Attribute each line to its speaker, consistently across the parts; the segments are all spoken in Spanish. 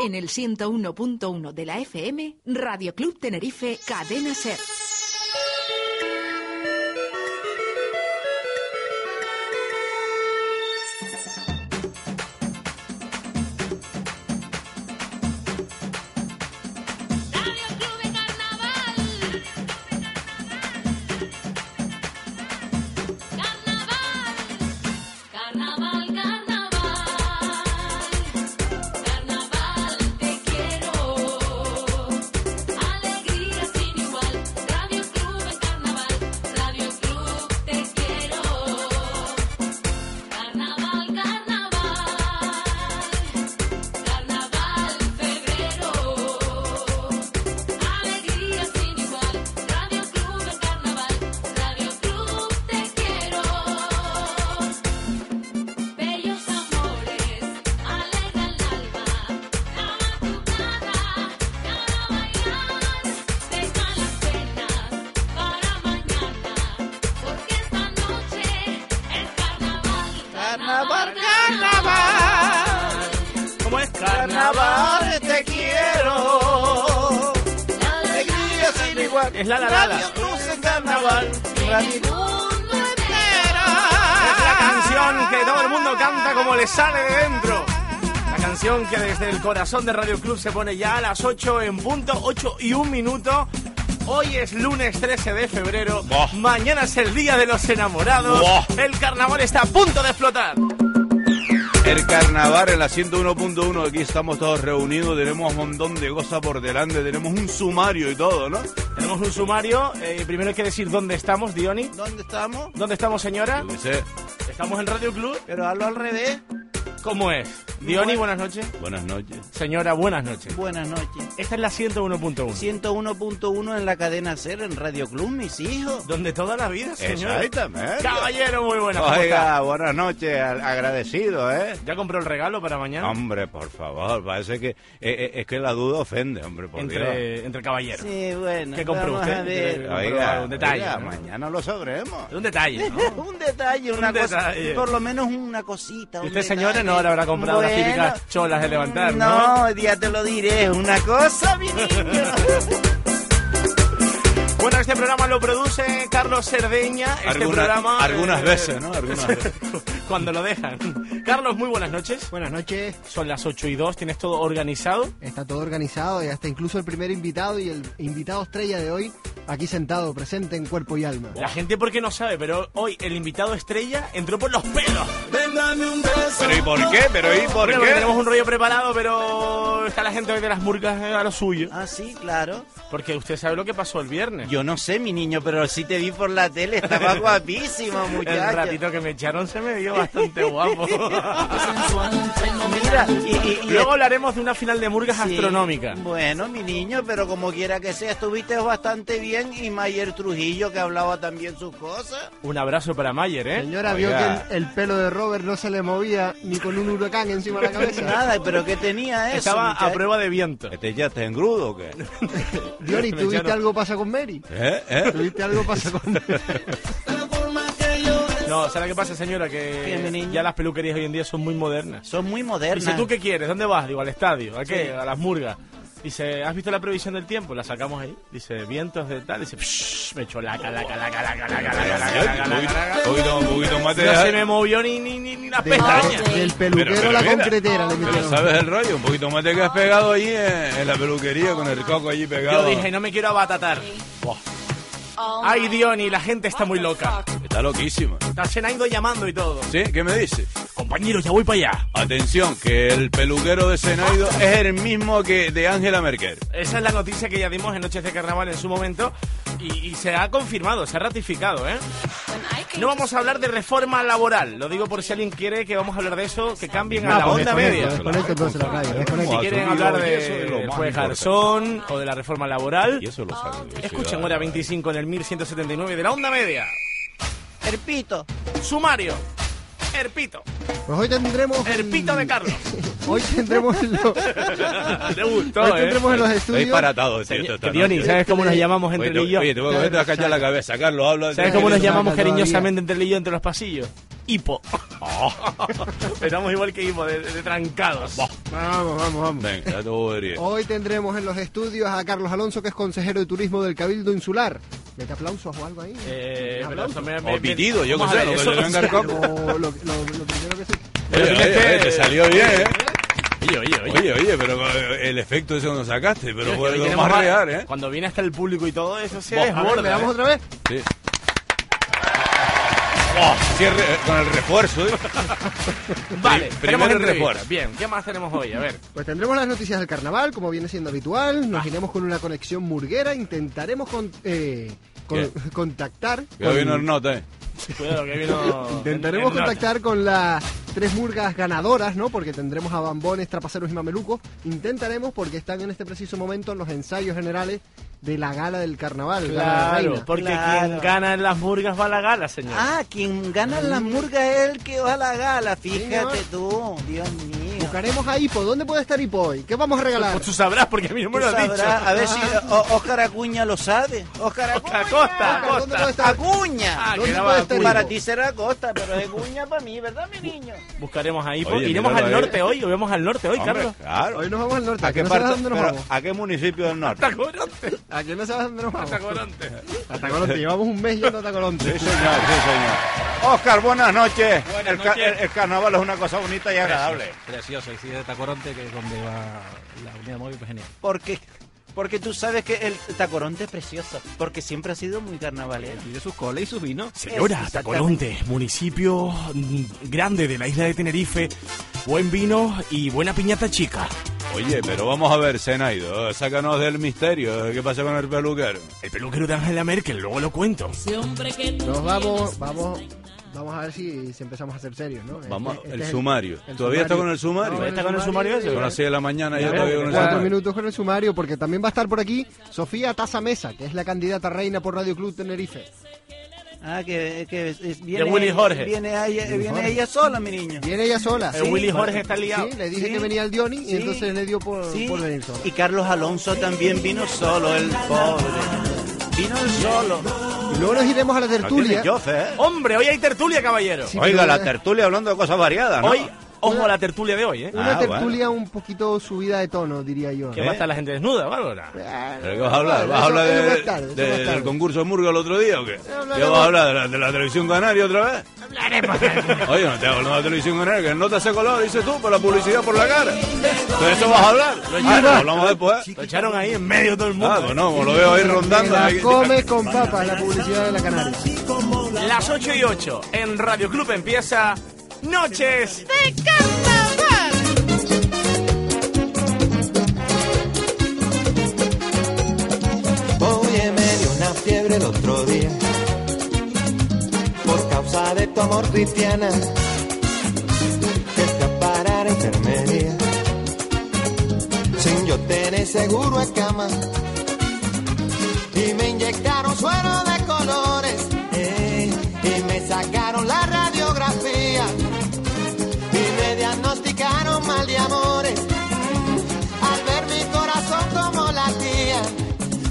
Speaker 1: en el 101.1 de la FM, Radio Club Tenerife, Cadena Ser.
Speaker 2: Carnaval, carnaval,
Speaker 3: ¿Cómo es?
Speaker 2: carnaval te quiero. Alegría sin igual.
Speaker 3: Es la, la, la, la.
Speaker 2: Radio Cruz en carnaval. Radio Cruz
Speaker 3: Es la
Speaker 2: entera.
Speaker 3: canción que todo el mundo canta como le sale de dentro. La canción que desde el corazón de Radio Club se pone ya a las 8 en punto, 8 y 1 minuto. Hoy es lunes 13 de febrero.
Speaker 4: Buah.
Speaker 3: Mañana es el día de los enamorados.
Speaker 4: Buah.
Speaker 3: El carnaval está a punto de explotar.
Speaker 4: El carnaval en la 101.1, aquí estamos todos reunidos, tenemos un montón de cosas por delante, tenemos un sumario y todo, ¿no?
Speaker 3: Tenemos un sumario. eh, primero hay que decir dónde estamos, Diony.
Speaker 2: ¿Dónde estamos?
Speaker 3: ¿Dónde estamos, señora?
Speaker 4: Yo qué sé.
Speaker 3: Estamos en Radio Club.
Speaker 2: Pero hazlo al revés.
Speaker 3: ¿Cómo es? Diony, buenas noches.
Speaker 4: Buenas noches.
Speaker 3: Señora, buenas noches.
Speaker 2: Buenas noches.
Speaker 3: Esta es la 101.1.
Speaker 2: 101.1 en la cadena Ser, en Radio Club, mis hijos.
Speaker 3: Donde toda la vida, señor.
Speaker 2: ¿Eh?
Speaker 4: Exactamente.
Speaker 3: Caballero, muy buena. ¿cómo está?
Speaker 4: Oiga, buenas noches, a- agradecido, ¿eh?
Speaker 3: ¿Ya compró el regalo para mañana?
Speaker 4: Hombre, por favor, parece que eh, eh, es que la duda ofende, hombre, por Dios.
Speaker 3: eh, entre, entre caballeros.
Speaker 2: Sí, bueno.
Speaker 3: ¿Qué compró
Speaker 2: vamos
Speaker 3: usted?
Speaker 2: a ver.
Speaker 3: Pero-
Speaker 4: Oiga,
Speaker 3: un detalle,
Speaker 4: oiga,
Speaker 3: ¿no?
Speaker 4: mañana lo sabremos.
Speaker 3: Es un detalle, ¿no?
Speaker 2: un detalle, una cosa,
Speaker 3: detalle.
Speaker 2: por lo menos una cosita.
Speaker 3: Y
Speaker 2: un
Speaker 3: usted, señora,
Speaker 2: detalle.
Speaker 3: Este no le habrá comprado las
Speaker 2: Bueno,
Speaker 3: típicas cholas de levantar, ¿no?
Speaker 2: No, ya te lo diré, una cosa, mi niño.
Speaker 3: Bueno, este programa lo produce Carlos Cerdeña. Este
Speaker 4: Alguna-
Speaker 3: programa, eh,
Speaker 4: algunas veces, ¿no? Algunas veces.
Speaker 3: Cuando lo dejan. Carlos, muy buenas noches.
Speaker 5: Buenas noches,
Speaker 3: Son las 8 y 2, tienes todo organizado.
Speaker 5: está todo organizado y hasta incluso el primer invitado y el invitado estrella de hoy aquí sentado, presente en cuerpo y alma.
Speaker 3: La gente porque no sabe, pero hoy el invitado estrella entró por los pelos.
Speaker 4: Pero ¿y por qué? Pero ¿y por
Speaker 3: Bueno,
Speaker 4: qué?
Speaker 3: porque tenemos un rollo preparado, pero está la gente hoy de las murgas eh, a lo suyo.
Speaker 2: Ah, sí, claro.
Speaker 3: Porque usted sabe lo que pasó el viernes.
Speaker 2: Yo no sé, mi niño, pero sí te vi por la tele, estaba guapísimo,
Speaker 3: el
Speaker 2: muchacho.
Speaker 3: ratito que me echaron se me dio bastante guapo.
Speaker 2: Mira, y, y- y-
Speaker 3: Luego hablaremos de una final de murgas
Speaker 2: sí.
Speaker 3: astronómica.
Speaker 2: Bueno, mi niño, pero como quiera que sea, estuviste bastante bien. Y Mayer Trujillo, que hablaba también sus cosas.
Speaker 3: Un abrazo para Mayer, ¿eh?
Speaker 5: Señora, vio que
Speaker 4: Oiga.
Speaker 5: el, el pelo de Robert no se le movía ni con un huracán encima de la cabeza.
Speaker 2: Nada, pero ¿qué tenía eh? eso?
Speaker 3: Estaba a
Speaker 2: muchacho?
Speaker 3: prueba de viento.
Speaker 4: ¿Este ya está en grudo o qué?
Speaker 5: Johnny, ¿tuviste algo pasa con Mary?
Speaker 4: ¿Eh? ¿Eh?
Speaker 5: ¿Tuviste algo pasa con Mary?
Speaker 3: No, ¿sabes qué pasa, señora? Que
Speaker 2: Bien, mi niño.
Speaker 3: ya las peluquerías hoy en día son muy modernas.
Speaker 2: Son muy modernas.
Speaker 3: Dice, ¿tú qué quieres? ¿Dónde vas? Digo, al estadio. ¿A qué? A las murgas. Dice, ¿has visto la previsión del tiempo? La sacamos ahí. Dice, vientos de tal. Dice, "Psh", me echó la cala, cala, cala, cala, cala, cala, cala,
Speaker 4: Un
Speaker 3: cala, cala.
Speaker 4: poquito, un poquito más de-
Speaker 3: No se me movió ni, ni, ni, ni las pestañas.
Speaker 5: Del peluquero
Speaker 4: Pero, Ah, pero,
Speaker 5: a la
Speaker 4: mira,
Speaker 5: concretera le
Speaker 4: Pero
Speaker 5: metieron.
Speaker 4: sabes el rollo, un poquito más de que has pegado allí en, en la peluquería con el coco allí
Speaker 3: Yo
Speaker 4: pegado.
Speaker 3: dije, no me quiero abatatar. Buah. Ay, Diony, la gente está muy loca.
Speaker 4: Está loquísimo.
Speaker 3: Está cenando llamando y todo.
Speaker 4: ¿Sí? ¿Qué me dice?
Speaker 3: Compañeros, ya voy para allá.
Speaker 4: Atención, que el peluquero de Senaido es el mismo que de Ángela Merkel.
Speaker 3: Esa es la noticia que ya dimos en Noches de Carnaval en su momento y, y se ha confirmado, se ha ratificado, ¿eh? No vamos a hablar de reforma laboral, lo digo por si alguien quiere que vamos a hablar de eso, que cambien a
Speaker 5: Ah,
Speaker 3: la
Speaker 5: pues
Speaker 3: onda
Speaker 5: desconecto,
Speaker 3: media.
Speaker 5: Desconecta entonces la radio, desconecta.
Speaker 3: Si
Speaker 4: Ah,
Speaker 3: quieren
Speaker 4: sí,
Speaker 3: hablar
Speaker 4: y eso es lo
Speaker 3: de
Speaker 4: más
Speaker 3: juez
Speaker 4: importante.
Speaker 3: Garzón o de la reforma laboral,
Speaker 4: Y eso lo sabe.
Speaker 3: escuchen Hora 25 en el 1179 de la onda media.
Speaker 2: Herpito.
Speaker 3: Sumario. Herpito.
Speaker 5: Pues hoy tendremos... el-
Speaker 3: Herpito de Carlos.
Speaker 5: Hoy tendremos en los-
Speaker 3: Le
Speaker 5: hoy
Speaker 3: gustó, ¿eh?
Speaker 5: tendremos en los
Speaker 4: Estoy
Speaker 5: estudios...
Speaker 4: disparatado, tío. esto está-
Speaker 3: Diony, ¿sabes cómo nos llamamos
Speaker 4: Oye,
Speaker 3: entre
Speaker 4: te,
Speaker 3: él y yo?
Speaker 4: oye, te voy a coger te vas a cachar la cabeza, Carlos. Habla.
Speaker 3: ¿Sabes cómo nos
Speaker 5: Ay, no,
Speaker 3: llamamos
Speaker 5: no, no,
Speaker 3: cariñosamente entre él y yo entre los pasillos? hipo. Estamos igual que hipo, de, de trancados.
Speaker 5: Vamos, vamos, vamos.
Speaker 1: Venga, ya te bobería.
Speaker 5: Hoy tendremos en los estudios a Carlos Alonso, que es consejero de turismo del Cabildo Insular. Mete aplausos o algo ahí.
Speaker 3: Eh, pero
Speaker 5: Aplausos.
Speaker 3: eso me- me-
Speaker 1: O pitido, yo qué
Speaker 3: Vamos
Speaker 1: sé,
Speaker 3: a ver,
Speaker 1: lo que
Speaker 3: eso
Speaker 1: le
Speaker 3: no
Speaker 1: venga al
Speaker 3: sé.
Speaker 1: coco.
Speaker 5: O lo, lo- lo primero que se...
Speaker 3: Pero
Speaker 1: Oye,
Speaker 3: tienes
Speaker 1: oye,
Speaker 3: que-
Speaker 1: oye, te salió bien, ¿eh?
Speaker 3: Oye, oye, oye.
Speaker 1: Oye, oye, pero eh, el efecto ese no lo sacaste, pero
Speaker 3: Oye,
Speaker 1: fue
Speaker 3: hoy
Speaker 1: lo
Speaker 3: tenemos
Speaker 1: más
Speaker 3: más-
Speaker 1: real, ¿eh?
Speaker 3: Cuando viene hasta el público y todo, eso se
Speaker 1: Bo, a ver,
Speaker 5: A ver,
Speaker 3: desborda.
Speaker 5: ¿le
Speaker 3: ¿eh?
Speaker 5: damos otra vez?
Speaker 1: Sí. Oh, cierre eh, con el refuerzo, ¿eh?
Speaker 3: Vale,
Speaker 1: Pri-
Speaker 3: tenemos
Speaker 1: primero el
Speaker 3: entrevista.
Speaker 1: refuerzo.
Speaker 3: Bien, ¿qué más tenemos hoy? A ver. Ah.
Speaker 5: Pues tendremos las noticias del carnaval, como viene siendo habitual. Nos iremos con una conexión murguera. Intentaremos con- eh, con- contactar.
Speaker 1: Que
Speaker 5: con-
Speaker 1: hoy no es nota, ¿eh?
Speaker 3: Cuidado, que vino.
Speaker 5: Intentaremos
Speaker 3: en- en
Speaker 5: contactar con las tres murgas ganadoras, ¿no? Porque tendremos a Bambones, Trapaceros y Mamelucos. Intentaremos porque están en este preciso momento en los ensayos generales de la gala del carnaval.
Speaker 3: nota.
Speaker 5: gala de la
Speaker 3: Claro,
Speaker 5: reina.
Speaker 3: porque
Speaker 2: Claro.
Speaker 3: quien gana en las burgas va a la gala, señor.
Speaker 2: Ah, quien gana las murgas es el que va a la gala, fíjate
Speaker 5: Señor.
Speaker 2: tú, Dios mío.
Speaker 5: Buscaremos a Hipo. ¿Dónde puede estar Hipo hoy? ¿Qué vamos a regalar?
Speaker 3: Pues tú sabrás porque a mí no me
Speaker 2: Tú
Speaker 3: lo has dicho.
Speaker 2: sabrás, a ver si Oscar Acuña lo sabe. Oscar Acuña.
Speaker 3: Acosta,
Speaker 5: Oscar, ¿Dónde puede
Speaker 3: Acosta.
Speaker 5: estar?
Speaker 2: Acuña.
Speaker 3: Ah,
Speaker 5: ¿Dónde
Speaker 3: quedaba
Speaker 5: puede estar
Speaker 3: Acuña.
Speaker 2: Para ti será Acosta, pero es Acuña para mí, ¿verdad, mi niño?
Speaker 3: Buscaremos ahí.
Speaker 1: Oye,
Speaker 3: Iremos
Speaker 1: míralo
Speaker 3: al
Speaker 1: ahí.
Speaker 3: norte hoy, vemos al norte hoy,
Speaker 1: Hombre,
Speaker 3: Carlos.
Speaker 1: claro.
Speaker 5: Hoy nos vamos al norte.
Speaker 1: ¿A
Speaker 5: ¿A
Speaker 1: qué,
Speaker 5: que no
Speaker 1: parte-
Speaker 5: sabes dónde nos
Speaker 1: pero,
Speaker 5: vamos?
Speaker 1: ¿A qué municipio del norte?
Speaker 3: Coronte,
Speaker 5: ¿A que no sabes dónde nos vamos?
Speaker 3: Coronte.
Speaker 5: Hasta Colonte. Llevamos un mes yendo hasta Colonte.
Speaker 1: Sí, señor, sí, señor. Oscar, buenas noches.
Speaker 3: Buenas
Speaker 1: el, ca-
Speaker 3: noches.
Speaker 1: el- el carnaval es una cosa bonita y agradable.
Speaker 6: Precioso, y sí, de Tacoronte, que es donde va la unidad móvil, pues genial.
Speaker 2: Porque, porque tú sabes que el Tacoronte es precioso, porque siempre ha sido muy carnavalero.
Speaker 6: Y de sus coles y sus vinos.
Speaker 3: Señora, Tacolonte, municipio mm, grande de la isla de Tenerife. Buen vino y buena piñata chica.
Speaker 1: Oye, pero vamos a ver, Zenaido, ¿eh? sácanos del misterio. ¿eh? ¿Qué pasa con el peluquero?
Speaker 3: El peluquero de Angela Merkel, luego lo cuento.
Speaker 5: Nos vamos, vamos, vamos a ver si, si empezamos a ser serios, ¿no? Este,
Speaker 1: Vamos, el
Speaker 5: es
Speaker 1: sumario. ¿Todavía está con el sumario?
Speaker 5: Vamos,
Speaker 3: ¿Está con el sumario ese?
Speaker 1: Son las 6 de la mañana y yo
Speaker 3: Ya
Speaker 1: todavía
Speaker 3: veo,
Speaker 1: con el
Speaker 5: Cuatro
Speaker 1: sumario.
Speaker 5: minutos con el sumario, porque también va a estar por aquí Sofía Taza Mesa, que es la candidata reina por Radio Club Tenerife.
Speaker 2: Ah, que, que es- es- viene,
Speaker 3: Willy Jorge.
Speaker 2: Viene ella, viene ella sola, mi niño.
Speaker 5: Viene ella sola.
Speaker 3: El Willy Jorge está liado.
Speaker 5: Sí, le dije
Speaker 2: Sí.
Speaker 5: que venía el Dioni y
Speaker 2: Sí.
Speaker 5: entonces le dio por,
Speaker 2: Sí,
Speaker 5: por venir sola.
Speaker 2: Y Carlos Alonso también vino solo, el pobre. Vino el solo.
Speaker 5: Y luego nos iremos a la
Speaker 1: No tiene
Speaker 5: tertulia.
Speaker 1: chofe, ¿eh?
Speaker 3: Hombre, hoy hay tertulia, caballero.
Speaker 5: Sí,
Speaker 1: Oiga,
Speaker 5: pero- eh.
Speaker 1: la tertulia hablando de cosas variadas, ¿no?
Speaker 3: Hoy, ojo a la tertulia de hoy, ¿eh?
Speaker 5: Una
Speaker 1: Ah,
Speaker 5: tertulia un poquito subida de tono, diría yo.
Speaker 3: Que
Speaker 1: ¿Eh?
Speaker 3: va a estar la gente desnuda, Bárbara.
Speaker 1: ¿Pero qué vas a hablar? ¿Vas a hablar de- de- del concurso de Murga el otro día o qué?
Speaker 5: hablaremos-
Speaker 1: ¿Qué vas a hablar de la, de la televisión canaria otra vez? Oye, no te hablo de la televisión canaria, que no te hace color, dices tú, por la publicidad por la cara. ¿De eso vas a hablar? Ah, lo hablamos después.
Speaker 3: Lo echaron ahí en medio de todo el
Speaker 1: Ah,
Speaker 3: mundo.
Speaker 1: pues no, como lo veo ahí
Speaker 5: Te
Speaker 1: rondando.
Speaker 5: la
Speaker 1: ahí-
Speaker 5: comes con papas la publicidad de la Canaria.
Speaker 3: Las 8 y 8 en Radio Club empieza Noches
Speaker 7: Oye, me dio una fiebre el otro día por causa de tu amor, Cristiana. Que está parar la enfermería sin yo tener seguro en cama y me inyectaron suero de colores eh, y me sacaron la radiografía y me diagnosticaron mal de amores al ver mi corazón como latía.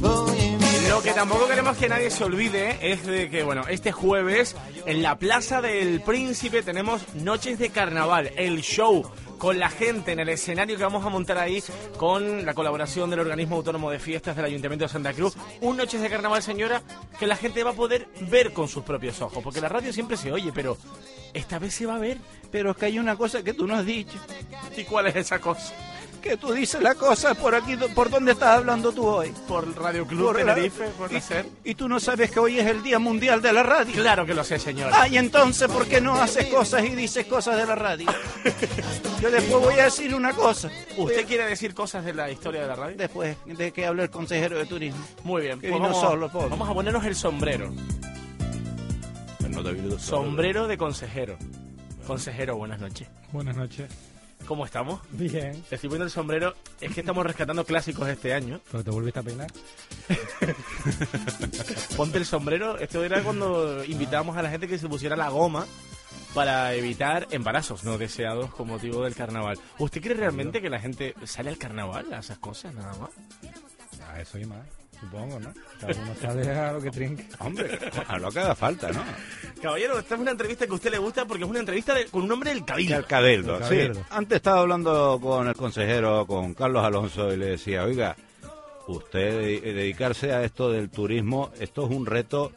Speaker 7: Oye, mi
Speaker 3: Lo que tampoco queremos que nadie se olvide ¿eh? es de que, bueno, este jueves en la Plaza del Príncipe tenemos Noches de Carnaval, el show con la gente en el escenario que vamos a montar ahí con la colaboración del organismo autónomo de fiestas del Ayuntamiento de Santa Cruz. Un Noches de Carnaval, señora, que la gente va a poder ver con sus propios ojos, porque la radio siempre se oye, pero esta vez se va a ver.
Speaker 2: Pero es que hay una cosa que tú no has dicho.
Speaker 3: ¿Y cuál es esa cosa?
Speaker 2: Que tú dices la cosa por aquí, por dónde estás hablando tú hoy.
Speaker 3: Por Radio Club
Speaker 2: Por la-
Speaker 3: Tenerife, por la SER.
Speaker 2: Y tú no sabes que hoy es el Día Mundial de la Radio.
Speaker 3: Claro que lo sé, señora.
Speaker 2: Ay, entonces, ¿por qué no haces cosas y dices cosas de la radio? Yo después voy a decir una cosa.
Speaker 3: ¿Usted quiere decir cosas de la historia de la radio?
Speaker 2: Después de que hable el consejero de turismo.
Speaker 3: Muy bien,
Speaker 2: Que
Speaker 3: pues
Speaker 2: vino
Speaker 3: vamos,
Speaker 2: solo, pobre.
Speaker 3: vamos a ponernos el sombrero.
Speaker 1: No te vi,
Speaker 3: Sombrero de consejero. Consejero, buenas noches.
Speaker 6: Buenas noches.
Speaker 3: ¿Cómo estamos?
Speaker 6: Bien.
Speaker 3: Te estoy poniendo el sombrero. Es que estamos rescatando clásicos este año.
Speaker 6: ¿Pero te volviste a peinar?
Speaker 3: Ponte el sombrero. Esto era cuando invitábamos a la gente que se pusiera la goma para evitar embarazos no deseados con motivo del carnaval. ¿Usted cree realmente que la gente sale al carnaval a esas cosas nada más?
Speaker 6: A Ah, eso y más, supongo, ¿no? Cada uno sabe a lo que trinque.
Speaker 1: Hombre, a lo que haga falta, ¿no?
Speaker 3: Caballero, esta es una entrevista que a usted le gusta porque es una entrevista de- con un hombre del
Speaker 4: Que
Speaker 3: cabildo.
Speaker 4: al cabildo,
Speaker 6: El
Speaker 4: sí.
Speaker 6: cabildo.
Speaker 4: Antes estaba hablando con el consejero, con Carlos Alonso, y le decía, oiga, usted de- eh, dedicarse a esto del turismo, esto es un reto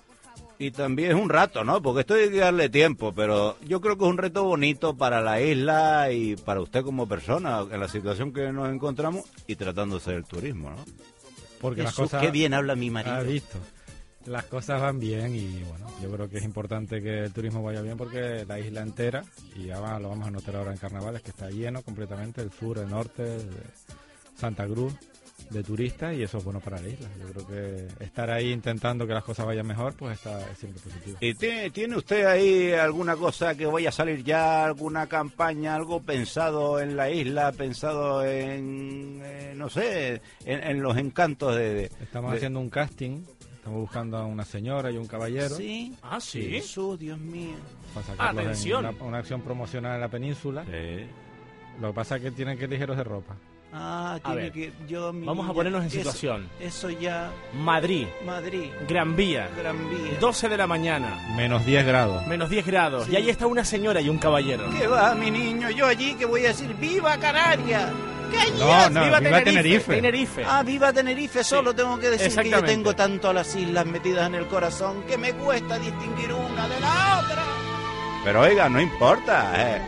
Speaker 4: y también es un rato, ¿no? Porque esto hay que darle tiempo, pero yo creo que es un reto bonito para la isla y para usted como persona, en la situación que nos encontramos y tratándose del turismo, ¿no?
Speaker 6: Porque las
Speaker 4: Jesús,
Speaker 6: cosas.
Speaker 4: qué bien habla mi
Speaker 6: Ah,
Speaker 4: marido.
Speaker 6: visto. Las cosas van bien y bueno, yo creo que es importante que el turismo vaya bien porque la isla entera, y ya va- lo vamos a notar ahora en carnavales, que está lleno completamente, el sur, el norte, de Santa Cruz, de turistas y eso es bueno para la isla. Yo creo que estar ahí intentando que las cosas vayan mejor, pues está es siempre positivo.
Speaker 4: ¿Y tiene, tiene usted ahí alguna cosa que vaya a salir ya, alguna campaña, algo pensado en la isla, pensado en, eh, no sé, en, en los encantos de... de-
Speaker 6: Estamos
Speaker 4: de-
Speaker 6: haciendo un casting, estamos buscando a una señora y un caballero.
Speaker 4: Sí.
Speaker 3: Ah, sí.
Speaker 4: Jesús, Dios mío.
Speaker 6: Para sacarlos en
Speaker 3: Atención.
Speaker 6: una, una acción promocional en la península. Lo que pasa es que tienen que ir ligeros de ropa.
Speaker 4: Ah,
Speaker 3: A
Speaker 4: tiene
Speaker 3: ver,
Speaker 4: que... Yo, mi
Speaker 3: Vamos a
Speaker 4: niña,
Speaker 3: ponernos en
Speaker 4: eso-
Speaker 3: situación.
Speaker 4: Eso ya,
Speaker 3: Madrid,
Speaker 4: Madrid,
Speaker 3: Gran Vía,
Speaker 4: Gran Vía.
Speaker 3: 12 de la mañana,
Speaker 6: Menos 10 grados.
Speaker 3: menos 10 grados. Y ahí está una señora y un caballero.
Speaker 4: ¿Qué va, mi niño? Yo allí que voy a decir, ¡Viva Canarias! ¿Qué hay
Speaker 6: No, no, viva
Speaker 4: ¡Viva, Tenerife!
Speaker 6: Tenerife.
Speaker 3: Tenerife.
Speaker 4: Ah, viva Tenerife, solo tengo que decir que yo
Speaker 3: exactamente.
Speaker 4: tengo tanto a las islas metidas en el corazón que me cuesta distinguir una de la otra. Pero oiga, no importa, eh,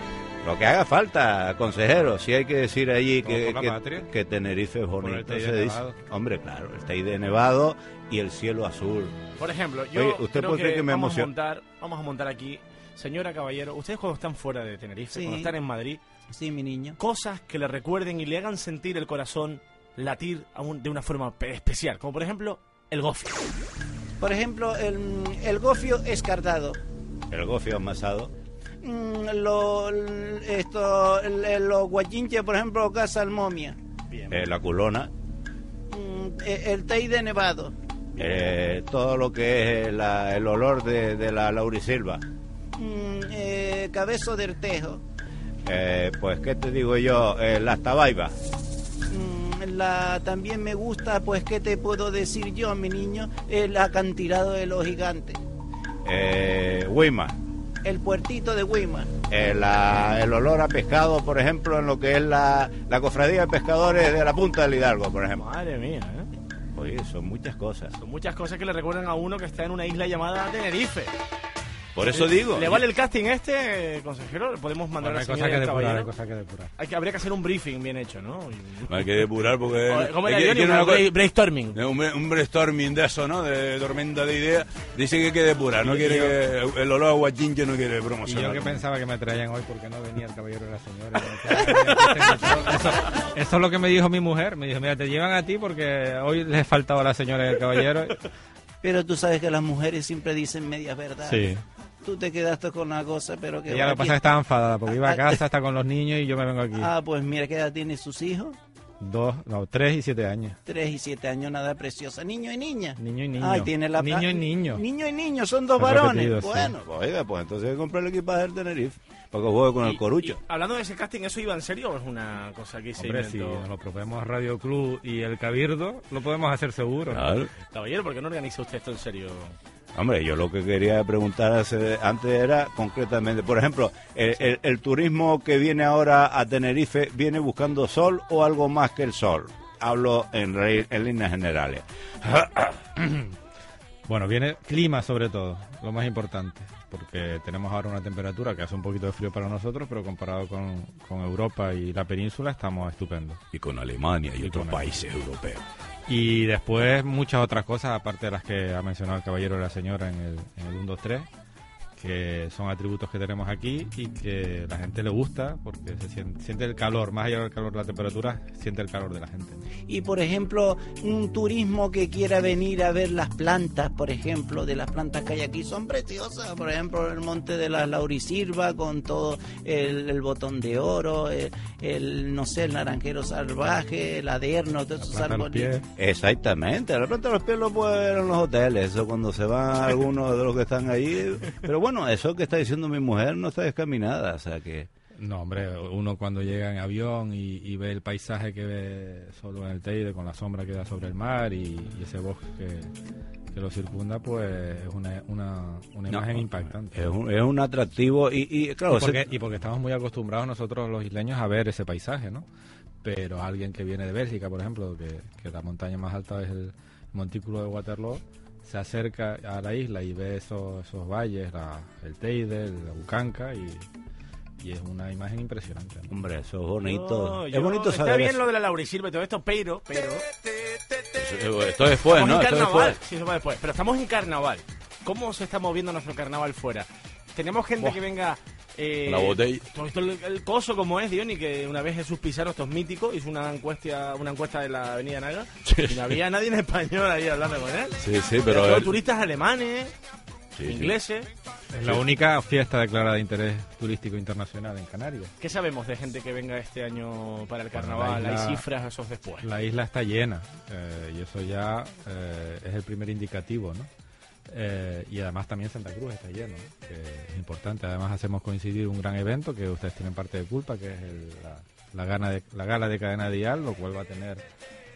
Speaker 4: lo que haga falta, consejero, si hay que decir allí
Speaker 6: Como
Speaker 4: que,
Speaker 6: por la
Speaker 4: que-
Speaker 6: patria.
Speaker 4: que Tenerife es
Speaker 6: el
Speaker 4: bonito,
Speaker 6: Teide
Speaker 4: se dice.
Speaker 6: nevado.
Speaker 4: Hombre, claro, el Teide nevado y el cielo azul.
Speaker 3: Por ejemplo, yo
Speaker 4: Oye, usted
Speaker 3: creo
Speaker 4: puede creer que me
Speaker 3: vamos a
Speaker 4: emociona.
Speaker 3: montar, vamos a montar aquí, señora caballero, ustedes cuando están fuera de Tenerife,
Speaker 4: Sí.
Speaker 3: cuando están en Madrid,
Speaker 4: Sí, mi niño.
Speaker 3: cosas que le recuerden y le hagan sentir el corazón latir a un- de una forma pe- especial, como por ejemplo el gofio.
Speaker 2: Por ejemplo, el, el gofio escardado.
Speaker 4: El gofio amasado.
Speaker 2: Mm, lo- l- esto, l- los guayinches, por ejemplo, caza al momia.
Speaker 4: eh, la culona.
Speaker 2: Mm, e- el teide nevado.
Speaker 4: eh, todo lo que es la- el olor de, de la laurisilva.
Speaker 2: Mm, eh, cabezo de tejo.
Speaker 4: Eh, pues, ¿qué te digo yo? Eh, las tabaibas.
Speaker 2: Mm, la, también me gusta, pues, ¿qué te puedo decir yo, mi niño? El acantilado de los gigantes.
Speaker 4: eh, Wima,
Speaker 2: El puertito de Wima.
Speaker 4: eh, la- el olor a pescado, por ejemplo, en lo que es la, la cofradía de pescadores de la Punta del Hidalgo, por ejemplo.
Speaker 3: Madre mía, ¿eh?
Speaker 4: Oye, son muchas cosas.
Speaker 3: Son muchas cosas que le recuerdan a uno que está en una isla llamada Tenerife. Eh,
Speaker 4: Por eso digo.
Speaker 3: ¿Le vale el casting este, eh, consejero? ¿Le podemos mandar
Speaker 6: Bueno,
Speaker 3: a
Speaker 6: hay
Speaker 3: la
Speaker 6: cosas
Speaker 3: señora y
Speaker 6: que
Speaker 3: al
Speaker 6: depurar, hay
Speaker 3: caballero?
Speaker 6: cosas que depurar.
Speaker 3: Hay que, habría que hacer un briefing bien hecho, ¿no? Y-
Speaker 4: No hay que depurar porque.
Speaker 3: Oye, ¿Cómo era,
Speaker 4: es que- es
Speaker 3: Johnny?
Speaker 4: que no
Speaker 3: Una
Speaker 4: la co-
Speaker 3: bra- brainstorming.
Speaker 4: un, un brainstorming de eso, ¿no? De tormenta de ideas. Dice que hay que depurar, no quiere que. El olor a guachinche no quiere
Speaker 6: Y yo que
Speaker 4: promocionar.
Speaker 6: pensaba que me traían hoy porque no venía el caballero de la señora. eso, este eso es lo que me dijo mi mujer. Me dijo, mira, te llevan a ti porque hoy les faltaba la señora y el caballero.
Speaker 2: Pero tú sabes que las mujeres siempre dicen medias verdades.
Speaker 6: Sí.
Speaker 2: Tú te quedaste con una cosa, pero que...
Speaker 6: Ella lo
Speaker 2: va
Speaker 6: que pasa es que
Speaker 2: aquí-
Speaker 6: estaba enfadada porque iba a casa, está con los niños y yo me vengo aquí.
Speaker 2: Ah, pues mira, ¿qué edad tiene sus hijos?
Speaker 6: Dos, no, tres y siete años.
Speaker 2: Tres y siete años, nada preciosa. Niño y niña.
Speaker 6: Niño y niño.
Speaker 2: Ay, tiene la
Speaker 6: Niño y niño.
Speaker 2: Niño y niño, son dos
Speaker 6: Se ha repetido,
Speaker 2: varones.
Speaker 6: sí.
Speaker 2: Bueno,
Speaker 4: Oiga, pues entonces hay que comprar el equipaje del Tenerife. Para que juegue con el
Speaker 3: y-
Speaker 4: corucho.
Speaker 3: y hablando de ese casting, ¿eso iba en serio o es una cosa que se
Speaker 6: Hombre, si
Speaker 3: inventó?
Speaker 6: nos lo proponemos Radio Club y el Cabildo, lo podemos hacer seguro.
Speaker 4: Claro.
Speaker 3: Caballero, ¿por qué no organiza usted esto en serio?
Speaker 4: Hombre, yo lo que quería preguntar hace- antes era concretamente, por ejemplo, el, el- el turismo que viene ahora a Tenerife viene buscando sol o algo más que el sol. Hablo en, re- en líneas generales.
Speaker 6: Bueno, viene clima sobre todo, lo más importante, porque tenemos ahora una temperatura que hace un poquito de frío para nosotros, pero comparado con, con Europa y la península estamos estupendos.
Speaker 4: Y con Alemania y,
Speaker 6: otros
Speaker 4: países europeos.
Speaker 6: Y después muchas otras cosas, aparte de las que ha mencionado el caballero y la señora en el, en el 1, 2, 3, que son atributos que tenemos aquí y que la gente le gusta porque se siente, siente el calor, más allá del calor de la temperatura, siente el calor de la gente.
Speaker 2: y por ejemplo, un turismo que quiera venir a ver las plantas, por ejemplo, de las plantas que hay aquí, son preciosas. Por ejemplo, el monte de la laurisilva con todo el, el botón de oro, el, el, no sé, el naranjero salvaje, el aderno, todos esos
Speaker 6: Planta a los
Speaker 2: árboles.
Speaker 6: pies.
Speaker 4: Exactamente, la planta de los pies lo puede ver en los hoteles, eso cuando se van algunos de los que están ahí. Pero bueno, eso que está diciendo mi mujer no está descaminada, o sea que...
Speaker 6: No, hombre, uno cuando llega en avión y, y ve el paisaje que ve solo en el Teide con la sombra que da sobre el mar y, y ese bosque que, que lo circunda, pues es una, una, una
Speaker 4: No,
Speaker 6: imagen impactante.
Speaker 4: Es un, es un atractivo y, y, Eh, claro,
Speaker 6: y, porque,
Speaker 4: se-
Speaker 6: y porque estamos muy acostumbrados nosotros los isleños a ver ese paisaje, ¿no? Pero alguien que viene de Bélgica, por ejemplo, que, que la montaña más alta es el montículo de Waterloo, se acerca a la isla y ve esos, esos valles, la- el Teide, la Bucanca, y, y es una imagen impresionante. ¿no?
Speaker 4: hombre, eso es bonito.
Speaker 3: No,
Speaker 4: es
Speaker 3: yo-
Speaker 4: bonito
Speaker 3: está
Speaker 4: saber
Speaker 3: bien
Speaker 4: eso.
Speaker 3: lo de la Laura y Silva y todo esto, pero, pero...
Speaker 4: Eh, Esto después, ¿no?
Speaker 3: estamos en
Speaker 4: Esto
Speaker 3: carnaval.
Speaker 4: después.
Speaker 3: Sí, eso va después. Pero estamos en carnaval. ¿Cómo se está moviendo nuestro carnaval fuera? Tenemos gente que venga. eh,
Speaker 8: La botella.
Speaker 3: ¿tú has visto el, el coso como es, Diony, que una vez Jesús Pizarro, estos míticos, hizo una encuesta, una encuesta de la Avenida Naga.
Speaker 8: Sí.
Speaker 3: Y no había nadie en español ahí hablando con él.
Speaker 8: Sí, sí,
Speaker 3: Pero
Speaker 8: pero él-
Speaker 3: turistas alemanes,
Speaker 8: sí, sí.
Speaker 3: ingleses.
Speaker 6: Es la única fiesta declarada de interés turístico internacional en Canarias.
Speaker 3: ¿Qué sabemos de gente que venga este año para el
Speaker 6: Bueno,
Speaker 3: carnaval?
Speaker 6: la isla-
Speaker 3: Hay cifras, esos después.
Speaker 6: La isla está llena eh, y eso ya eh, es el primer indicativo, ¿no? Eh, y además también Santa Cruz está lleno, ¿no? que es importante. Además hacemos coincidir un gran evento que ustedes tienen parte de culpa, que es el- la, la gana de- la gala de cadena dial, lo cual va a tener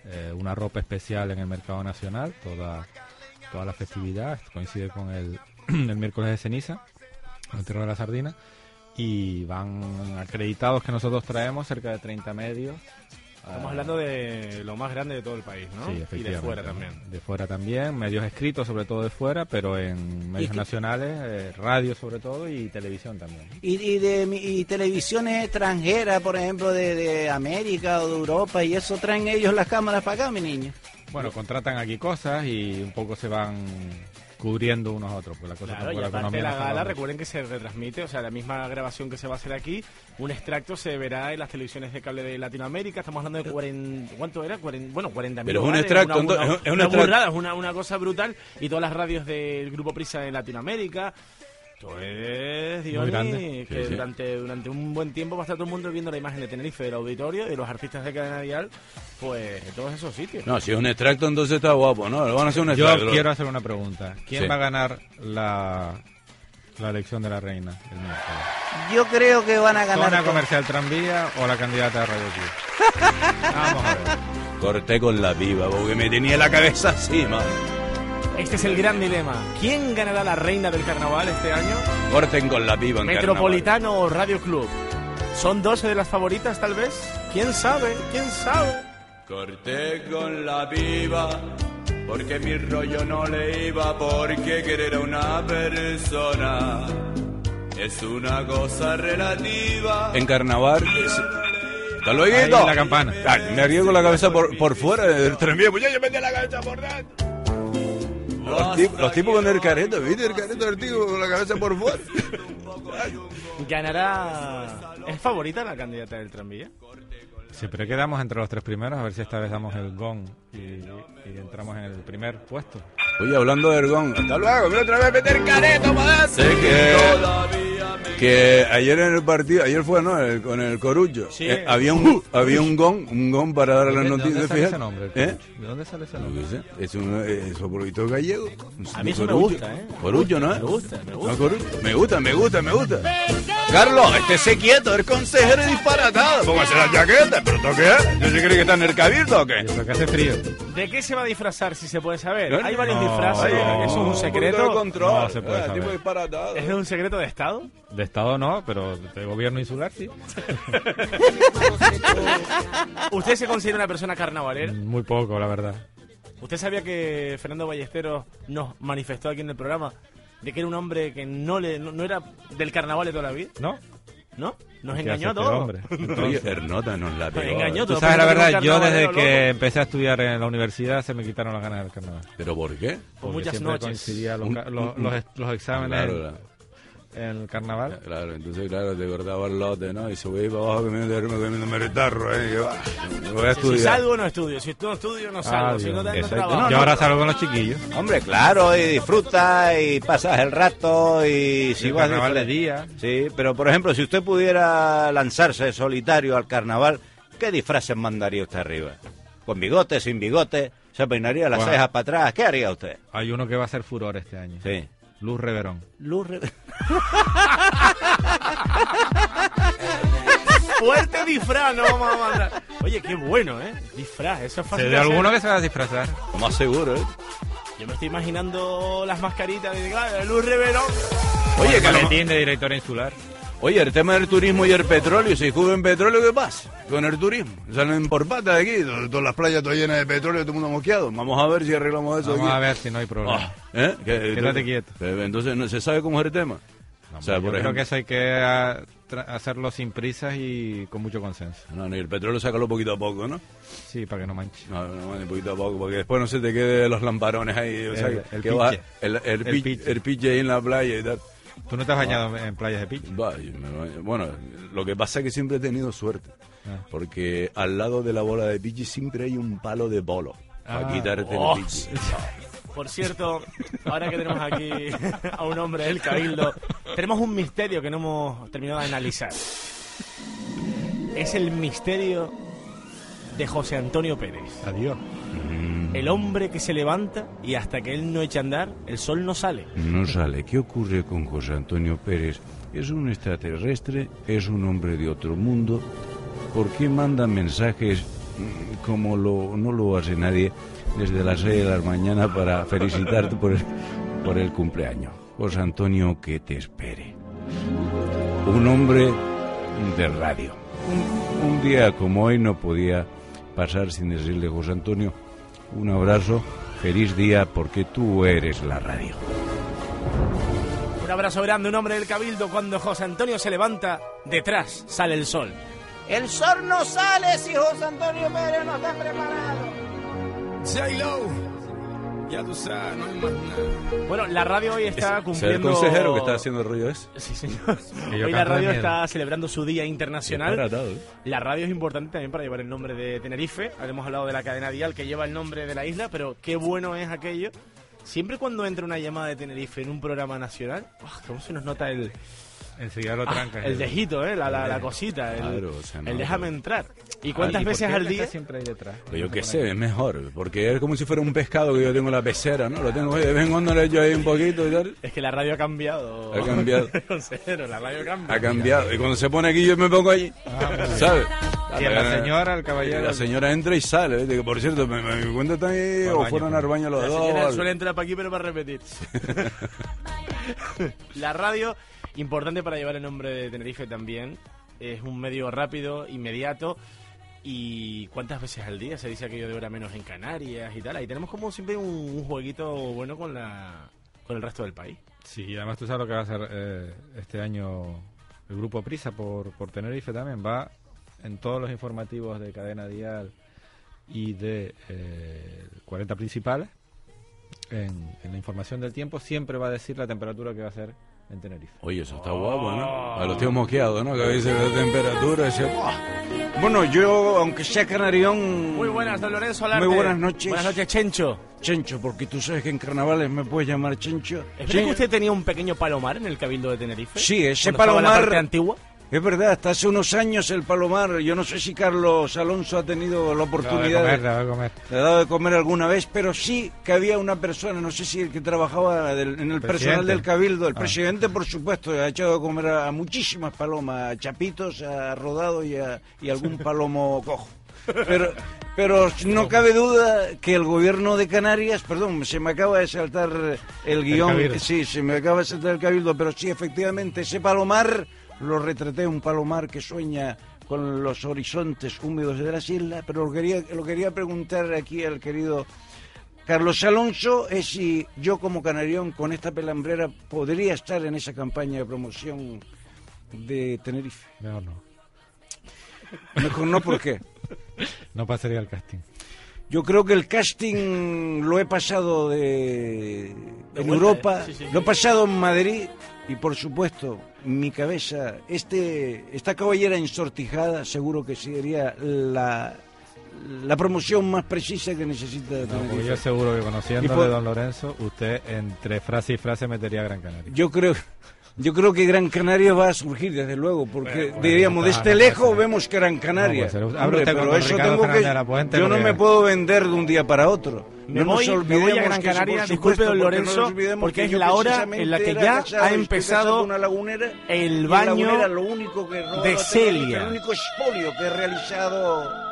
Speaker 6: eh, una ropa especial en el mercado nacional, toda, toda la festividad, coincide con el, el miércoles de ceniza, el Tierra de la Sardina, y van acreditados que nosotros traemos cerca de 30 medios.
Speaker 3: Estamos
Speaker 6: Ah,
Speaker 3: hablando de lo más grande de todo el país, ¿no?
Speaker 6: Sí,
Speaker 3: y
Speaker 6: efectivamente.
Speaker 3: de fuera
Speaker 6: ¿no?
Speaker 3: también.
Speaker 6: De fuera también, medios escritos sobre todo de fuera, pero en medios
Speaker 2: que-
Speaker 6: nacionales, eh, radio sobre todo y televisión también.
Speaker 2: Y, y de mi- y televisiones extranjeras, por ejemplo, de, de América o de Europa, y eso traen ellos las cámaras para acá, mi niño.
Speaker 6: Bueno, contratan aquí cosas y un poco se van cubriendo unos a otros, porque la cosa
Speaker 3: Claro,
Speaker 6: tampoco
Speaker 3: y
Speaker 6: la
Speaker 3: aparte
Speaker 6: economía
Speaker 3: de la
Speaker 6: no está
Speaker 3: gala,
Speaker 6: dando.
Speaker 3: recuerden que se retransmite, o sea, la misma grabación que se va a hacer aquí, un extracto se verá en las televisiones de cable de Latinoamérica, estamos hablando de 40, ¿cuánto era? 40, bueno, 40 mil.
Speaker 8: Pero es un extracto,
Speaker 3: una,
Speaker 8: entonces, es un- es un
Speaker 3: una
Speaker 8: extracto.
Speaker 3: burrada, es una, una cosa brutal, y todas las radios del Grupo Prisa de Latinoamérica. Esto es, Diony,
Speaker 6: grande.
Speaker 3: que
Speaker 8: Sí, sí.
Speaker 3: Durante, durante un buen tiempo va a estar todo el mundo viendo la imagen de Tenerife, del auditorio, de los artistas de Cadena Dial, pues, de todos esos sitios.
Speaker 4: No, si es un extracto, entonces está guapo, ¿no? Lo van a hacer un
Speaker 6: Yo
Speaker 4: extracto.
Speaker 6: quiero hacer una pregunta. ¿Quién
Speaker 8: Sí.
Speaker 6: va a ganar la, la elección de la reina el miércoles?
Speaker 2: Yo creo que van a ganar.
Speaker 6: ¿Zona
Speaker 2: con-
Speaker 6: comercial tranvía o la candidata de Radio Club? Vamos a ver.
Speaker 4: Corté con la viva, porque me tenía la cabeza así, man.
Speaker 3: Este es el gran dilema. ¿Quién ganará la reina del carnaval este año?
Speaker 4: Corten con la viva en carnaval.
Speaker 3: Metropolitano o Radio Club. Son 12 de las favoritas, tal vez. ¿Quién sabe? ¿Quién sabe?
Speaker 4: Corté con la viva, porque mi rollo no le iba, porque querer a una persona es una cosa relativa. En carnaval. es- ¡Hasta
Speaker 6: Ahí
Speaker 4: luego!
Speaker 6: la campana.
Speaker 4: Ah, me arriesgo la cabeza por, por fuera del tranvía, pues ya yo metí la cabeza por dentro. Los, tip- los tipos con el careto, ¿viste? El careto del tipo con la cabeza por fuera.
Speaker 3: Ganará. ¿Es favorita la candidata del tranvía?
Speaker 6: Siempre quedamos entre los tres primeros, a ver si esta vez damos el gong y, y entramos en el primer puesto.
Speaker 4: Oye, hablando de Ergón, hasta luego, mira otra vez meter careto, madre. Sé que, que ayer en el partido, ayer fue, ¿no? El- con el Corullo.
Speaker 3: Sí.
Speaker 4: eh, había un había un gong, un gong para dar la
Speaker 6: Uh. ¿De
Speaker 4: noticia.
Speaker 6: dónde sale
Speaker 4: fíjate.
Speaker 6: ese nombre?
Speaker 4: ¿Eh?
Speaker 6: ¿De dónde sale ese
Speaker 4: Lo
Speaker 6: nombre?
Speaker 4: que sé, Es un eh, soporodito gallego.
Speaker 3: A mí eso me
Speaker 4: Corullo.
Speaker 3: gusta, ¿eh?
Speaker 4: Corullo, ¿no?
Speaker 3: Me gusta, me gusta.
Speaker 4: No, Corullo. Me gusta, me gusta, me gusta. Carlos, este se quieto, el consejero es disparatado. Póngase la chaqueta, pero ¿eh? ¿esto qué es? ¿No se cree que está en el cabildo o qué?
Speaker 6: Y Eso que hace frío.
Speaker 3: ¿De qué se va a disfrazar si se puede saber?
Speaker 4: ¿Eh? No,
Speaker 3: Hay varios
Speaker 6: no,
Speaker 3: disfraces.
Speaker 6: no.
Speaker 3: Eso es un
Speaker 4: Por todo
Speaker 3: secreto.
Speaker 4: control.
Speaker 6: No se puede
Speaker 4: Ah,
Speaker 6: saber.
Speaker 4: tipo disparatado.
Speaker 3: ¿Es un secreto de Estado?
Speaker 6: De Estado no, pero de gobierno insular sí.
Speaker 3: ¿Usted se considera una persona carnavalera?
Speaker 6: Muy poco, la verdad.
Speaker 3: ¿Usted sabía que Fernando Ballesteros nos manifestó aquí en el programa de que era un hombre que no, le, no, no era del carnaval de toda la vida?
Speaker 6: ¿No?
Speaker 3: ¿No, nos
Speaker 6: ¿Qué
Speaker 3: engañó
Speaker 6: hace este
Speaker 3: a todos.
Speaker 6: hombre?
Speaker 4: Oye, Hernota nos la
Speaker 3: Nos
Speaker 4: pegó. ¿eh?
Speaker 3: engañó
Speaker 6: Tú
Speaker 3: todos.
Speaker 6: sabes la
Speaker 3: pensaban
Speaker 6: verdad,
Speaker 3: que era
Speaker 6: yo desde
Speaker 3: un carnavalero loco.
Speaker 6: que empecé a estudiar en la universidad se me quitaron las ganas del carnaval.
Speaker 4: ¿Pero por qué?
Speaker 3: Por
Speaker 6: Porque
Speaker 3: muchas
Speaker 6: siempre
Speaker 3: noches.
Speaker 6: coincidía los,
Speaker 4: Un-
Speaker 6: ca- los- los est- los exámenes
Speaker 4: Claro,
Speaker 6: en- en el carnaval.
Speaker 4: claro, entonces, claro, te cortaba el lote, ¿no? Y subí para abajo comiendo, comiendo retarro, ¿eh? Que va. me Voy a
Speaker 3: Si
Speaker 4: estudiar.
Speaker 3: salgo, no estudio. Si no estudio, no salgo.
Speaker 6: Ah,
Speaker 3: si no,
Speaker 6: Dios.
Speaker 3: no
Speaker 6: Exacto.
Speaker 3: trabajo.
Speaker 6: Yo ahora salgo con los chiquillos.
Speaker 4: Hombre, claro, y disfruta y pasas el rato y si
Speaker 6: El
Speaker 4: vas
Speaker 6: carnaval de
Speaker 4: disfra-
Speaker 6: día.
Speaker 4: Sí, pero por ejemplo, si usted pudiera lanzarse solitario al carnaval, ¿qué disfraces mandaría usted arriba? ¿Con bigote, sin bigote? ¿Se peinaría las
Speaker 6: Bueno.
Speaker 4: cejas para atrás? ¿Qué haría usted?
Speaker 6: Hay uno que va a ser furor este año.
Speaker 4: Sí.
Speaker 6: Luz Reverón.
Speaker 4: Luz re-
Speaker 3: Fuerte disfraz, no vamos a mandar. Oye, qué bueno, ¿eh? Disfraz, eso es fácil.
Speaker 6: ¿De
Speaker 3: de hacer.
Speaker 6: alguno que se va a disfrazar?
Speaker 9: Lo más seguro, ¿eh?
Speaker 3: Yo me estoy imaginando las mascaritas de, claro, de Luz Rivero.
Speaker 9: Oye, que a lo
Speaker 6: le
Speaker 9: mejor-
Speaker 6: tiende director insular.
Speaker 9: Oye, el tema del turismo y el petróleo, si descubren petróleo, ¿qué pasa? Con el turismo. Salen por patas de aquí, to- todas las playas todas llenas de petróleo, todo el mundo mosqueado. Vamos a ver si arreglamos eso
Speaker 6: Vamos
Speaker 9: aquí.
Speaker 6: a ver si no hay problema.
Speaker 9: Ah, ¿eh? ¿Qué-
Speaker 6: Quédate
Speaker 9: tú-
Speaker 6: quieto.
Speaker 9: Eh, Entonces, ¿no se sabe cómo es el tema?
Speaker 6: No,
Speaker 9: O sea,
Speaker 6: hombre, yo
Speaker 9: por
Speaker 6: creo que
Speaker 9: ejemplo-
Speaker 6: eso hay que ah, tra- hacerlo sin prisas y con mucho consenso.
Speaker 9: No, no, y el petróleo sácalo poquito a poco, ¿no?
Speaker 6: Sí, para que no manche.
Speaker 9: No, no, no, poquito a poco, porque después no se te quede los lamparones ahí. O sea,
Speaker 6: El-
Speaker 9: que-
Speaker 6: el
Speaker 9: que vas-
Speaker 6: piche.
Speaker 9: el, el
Speaker 6: El
Speaker 9: pi-
Speaker 6: piche.
Speaker 9: el piche ahí en la playa y tal. Ah.
Speaker 6: ¿Tú no te has bañado en playas de Pichi?
Speaker 9: Va, y me baño. Bueno, lo que pasa es que siempre he tenido suerte.
Speaker 6: Ah.
Speaker 9: Porque al lado de la bola de pichi siempre hay un palo de bolo. Para
Speaker 6: Ah.
Speaker 9: quitarte
Speaker 3: Oh,
Speaker 9: el pichi.
Speaker 3: Por cierto, ahora que tenemos aquí a un hombre del Cabildo, tenemos un misterio que no hemos terminado de analizar. Es el misterio de José Antonio Pérez.
Speaker 6: Adiós.
Speaker 9: Mm,
Speaker 3: El hombre que se levanta y hasta que él no echa a andar, el sol no sale.
Speaker 9: No sale. ¿Qué ocurre con José Antonio Pérez? ¿Es un extraterrestre? ¿Es un hombre de otro mundo? ¿Por qué manda mensajes mm, como lo, no lo hace nadie desde las 6 de la mañana para felicitarte por el, por el cumpleaños? José Antonio, que te espere. Un hombre de radio. Un, un día como hoy no podía pasar sin decirle, José Antonio, un abrazo, feliz día porque tú eres la radio.
Speaker 3: Un abrazo grande, un hombre del Cabildo, cuando José Antonio se levanta, detrás sale el sol.
Speaker 2: El sol no sale si José Antonio Pérez no está preparado.
Speaker 3: Bueno, la radio hoy
Speaker 9: O
Speaker 3: está
Speaker 9: sea, el
Speaker 3: cumpliendo...
Speaker 9: consejero que está haciendo el rollo es.
Speaker 3: Sí, señor.
Speaker 6: Que yo
Speaker 3: Hoy
Speaker 6: canto
Speaker 3: la
Speaker 6: de
Speaker 3: radio
Speaker 6: miedo.
Speaker 3: está celebrando su Día Internacional.
Speaker 9: Está atado, ¿eh?
Speaker 3: La radio es importante también para llevar el nombre de Tenerife. Hemos hablado de la cadena Dial que lleva el nombre de la isla, pero qué bueno es aquello. Siempre cuando entra una llamada de Tenerife en un programa nacional, ¡ah! ¿cómo se nos nota el,
Speaker 6: Enseguida lo
Speaker 3: ah,
Speaker 6: trancas.
Speaker 3: el dejito, eh? la, la- la cosita? El,
Speaker 9: Claro, o sea, no,
Speaker 3: el déjame
Speaker 9: no.
Speaker 3: entrar. ¿Y cuántas
Speaker 6: ¿Y por
Speaker 3: veces
Speaker 6: qué
Speaker 3: al
Speaker 6: él está
Speaker 3: día?
Speaker 6: siempre ahí detrás?
Speaker 9: Pero yo qué sé, es mejor. Porque es como si fuera un pescado que yo tengo en la pecera, ¿no? Lo tengo, oye, vengo, no le echo ahí un poquito y tal.
Speaker 3: Es que la radio ha cambiado.
Speaker 9: Ha cambiado.
Speaker 3: Consejero, la radio cambia.
Speaker 9: Ha cambiado. Y cuando se pone aquí, yo me pongo allí. ¿Sabes?
Speaker 6: Ah, Y a la señora, el caballero.
Speaker 9: La señora entra y sale. ¿viste? Que, por cierto, me, me- mi cuenta está ahí.
Speaker 6: Al
Speaker 9: O
Speaker 6: baño,
Speaker 9: fueron
Speaker 6: pues.
Speaker 9: al baño los
Speaker 3: La
Speaker 9: dos.
Speaker 3: señora
Speaker 9: algo.
Speaker 3: suele entrar para aquí, pero para repetir. la radio, importante para llevar el nombre de Tenerife también. Es un medio rápido, inmediato. ¿Y cuántas veces al día se dice aquello de hora menos en Canarias y tal? Ahí tenemos como siempre un, un jueguito bueno con la con el resto del país.
Speaker 6: Sí, además tú sabes lo que va a hacer eh, este año el grupo Prisa por, por Tenerife también. Va en todos los informativos de cadena dial y de eh, 40 principales. En, en la información del tiempo siempre va a decir la temperatura que va a ser en Tenerife.
Speaker 9: Oye, eso está guapo, ¿no? A los tíos mosqueados, ¿no? Que dicen la temperatura. dice, "Buah". Bueno, yo, aunque sea canarión.
Speaker 3: Muy buenas, don Lorenzo Alarte.
Speaker 9: Muy buenas noches.
Speaker 3: Buenas noches, Chencho.
Speaker 9: Chencho, porque tú sabes que en carnavales me puedes llamar Chencho. Chen-
Speaker 3: ¿Es verdad que usted tenía un pequeño palomar en el Cabildo de Tenerife?
Speaker 9: Sí, ese
Speaker 3: Cuando estaba
Speaker 9: palomar-
Speaker 3: La parte antigua.
Speaker 9: Es verdad, hasta hace unos años el Palomar, yo no sé si Carlos Alonso ha tenido la oportunidad
Speaker 6: comer,
Speaker 9: de, le ha dado de comer alguna vez, pero sí que había una persona, no sé si el que trabajaba del- en el personal
Speaker 6: Presidente.
Speaker 9: del Cabildo, el
Speaker 6: Ah.
Speaker 9: presidente por supuesto, ha echado de comer a, a muchísimas palomas, a chapitos, a rodado y, a, y algún palomo cojo. Pero, pero no cabe duda que el gobierno de Canarias, perdón, se me acaba de saltar el guión,
Speaker 6: Cabildo.
Speaker 9: sí, se me acaba de saltar el cabildo, pero sí, efectivamente, ese palomar lo retraté, un palomar que sueña con los horizontes húmedos de las islas, pero lo quería, lo quería preguntar aquí al querido Carlos Alonso, es si yo como canarión con esta pelambrera podría estar en esa campaña de promoción de Tenerife.
Speaker 6: Mejor no.
Speaker 9: Mejor no, ¿por qué?
Speaker 6: No pasaría el casting.
Speaker 9: Yo creo que el casting lo he pasado de, en
Speaker 3: vuelta,
Speaker 9: Europa,
Speaker 3: ¿eh? Sí, sí.
Speaker 9: lo he pasado en Madrid y por supuesto mi cabeza, este esta caballera ensortijada seguro que sería la, la promoción más precisa que necesita
Speaker 6: No,
Speaker 9: Tenerife.
Speaker 6: porque yo seguro que
Speaker 9: Y
Speaker 6: conociéndole
Speaker 9: por-
Speaker 6: a don Lorenzo, usted entre frase y frase metería a Gran Canaria.
Speaker 9: Yo creo yo creo que Gran Canaria va a surgir desde luego porque
Speaker 6: Bueno, bueno,
Speaker 9: diríamos
Speaker 6: no,
Speaker 9: desde
Speaker 6: no, no,
Speaker 9: lejos
Speaker 6: no,
Speaker 9: vemos Gran Canaria.
Speaker 6: no, pues, habla
Speaker 9: Hombre,
Speaker 6: usted con
Speaker 9: pero
Speaker 6: don
Speaker 9: eso
Speaker 6: Ricardo
Speaker 9: tengo que
Speaker 6: Fernández de la Puente,
Speaker 9: yo no
Speaker 6: porque-
Speaker 9: me puedo vender de un día para otro.
Speaker 3: Me
Speaker 2: No
Speaker 3: voy,
Speaker 2: nos
Speaker 3: me voy a
Speaker 2: olvidemos
Speaker 3: Gran
Speaker 2: que, por
Speaker 3: Canaria,
Speaker 2: supuesto,
Speaker 3: disculpe don
Speaker 2: porque no nos
Speaker 3: Lorenzo,
Speaker 2: olvidemos
Speaker 3: porque es
Speaker 2: yo
Speaker 3: la hora
Speaker 2: precisamente
Speaker 3: en la que
Speaker 2: era
Speaker 3: ya
Speaker 2: agachado
Speaker 3: ha
Speaker 2: y
Speaker 3: empezado
Speaker 2: tropezado con una lagunera, y
Speaker 3: el
Speaker 2: en
Speaker 3: baño
Speaker 2: Lagunera lo único que no-
Speaker 3: de Celia.
Speaker 2: El único expolio que he realizado.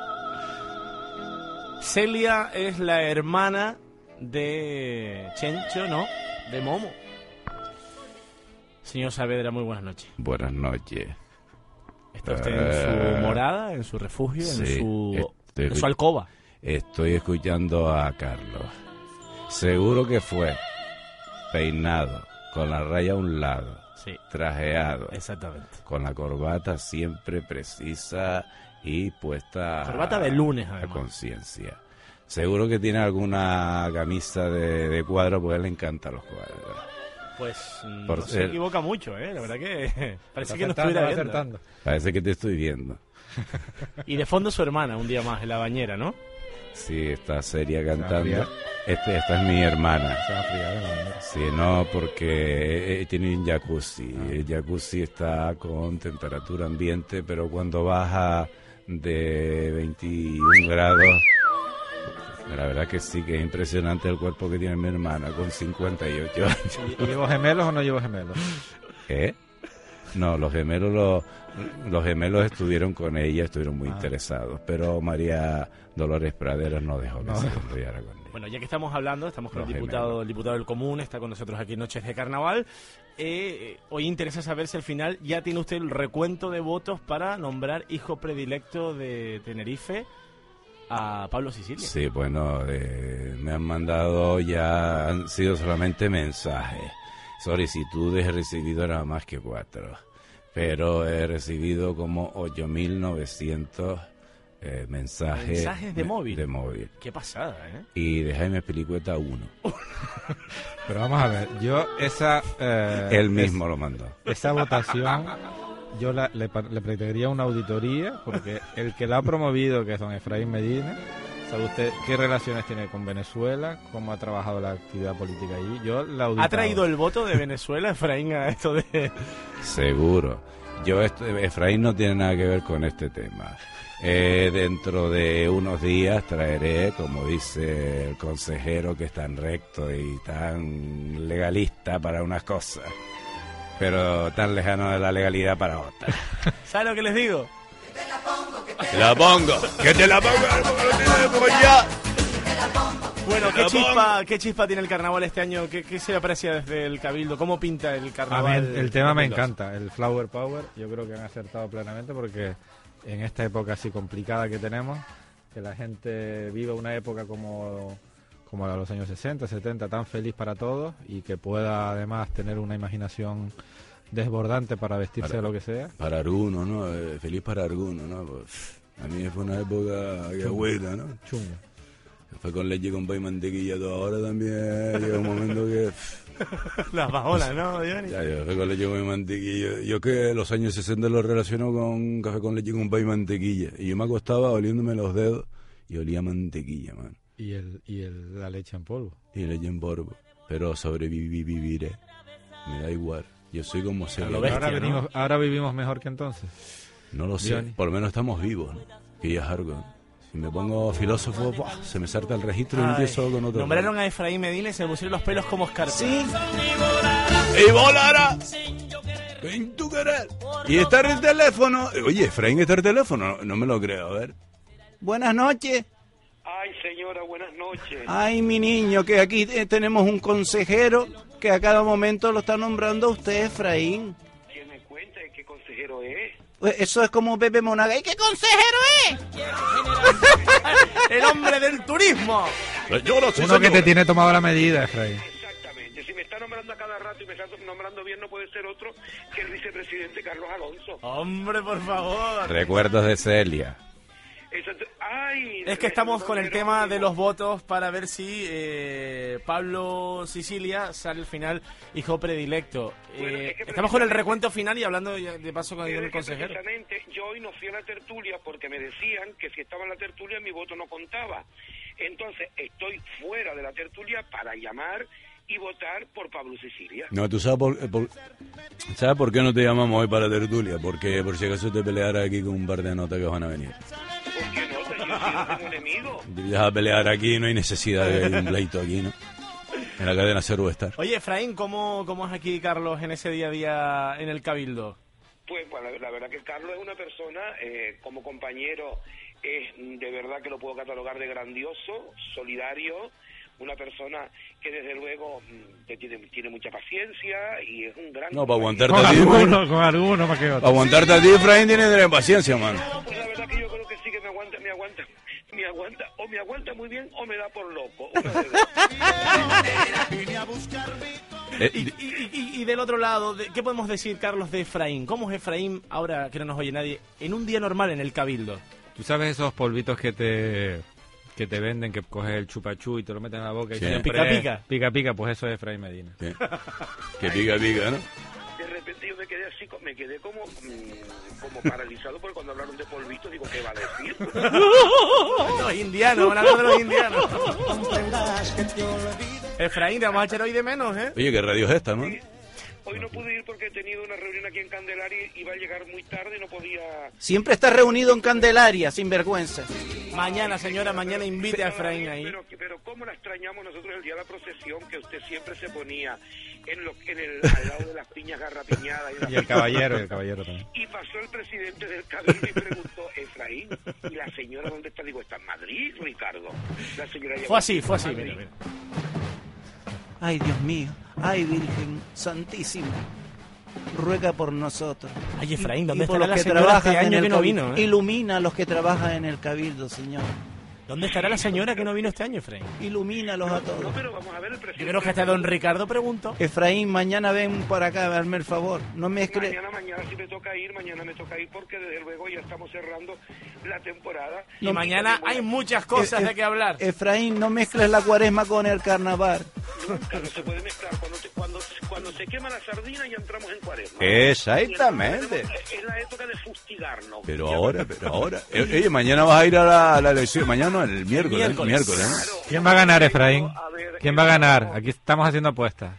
Speaker 3: Celia es la hermana de Chencho, ¿no? De Momo. Señor Saavedra, muy buenas noches.
Speaker 10: Buenas noches.
Speaker 3: Está usted en
Speaker 10: Eh,
Speaker 3: su morada, en su refugio, en,
Speaker 10: sí,
Speaker 3: su,
Speaker 10: este-
Speaker 3: en su alcoba.
Speaker 10: Estoy escuchando a Carlos. Seguro que fue peinado, con la raya a un lado,
Speaker 3: Sí,
Speaker 10: trajeado,
Speaker 3: exactamente.
Speaker 10: con la corbata siempre precisa y puesta
Speaker 3: Corbata de lunes,
Speaker 10: a
Speaker 3: además.
Speaker 10: conciencia. Seguro que tiene alguna camisa de, de cuadro, porque a él le encantan los cuadros.
Speaker 3: Pues mm,
Speaker 10: Por
Speaker 3: no se
Speaker 10: ser-
Speaker 3: equivoca mucho, ¿eh? La verdad que parece
Speaker 6: Está
Speaker 3: que
Speaker 6: acertando,
Speaker 3: no estuviera
Speaker 6: va
Speaker 3: viendo.
Speaker 6: acertando.
Speaker 10: Parece que te estoy viendo.
Speaker 3: Y de fondo su hermana, un día más, en la bañera, ¿no?
Speaker 10: Sí, está seria cantando.
Speaker 6: fría.
Speaker 10: Este, esta es mi hermana.
Speaker 6: Se va a friar en la bañera.
Speaker 10: Sí, no, porque eh, tiene un jacuzzi.
Speaker 6: Ah.
Speaker 10: El jacuzzi está con temperatura ambiente, pero cuando baja de 21 grados, la verdad que sí, que es impresionante el cuerpo que tiene mi hermana con 58 años.
Speaker 6: ¿Y- y ¿Llevo gemelos o no llevo gemelos?
Speaker 10: ¿Qué? No, los gemelos, los, los gemelos estuvieron con ella, estuvieron muy
Speaker 6: Ah.
Speaker 10: interesados, pero María Dolores Pradera no dejó que se enrollara con ella.
Speaker 3: Bueno, ya que estamos hablando, estamos con
Speaker 10: Los
Speaker 3: el diputado,
Speaker 10: gemelos.
Speaker 3: el diputado del común, está con nosotros aquí en Noches de Carnaval. Eh, eh, hoy interesa saber si al final ya tiene usted el recuento de votos para nombrar hijo predilecto de Tenerife a Pablo Sicilia.
Speaker 10: Sí, bueno, eh, me han mandado ya, han sido solamente mensajes. Solicitudes he recibido nada más que cuatro, pero he recibido como 8.900 eh, mensajes.
Speaker 3: Mensajes de
Speaker 10: me-
Speaker 3: móvil.
Speaker 10: De móvil.
Speaker 3: Qué pasada, ¿eh?
Speaker 10: Y de Jaime Pelicueta uno.
Speaker 6: Pero vamos a ver, yo esa... eh,
Speaker 10: Él mismo lo mandó.
Speaker 6: es- esa votación yo la- le, pa- le pediría una auditoría porque el que la ha promovido, que es don Efraín Medina, ¿sabe usted qué relaciones tiene con Venezuela? ¿Cómo ha trabajado la actividad política allí? Yo la auditaba.
Speaker 3: ¿Ha traído el voto de Venezuela, Efraín, a esto de...
Speaker 10: Seguro. Yo, esto- Efraín no tiene nada que ver con este tema. Eh, dentro de unos días traeré, como dice el consejero que es tan recto y tan legalista para unas cosas, pero tan lejano de la legalidad para otras.
Speaker 3: ¿Sabes lo que les digo?
Speaker 10: ¡La pongo! ¡Que te la pongo! ya!
Speaker 3: Bueno, ¿qué
Speaker 10: La
Speaker 3: chispa, ¿qué chispa tiene el carnaval este año? ¿Qué, qué se aprecia desde el Cabildo? ¿Cómo pinta el
Speaker 6: A mí
Speaker 3: carnaval?
Speaker 6: el, el tema me
Speaker 3: de Mendoza?
Speaker 6: encanta, el Flower Power. Yo creo que han acertado plenamente porque en esta época así complicada que tenemos, que la gente viva una época como, como la de los años 60, 70, tan feliz para todos y que pueda además tener una imaginación desbordante para vestirse de lo que sea.
Speaker 10: Para alguno, ¿no? Eh, Feliz para alguno, ¿no? Pues, a mí fue una época que buena, ¿no?
Speaker 6: Chungo.
Speaker 10: Fue con leche, con pan y mantequilla todo. Ahora también ¿eh? llega un momento que... pff,
Speaker 3: Las bajolas, ¿no, Johnny?
Speaker 10: Ya, yo café con leche con mantequilla. Yo que los años 60 lo relaciono con café con leche con pan y mantequilla. Y yo me acostaba oliéndome los dedos y olía mantequilla, man.
Speaker 6: Y, el, y el- la leche en polvo.
Speaker 10: Y leche en polvo. Pero sobreviví, viviré. Me da igual. Yo soy como se
Speaker 3: lo
Speaker 6: ahora,
Speaker 3: bestia, ¿no?
Speaker 6: venimos- ahora vivimos mejor que entonces.
Speaker 10: No lo sé.
Speaker 6: Johnny.
Speaker 10: Por lo menos estamos vivos, ¿no? Que ya es algo. Si me pongo filósofo, ¡buah! se me salta el registro y
Speaker 3: Ay,
Speaker 10: empiezo con otro.
Speaker 3: Nombraron a Efraín Medina y se le pusieron los pelos como escarpia.
Speaker 2: Sí,
Speaker 10: ¡Y volará! ¡Ven tu querer! Y está el teléfono. Oye, Efraín está el teléfono. No, no me lo creo, a ver.
Speaker 2: buenas noches.
Speaker 7: Ay, señora, buenas noches.
Speaker 2: Ay, mi niño, que aquí eh, tenemos un consejero que a cada momento lo está nombrando usted, Efraín.
Speaker 7: Que me cuente qué consejero es.
Speaker 2: Eh, Eso es como Pepe Monaga. ¿Y qué consejero es?
Speaker 3: ¡El hombre del turismo!
Speaker 6: Uno que te tiene tomado la medida, Efraín.
Speaker 7: Exactamente. Si me está nombrando a cada rato y me está nombrando bien, no puede ser otro que el vicepresidente Carlos Alonso.
Speaker 3: ¡Hombre, por favor!
Speaker 10: Recuerdos de Celia.
Speaker 7: Exacto. Ay,
Speaker 3: Es que estamos con el
Speaker 7: pero-
Speaker 3: tema de los votos para ver si eh, Pablo Sicilia sale al final hijo predilecto.
Speaker 7: Bueno,
Speaker 3: Eh,
Speaker 7: es que
Speaker 3: estamos con el
Speaker 7: precisamente-
Speaker 3: recuento final y hablando ya de paso con
Speaker 7: Pero
Speaker 3: el
Speaker 7: es que
Speaker 3: consejero.
Speaker 7: precisamente yo hoy no fui a la tertulia porque me decían que si estaba en la tertulia mi voto no contaba. Entonces estoy fuera de la tertulia para llamar y votar por Pablo Sicilia.
Speaker 10: No, tú sabes por, eh, por- ¿sabes por qué no te llamamos hoy para la tertulia, porque por si acaso te peleara aquí con un par de notas que van a venir.
Speaker 7: Porque no, Pues señor. si no tengo enemigo.
Speaker 1: Vas a pelear aquí, no hay necesidad de un pleito aquí, ¿no? En la cadena Cero Star.
Speaker 3: Oye, Efraín, ¿cómo, ¿cómo es aquí, Carlos, en ese día a día en el Cabildo?
Speaker 7: Pues, pues, la, la verdad que Carlos es una persona, eh, como compañero, es mm, de verdad que lo puedo catalogar de grandioso, solidario, una persona que desde luego mm, que tiene, tiene mucha paciencia y es un gran...
Speaker 1: No, para
Speaker 7: compañero.
Speaker 1: aguantarte a ti, Efraín,
Speaker 6: con alguno más que
Speaker 1: para aguantarte a ti, Efraín, tienes que tener paciencia, mano.
Speaker 7: No, pues la verdad que yo creo que sí que me aguanta, me aguanta, me aguanta, o me aguanta muy bien o me da por loco. una de dos.
Speaker 1: Eh,
Speaker 3: Y,
Speaker 1: y-
Speaker 3: y- y- y del otro lado, de- ¿qué podemos decir, Carlos, de Efraín? ¿Cómo es Efraín, ahora que no nos oye nadie, en un día normal en el Cabildo?
Speaker 6: Tú sabes esos polvitos que te que te venden, que coges el chupachú y te lo meten en la boca y
Speaker 1: Sí.
Speaker 6: siempre-
Speaker 3: Pica, pica.
Speaker 6: Pica pica, pues eso es Efraín Medina.
Speaker 1: Sí. Que pica, pica, ¿no?
Speaker 7: De repente yo me quedé así, co- me quedé como, mm, como paralizado porque cuando hablaron de polvito digo, ¿qué va a decir?
Speaker 3: Los indianos, van a hablar de los indianos. Efraín, te vamos a echar hoy de menos, ¿eh?
Speaker 1: Oye, ¿qué radio es esta, no?
Speaker 7: Hoy no pude ir porque he tenido una reunión aquí en Candelaria y iba a llegar muy tarde y no podía...
Speaker 2: Siempre estás reunido en Candelaria, sin vergüenza.
Speaker 3: Mañana, señora, mañana invite a
Speaker 7: Pero,
Speaker 3: Efraín ahí.
Speaker 7: Pero, pero cómo la extrañamos nosotros el día de la procesión, que usted siempre se ponía en lo, en el, al lado de las piñas garrapiñadas.
Speaker 6: Y el caballero, y el caballero también.
Speaker 7: Y pasó el presidente del cabildo y preguntó, Efraín, ¿y la señora dónde está? Digo, está en Madrid, Ricardo. La señora
Speaker 3: Fue
Speaker 7: llegó
Speaker 3: así, fue
Speaker 7: a
Speaker 3: así.
Speaker 7: Madrid.
Speaker 3: mira, mira.
Speaker 2: Ay, Dios mío, ay, Virgen Santísima, ruega por nosotros.
Speaker 3: Ay, Efraín,
Speaker 2: Y-
Speaker 3: ¿dónde
Speaker 2: y por los
Speaker 3: estará la
Speaker 2: que
Speaker 3: señora hace
Speaker 2: trabajan en
Speaker 3: años
Speaker 2: el
Speaker 3: que no
Speaker 2: Cabildo?
Speaker 3: vino? eh?
Speaker 2: Ilumina a los que trabajan en el Cabildo, Señor.
Speaker 3: ¿Dónde estará la señora que no vino este año, Efraín?
Speaker 2: Ilumínalos a todos.
Speaker 7: No, pero vamos a ver el presidente.
Speaker 3: Yo creo que hasta don Ricardo preguntó.
Speaker 2: Efraín, mañana ven para acá, darme el favor. No me escre...
Speaker 7: Mañana, mañana sí me toca ir, mañana me toca ir porque desde luego ya estamos cerrando la temporada.
Speaker 3: Y mañana hay muchas cosas
Speaker 2: Eh, eh,
Speaker 3: de qué hablar.
Speaker 2: Efraín, no mezcles la cuaresma con el carnaval.
Speaker 7: Nunca no se puede mezclar. Cuando, te- cuando, cuando se quema la sardina ya entramos en cuaresma.
Speaker 11: Exactamente.
Speaker 7: Es la época de fustigarnos.
Speaker 1: Pero
Speaker 7: Ya-
Speaker 1: ahora, pero ahora. Eh, Oye, mañana vas a ir a la, a la elección. Mañana no, el miércoles. ¿eh? El
Speaker 3: Miércoles.
Speaker 1: miércoles, ¿no?
Speaker 7: Claro,
Speaker 6: ¿Quién va a ganar, Efraín?
Speaker 7: A ver,
Speaker 6: ¿Quién va a ganar?
Speaker 7: eh,
Speaker 6: Aquí estamos haciendo apuestas.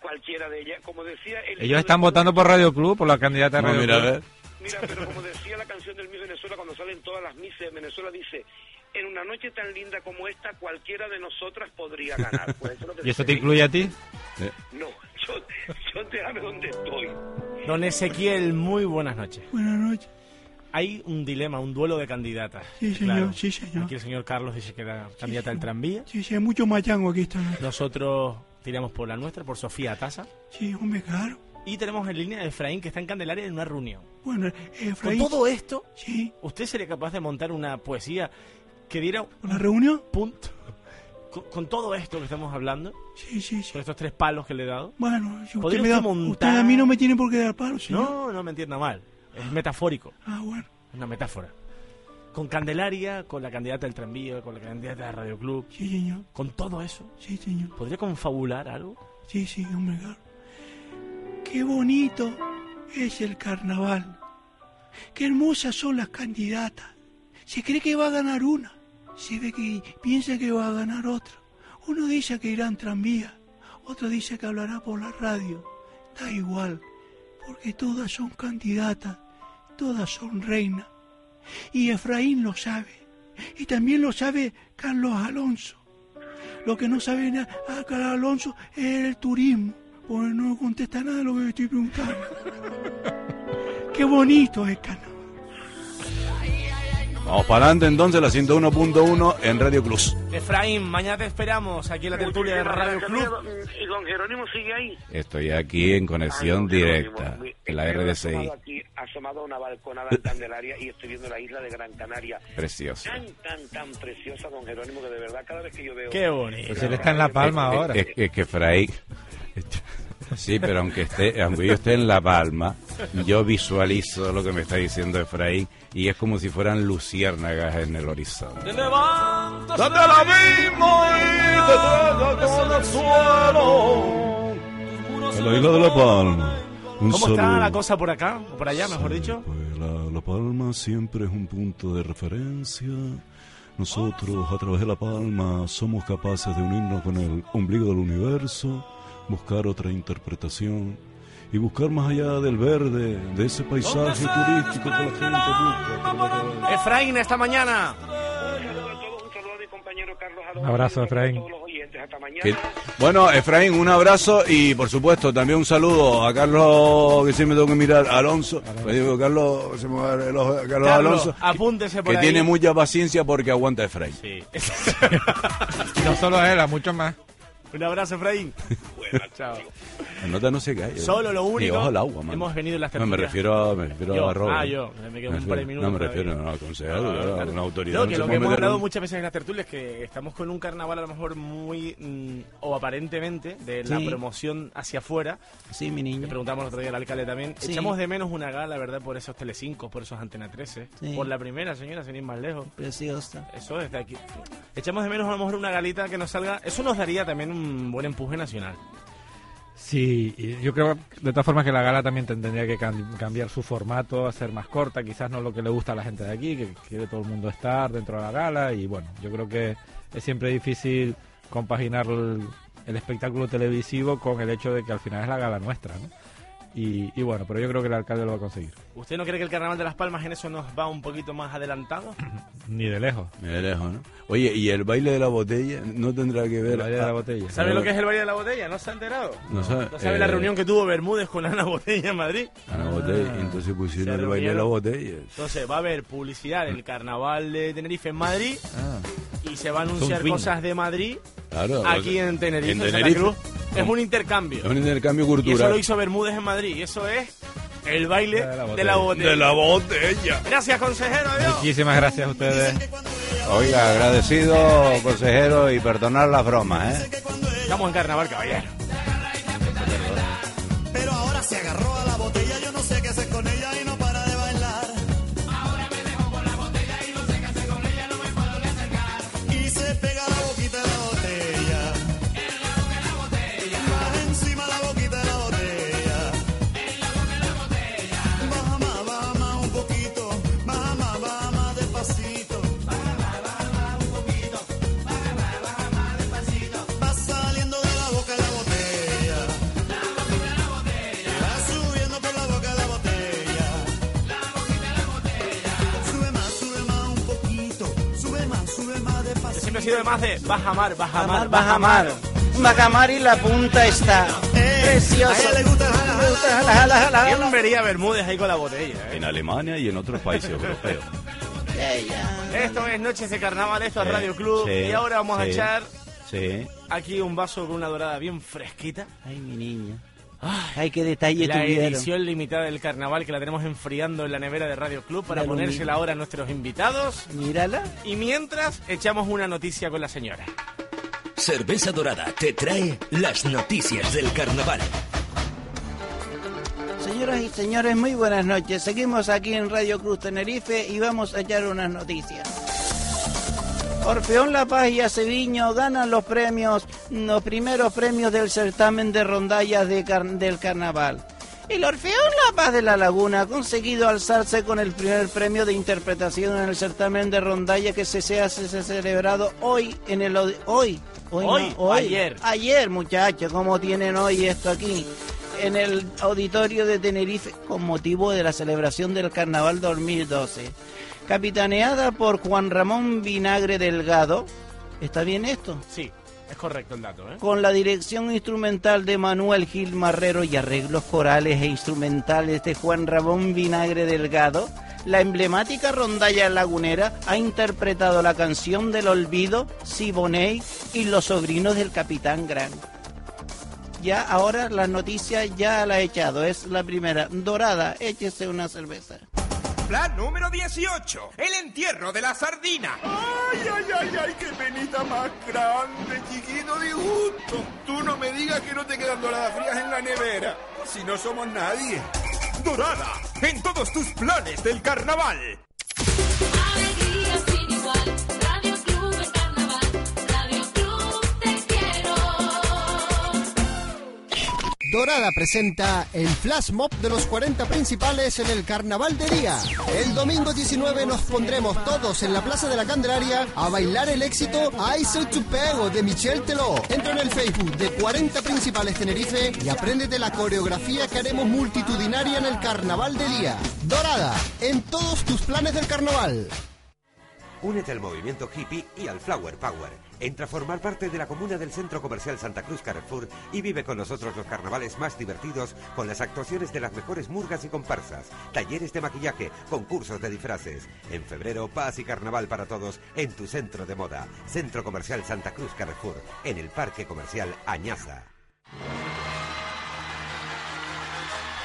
Speaker 7: Cualquiera de ellas, como decía... el hijo
Speaker 6: Ellos están
Speaker 7: de-
Speaker 6: votando por Radio Club, por la candidata
Speaker 12: Ah,
Speaker 6: de
Speaker 1: No,
Speaker 6: Radio
Speaker 1: mira, a
Speaker 6: Club.
Speaker 1: ver.
Speaker 7: Mira, pero como decía la canción del Mi Venezuela, cuando salen todas las misas de Venezuela, dice... En una noche tan linda como esta, cualquiera de nosotras podría ganar. Pues eso es lo que
Speaker 6: ¿Y eso te
Speaker 7: dice.
Speaker 6: incluye a ti?
Speaker 7: No, yo, yo te amo donde estoy.
Speaker 3: Don Ezequiel, muy buenas noches. Buenas noches. Hay un dilema, un duelo de candidatas. Sí, señor, sí, señor. Aquí el señor Carlos dice que era candidata del tranvía.
Speaker 13: Sí, sí, hay mucho mayango aquí esta noche.
Speaker 3: Nosotros tiramos por la nuestra, por Sofía Taza.
Speaker 13: Sí, hombre, claro.
Speaker 3: Y tenemos en línea a Efraín, que está en Candelaria en una reunión.
Speaker 13: Bueno, eh,
Speaker 3: Con
Speaker 13: Efraín.
Speaker 3: todo esto,
Speaker 13: Sí,
Speaker 3: ¿usted sería capaz de montar una poesía que diera un
Speaker 13: ¿con la reunión?
Speaker 3: punto? Con, con todo esto que estamos hablando,
Speaker 13: Sí, sí, sí.
Speaker 3: con estos tres palos que le he dado.
Speaker 13: Bueno, si usted
Speaker 3: ¿Podría
Speaker 13: me da.
Speaker 3: usted montar?
Speaker 13: Usted a mí no me tiene por qué dar paro, señor.
Speaker 3: No, no me entienda mal. Es metafórico.
Speaker 13: Ah, bueno.
Speaker 3: Una metáfora. Con Candelaria, con la candidata del tranvía, con la candidata de Radio Club,
Speaker 13: Sí, señor.
Speaker 3: con todo eso,
Speaker 13: Sí, señor.
Speaker 3: ¿podría confabular algo?
Speaker 13: Sí, sí, hombre, claro. Qué bonito es el carnaval. Qué hermosas son las candidatas. Se cree que va a ganar una. Se ve que piensa que va a ganar otra. Uno dice que irá en tranvía. Otro dice que hablará por la radio. Da igual, porque todas son candidatas. Todas son reinas. Y Efraín lo sabe. Y también lo sabe Carlos Alonso. Lo que no sabe na- a Carlos Alonso es el turismo, porque no contesta nada de lo que le estoy preguntando. Qué bonito es Canadá.
Speaker 1: Vamos para adelante entonces, la 101.1 en Radio Cruz.
Speaker 3: Efraín, mañana te esperamos aquí en la tertulia de Radio Club.
Speaker 7: Y don Jerónimo sigue ahí.
Speaker 1: Estoy aquí en conexión
Speaker 7: Ah, no,
Speaker 1: directa
Speaker 7: Jerónimo, mi-
Speaker 1: en la
Speaker 7: estoy
Speaker 1: RDCI.
Speaker 7: asomado Aquí, asomado a una balconada en Candelaria y estoy viendo la isla de Gran Canaria.
Speaker 1: Precioso.
Speaker 7: Tan, tan, tan preciosa, don Jerónimo, que de verdad cada vez que yo veo.
Speaker 3: Qué bonito.
Speaker 6: Pues él está en La Palma ahora.
Speaker 1: Es, es que Fray... Sí, pero aunque esté, aunque yo esté en La Palma, yo visualizo lo que me está diciendo Efraín y es como si fueran luciérnagas en el horizonte.
Speaker 11: Donde la mismo y te traga con el suelo.
Speaker 1: El oído de La Palma. Un
Speaker 3: ¿Cómo está
Speaker 1: saludo.
Speaker 3: la cosa por acá? O por allá, mejor dicho.
Speaker 1: Pues la, La Palma siempre es un punto de referencia. Nosotros, a través de La Palma, somos capaces de unirnos con el ombligo del universo, buscar otra interpretación y buscar más allá del verde, de ese paisaje turístico que la gente busca.
Speaker 3: Efraín, esta mañana.
Speaker 14: compañero Carlos Alonso.
Speaker 6: Un abrazo,
Speaker 14: y a
Speaker 6: Efraín.
Speaker 14: todos los oyentes. Hasta mañana.
Speaker 1: Que- Bueno, Efraín, un abrazo y por supuesto también un saludo a Carlos, que siempre tengo que mirar, Alonso. Le digo, Carlos, se me va el ojo, Carlos
Speaker 3: Carlos,
Speaker 1: Alonso,
Speaker 3: apúntese por
Speaker 1: que
Speaker 3: ahí.
Speaker 1: tiene mucha paciencia porque aguanta Efraín.
Speaker 3: Sí.
Speaker 6: No solo a él, a muchos más.
Speaker 3: Un abrazo, Efraín. Bueno, chao.
Speaker 1: La nota no se cae. ¿eh?
Speaker 3: Solo lo único,
Speaker 1: Ni bajo el agua, man.
Speaker 3: hemos venido en las
Speaker 1: No, me
Speaker 3: tertulias.
Speaker 1: refiero a, me refiero
Speaker 3: Yo,
Speaker 1: a Barroba.
Speaker 3: ah, yo, me quedo un par de
Speaker 1: refiero-
Speaker 3: minutos
Speaker 1: No, me
Speaker 3: para
Speaker 1: refiero
Speaker 3: mí.
Speaker 1: no, al consejero,
Speaker 3: Ah,
Speaker 1: a
Speaker 3: claro.
Speaker 1: una autoridad.
Speaker 3: No,
Speaker 1: se
Speaker 3: que lo
Speaker 1: puede
Speaker 3: que hemos
Speaker 1: meter
Speaker 3: hablado
Speaker 1: un-
Speaker 3: muchas veces en las tertulias es que estamos con un carnaval a lo mejor muy, mm, o aparentemente, de la
Speaker 2: Sí.
Speaker 3: promoción hacia afuera.
Speaker 2: Sí, mi
Speaker 3: Le
Speaker 2: niña.
Speaker 3: preguntamos el otro día al alcalde también.
Speaker 2: Sí.
Speaker 3: Echamos de menos una gala, ¿verdad? Por esos Telecinco, por esos Antena 13.
Speaker 2: Sí.
Speaker 3: Por la primera, señora, sin ir más lejos.
Speaker 2: Preciosa.
Speaker 3: Eso desde aquí. Echamos de menos a lo mejor una galita que nos salga. Eso nos daría también un buen empuje nacional.
Speaker 6: Sí, y yo creo de todas formas que la gala también tendría que cam- cambiar su formato, hacer más corta, quizás no lo que le gusta a la gente de aquí, que quiere todo el mundo estar dentro de la gala y bueno, yo creo que es siempre difícil compaginar el, el espectáculo televisivo con el hecho de que al final es la gala nuestra, ¿no? Y, y bueno, pero yo creo que el alcalde lo va a conseguir,
Speaker 3: ¿Usted no cree que el carnaval de Las Palmas en eso nos va un poquito más adelantado?
Speaker 6: ni de lejos.
Speaker 1: Mira de lejos, ¿no? Oye, ¿y el baile de la botella no tendrá que ver?
Speaker 6: El baile de la
Speaker 1: Ah,
Speaker 6: botella.
Speaker 3: ¿Sabe lo que es el baile de la botella? ¿No se ha enterado?
Speaker 1: No sabe.
Speaker 3: ¿No sabe la
Speaker 1: Eh,
Speaker 3: reunión que tuvo Bermúdez con Ana Botella en Madrid?
Speaker 1: a la botella, y entonces
Speaker 3: Ah. Se
Speaker 1: pusieron el baile de la
Speaker 3: reunieron.
Speaker 1: botella.
Speaker 3: Entonces va a haber publicidad del carnaval de Tenerife en Madrid
Speaker 1: Ah,
Speaker 3: y se va a anunciar
Speaker 1: twin.
Speaker 3: cosas de Madrid
Speaker 1: claro.
Speaker 3: aquí en Tenerife, en Santa Cruz. Es un intercambio.
Speaker 1: Es un intercambio
Speaker 3: Y eso
Speaker 1: cultural.
Speaker 3: lo hizo Bermúdez en Madrid. Y eso es el baile
Speaker 6: La de la
Speaker 3: de la botella.
Speaker 1: De la botella.
Speaker 3: Gracias, consejero. Adiós.
Speaker 6: Muchísimas gracias a ustedes.
Speaker 1: Oiga, agradecido, consejero, y perdonar las bromas, ¿eh?
Speaker 3: Estamos en carnaval, caballero.
Speaker 7: Pero ahora se agarró a la botella, yo no sé qué hacer con ella y no para de bailar. Ahora me dejo con la botella y no sé qué hacer con ella, no me puedo ni acercar. Y se pega la boquita de la botella. Más encima la boquita de la botella. Baja más, baja más un poquito. Baja más, baja más despacito. Va saliendo de la boca la botella. Va subiendo por la boca la botella. Sube más, sube más un poquito. Sube más, sube más despacito.
Speaker 3: Siempre ha sido de más de baja mar, baja
Speaker 2: Bajamar,
Speaker 3: mar, baja mar.
Speaker 2: Bajamar. Bajamar y la punta está.
Speaker 7: Preciosa.
Speaker 2: Preciosa.
Speaker 7: A ella le gusta el jala,
Speaker 2: Jala,
Speaker 7: jala,
Speaker 2: jala, jala, jala.
Speaker 3: ¿Quién vería a Bermúdez ahí con la botella? eh?
Speaker 1: En Alemania y en otros países europeos.
Speaker 3: Esto es Noches de Carnaval, esto es
Speaker 1: Sí,
Speaker 3: Radio Club.
Speaker 1: sí,
Speaker 3: y ahora vamos a
Speaker 1: sí.
Speaker 3: echar
Speaker 1: Sí.
Speaker 3: aquí un vaso con una dorada bien fresquita.
Speaker 2: Ay, mi niña. Ay, qué detalle
Speaker 3: la
Speaker 2: tuvieron.
Speaker 3: edición limitada del carnaval que la tenemos enfriando en la nevera de Radio Club para
Speaker 2: La
Speaker 3: ponérsela
Speaker 2: ilumina.
Speaker 3: ahora a nuestros invitados.
Speaker 2: Mírala.
Speaker 3: Y mientras, echamos una noticia con la señora.
Speaker 15: Cerveza Dorada te trae las noticias del carnaval.
Speaker 2: Señoras y señores, muy buenas noches. Seguimos aquí en Radio Cruz Tenerife y vamos a echar unas noticias. Orfeón La Paz y Aceviño ganan los premios, los primeros premios del certamen de rondallas de car- del carnaval. El Orfeón La Paz de La Laguna ha conseguido alzarse con el primer premio de interpretación en el certamen de rondallas que se, se ha se- se ha celebrado hoy en el Ode- hoy hoy, no,
Speaker 3: Hoy, ayer.
Speaker 2: Ayer, muchachos, ¿cómo tienen hoy esto aquí? En el auditorio de Tenerife con motivo de la celebración del Carnaval 2012. Capitaneada por Juan Ramón Vinagre Delgado. ¿Está bien esto?
Speaker 3: Sí, es correcto el dato, ¿eh?
Speaker 2: Con la dirección instrumental de Manuel Gil Marrero y arreglos corales e instrumentales de Juan Ramón Vinagre Delgado, la emblemática rondalla lagunera ha interpretado la canción del olvido, Siboney y los sobrinos del Capitán Gran. Ya ahora la noticia ya la he echado, es la primera. Dorada, échese una cerveza.
Speaker 15: Plan número 18, el entierro de la sardina.
Speaker 7: Ay, ay, ay, ay, qué penita más grande, chiquito de gusto. Tú no me digas que no te quedan doradas frías en la nevera, si no somos nadie.
Speaker 15: Dorada, en todos tus planes del carnaval.
Speaker 12: Alegría sin igual, Radio Club es carnaval, Radio Club te quiero.
Speaker 5: Dorada presenta el flash mob de los 40 principales en el Carnaval de Día. El domingo 19 nos pondremos todos en la Plaza de la Candelaria a bailar el éxito I Soy Tu Pego de Michel Teló. Entra en el Facebook de 40 principales Tenerife y apréndete la coreografía que haremos multitudinaria en el Carnaval de Día. Dorada, en todos tus planes del Carnaval.
Speaker 16: Únete al movimiento hippie y al Flower Power. Entra a formar parte de la comuna del Centro Comercial Santa Cruz Carrefour y vive con nosotros los carnavales más divertidos con las actuaciones de las mejores murgas y comparsas, talleres de maquillaje, concursos de disfraces. En febrero, paz y carnaval para todos en tu centro de moda. Centro Comercial Santa Cruz Carrefour, en el Parque Comercial Añaza.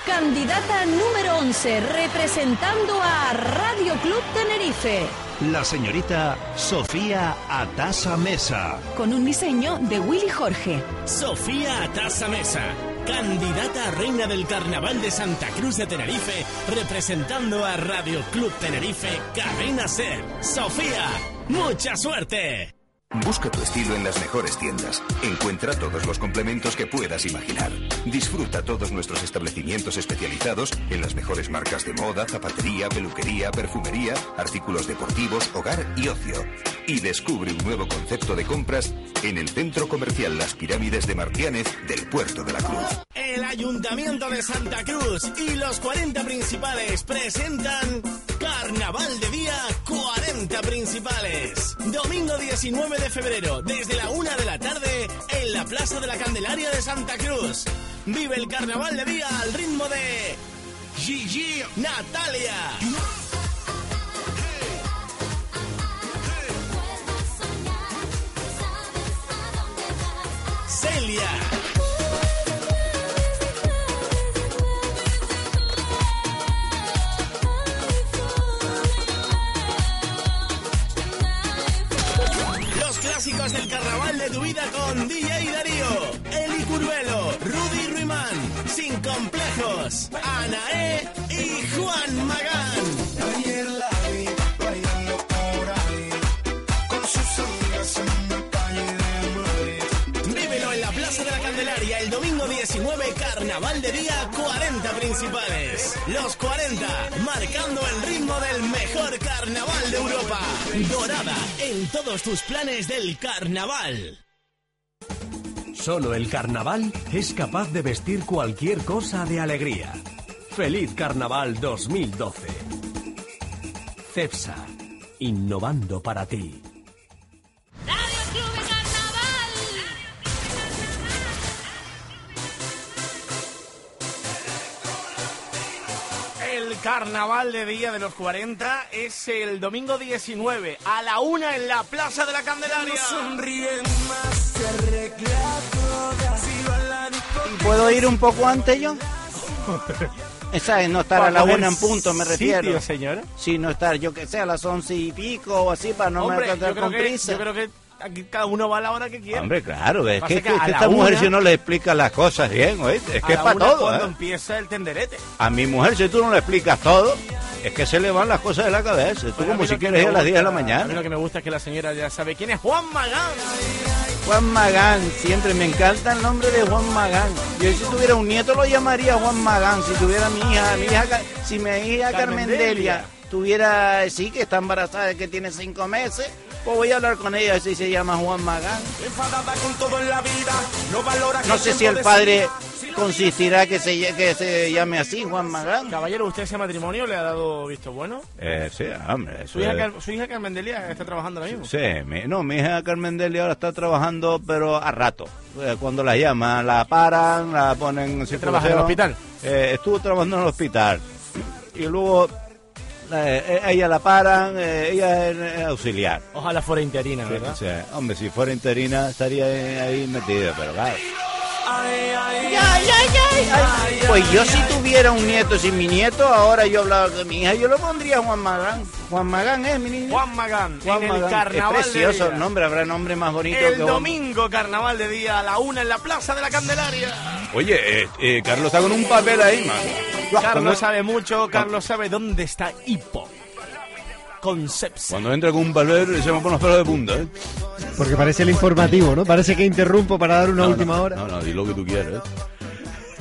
Speaker 17: Candidata número 11, representando a Radio Club Tenerife.
Speaker 18: La señorita Sofía Atasa Mesa.
Speaker 17: Con un diseño de Willy Jorge.
Speaker 7: Sofía Atasa Mesa, candidata a reina del Carnaval de Santa Cruz de Tenerife, representando a Radio Club Tenerife, Cadena Ser. Sofía, mucha suerte.
Speaker 19: Busca tu estilo en las mejores tiendas. Encuentra todos los complementos que puedas imaginar. Disfruta todos nuestros establecimientos especializados en las mejores marcas de moda, zapatería, peluquería, perfumería, artículos deportivos, hogar y ocio. Y descubre un nuevo concepto de compras en el centro comercial Las Pirámides de Martianez del Puerto de la Cruz.
Speaker 7: El Ayuntamiento de Santa Cruz y los 40 principales presentan Carnaval de Día 40 Principales. Domingo 19 de febrero, desde la 1 de la tarde, en la Plaza de la Candelaria de Santa Cruz. Vive el Carnaval de Día al ritmo de Gigi Natalia. Celia. Los clásicos del carnaval de tu vida con DJ Darío, Eli Curvelo, Rudy Ruimán, Sin Complejos, Anae y Juan Magán.
Speaker 20: Ayer la vi bailando por ahí con sus amigas en la calle de
Speaker 7: Vívelo en la Plaza de la Candelaria el domingo 19, Carnaval de Día 40 Principales. Los 40, marcando el ritmo del mejor carnaval de Europa. Dorada, en todos tus planes del carnaval.
Speaker 15: Solo el carnaval es capaz de vestir cualquier cosa de alegría. Feliz Carnaval 2012. CEPSA, innovando para ti.
Speaker 3: El carnaval de día de los 40 es el domingo 19 a la una en la Plaza de la Candelaria.
Speaker 2: ¿Puedo ir un poco antes yo? Esa es no estar a la
Speaker 3: Para
Speaker 2: una en
Speaker 3: coger
Speaker 2: punto, me refiero.
Speaker 3: sitio, señora.
Speaker 2: Sí, no estar, yo que sé, a las once y pico o así para no
Speaker 3: Hombre,
Speaker 2: me
Speaker 3: yo
Speaker 2: encontrar
Speaker 3: creo,
Speaker 2: con
Speaker 3: que,
Speaker 2: prisa.
Speaker 3: yo creo que aquí cada uno va a la hora que quiere.
Speaker 4: Hombre, claro, es
Speaker 3: Pasa
Speaker 4: que,
Speaker 3: que
Speaker 4: que
Speaker 3: a la
Speaker 4: esta mujer
Speaker 3: una-
Speaker 4: si no le explica las cosas bien, ¿oíste? Es
Speaker 3: A
Speaker 4: que es
Speaker 3: la
Speaker 4: para
Speaker 3: una
Speaker 4: todo,
Speaker 3: cuando
Speaker 4: ¿eh?
Speaker 3: empieza el tenderete.
Speaker 4: A mi mujer si tú no le explicas todo, es que se le van las cosas de la cabeza. Tú
Speaker 3: Pero a
Speaker 4: como
Speaker 3: mí
Speaker 4: si
Speaker 3: lo que
Speaker 4: quieres
Speaker 3: me
Speaker 4: ir a las 10 de la
Speaker 3: gusta- A mí
Speaker 4: mañana.
Speaker 3: lo que me gusta es que la señora ya sabe quién es Juan Magán.
Speaker 2: Juan Magán, siempre me encanta el nombre de Juan Magán. Yo si tuviera un nieto lo llamaría Juan Magán, si tuviera mi hija, mi hija Ca- si mi hija Carmen
Speaker 3: Carmendelia.
Speaker 2: Delia tuviera, sí, que está embarazada, que tiene cinco meses, pues voy a hablar con ella si se llama Juan Magán. No sé si el padre consistirá que se, lle- que se llame así, Juan Magán.
Speaker 3: Caballero, ¿usted ese matrimonio le ha dado visto bueno?
Speaker 4: Eh, sí, hombre, eso
Speaker 3: Su hija,
Speaker 4: es-
Speaker 3: Car- su hija Carmen Delia está trabajando ahora mismo.
Speaker 4: Sí, mi- no, mi hija Carmen Delia ahora está trabajando, pero a rato. Eh, Cuando la llaman, la paran, la ponen en
Speaker 3: trabaja en el
Speaker 4: circulación.
Speaker 3: hospital?
Speaker 4: Eh, estuvo trabajando en el hospital. Y luego la- eh, ella la paran, eh, ella es eh, auxiliar.
Speaker 3: Ojalá fuera interina,
Speaker 4: Sí,
Speaker 3: ¿verdad?
Speaker 4: sí. Hombre, si fuera interina estaría ahí- ahí metida, pero claro.
Speaker 2: Pues yo si tuviera un nieto, si mi nieto ahora yo hablaba de mi hija, yo lo pondría Juan Magán. Juan Magán es mi niño.
Speaker 3: Juan Magán,
Speaker 2: Juan
Speaker 3: en el
Speaker 2: Magán.
Speaker 3: carnaval.
Speaker 2: Es precioso
Speaker 3: de
Speaker 2: el
Speaker 3: día.
Speaker 2: nombre, habrá nombre más bonito
Speaker 3: El
Speaker 2: que Juan-
Speaker 3: domingo, carnaval de día a la una en la Plaza de la Candelaria.
Speaker 4: Oye, eh, eh, Carlos está con un papel ahí, man.
Speaker 3: Carlos sabe mucho, Carlos sabe dónde está Hipo. Concepción.
Speaker 4: Cuando entra con un papel se me ponen los pelos de punta, ¿eh?
Speaker 5: Porque parece el informativo, ¿no? Parece que interrumpo para dar una última hora.
Speaker 4: No, no, di lo que tú quieras. ¿eh?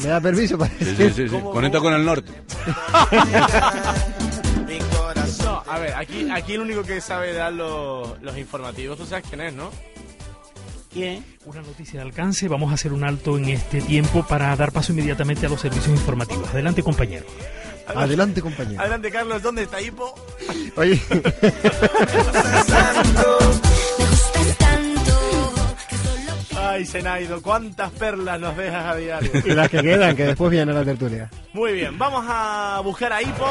Speaker 5: ¿Me da permiso?
Speaker 4: Sí, sí, sí, sí. Conecta con el norte.
Speaker 3: No, a ver, aquí, aquí el único que sabe dar los, los informativos, tú sabes quién es, ¿no?
Speaker 2: ¿Quién?
Speaker 21: Una noticia de alcance, vamos a hacer un alto en este tiempo para dar paso inmediatamente a los servicios informativos. Adelante, compañero.
Speaker 5: Adelante, compañero.
Speaker 3: Adelante, Carlos, ¿dónde está Hipo?
Speaker 5: Oye.
Speaker 3: Ay, Senaido, cuántas perlas nos dejas a diario.
Speaker 5: Las que quedan, que después viene la tertulia.
Speaker 3: Muy bien, vamos a buscar a Hipo.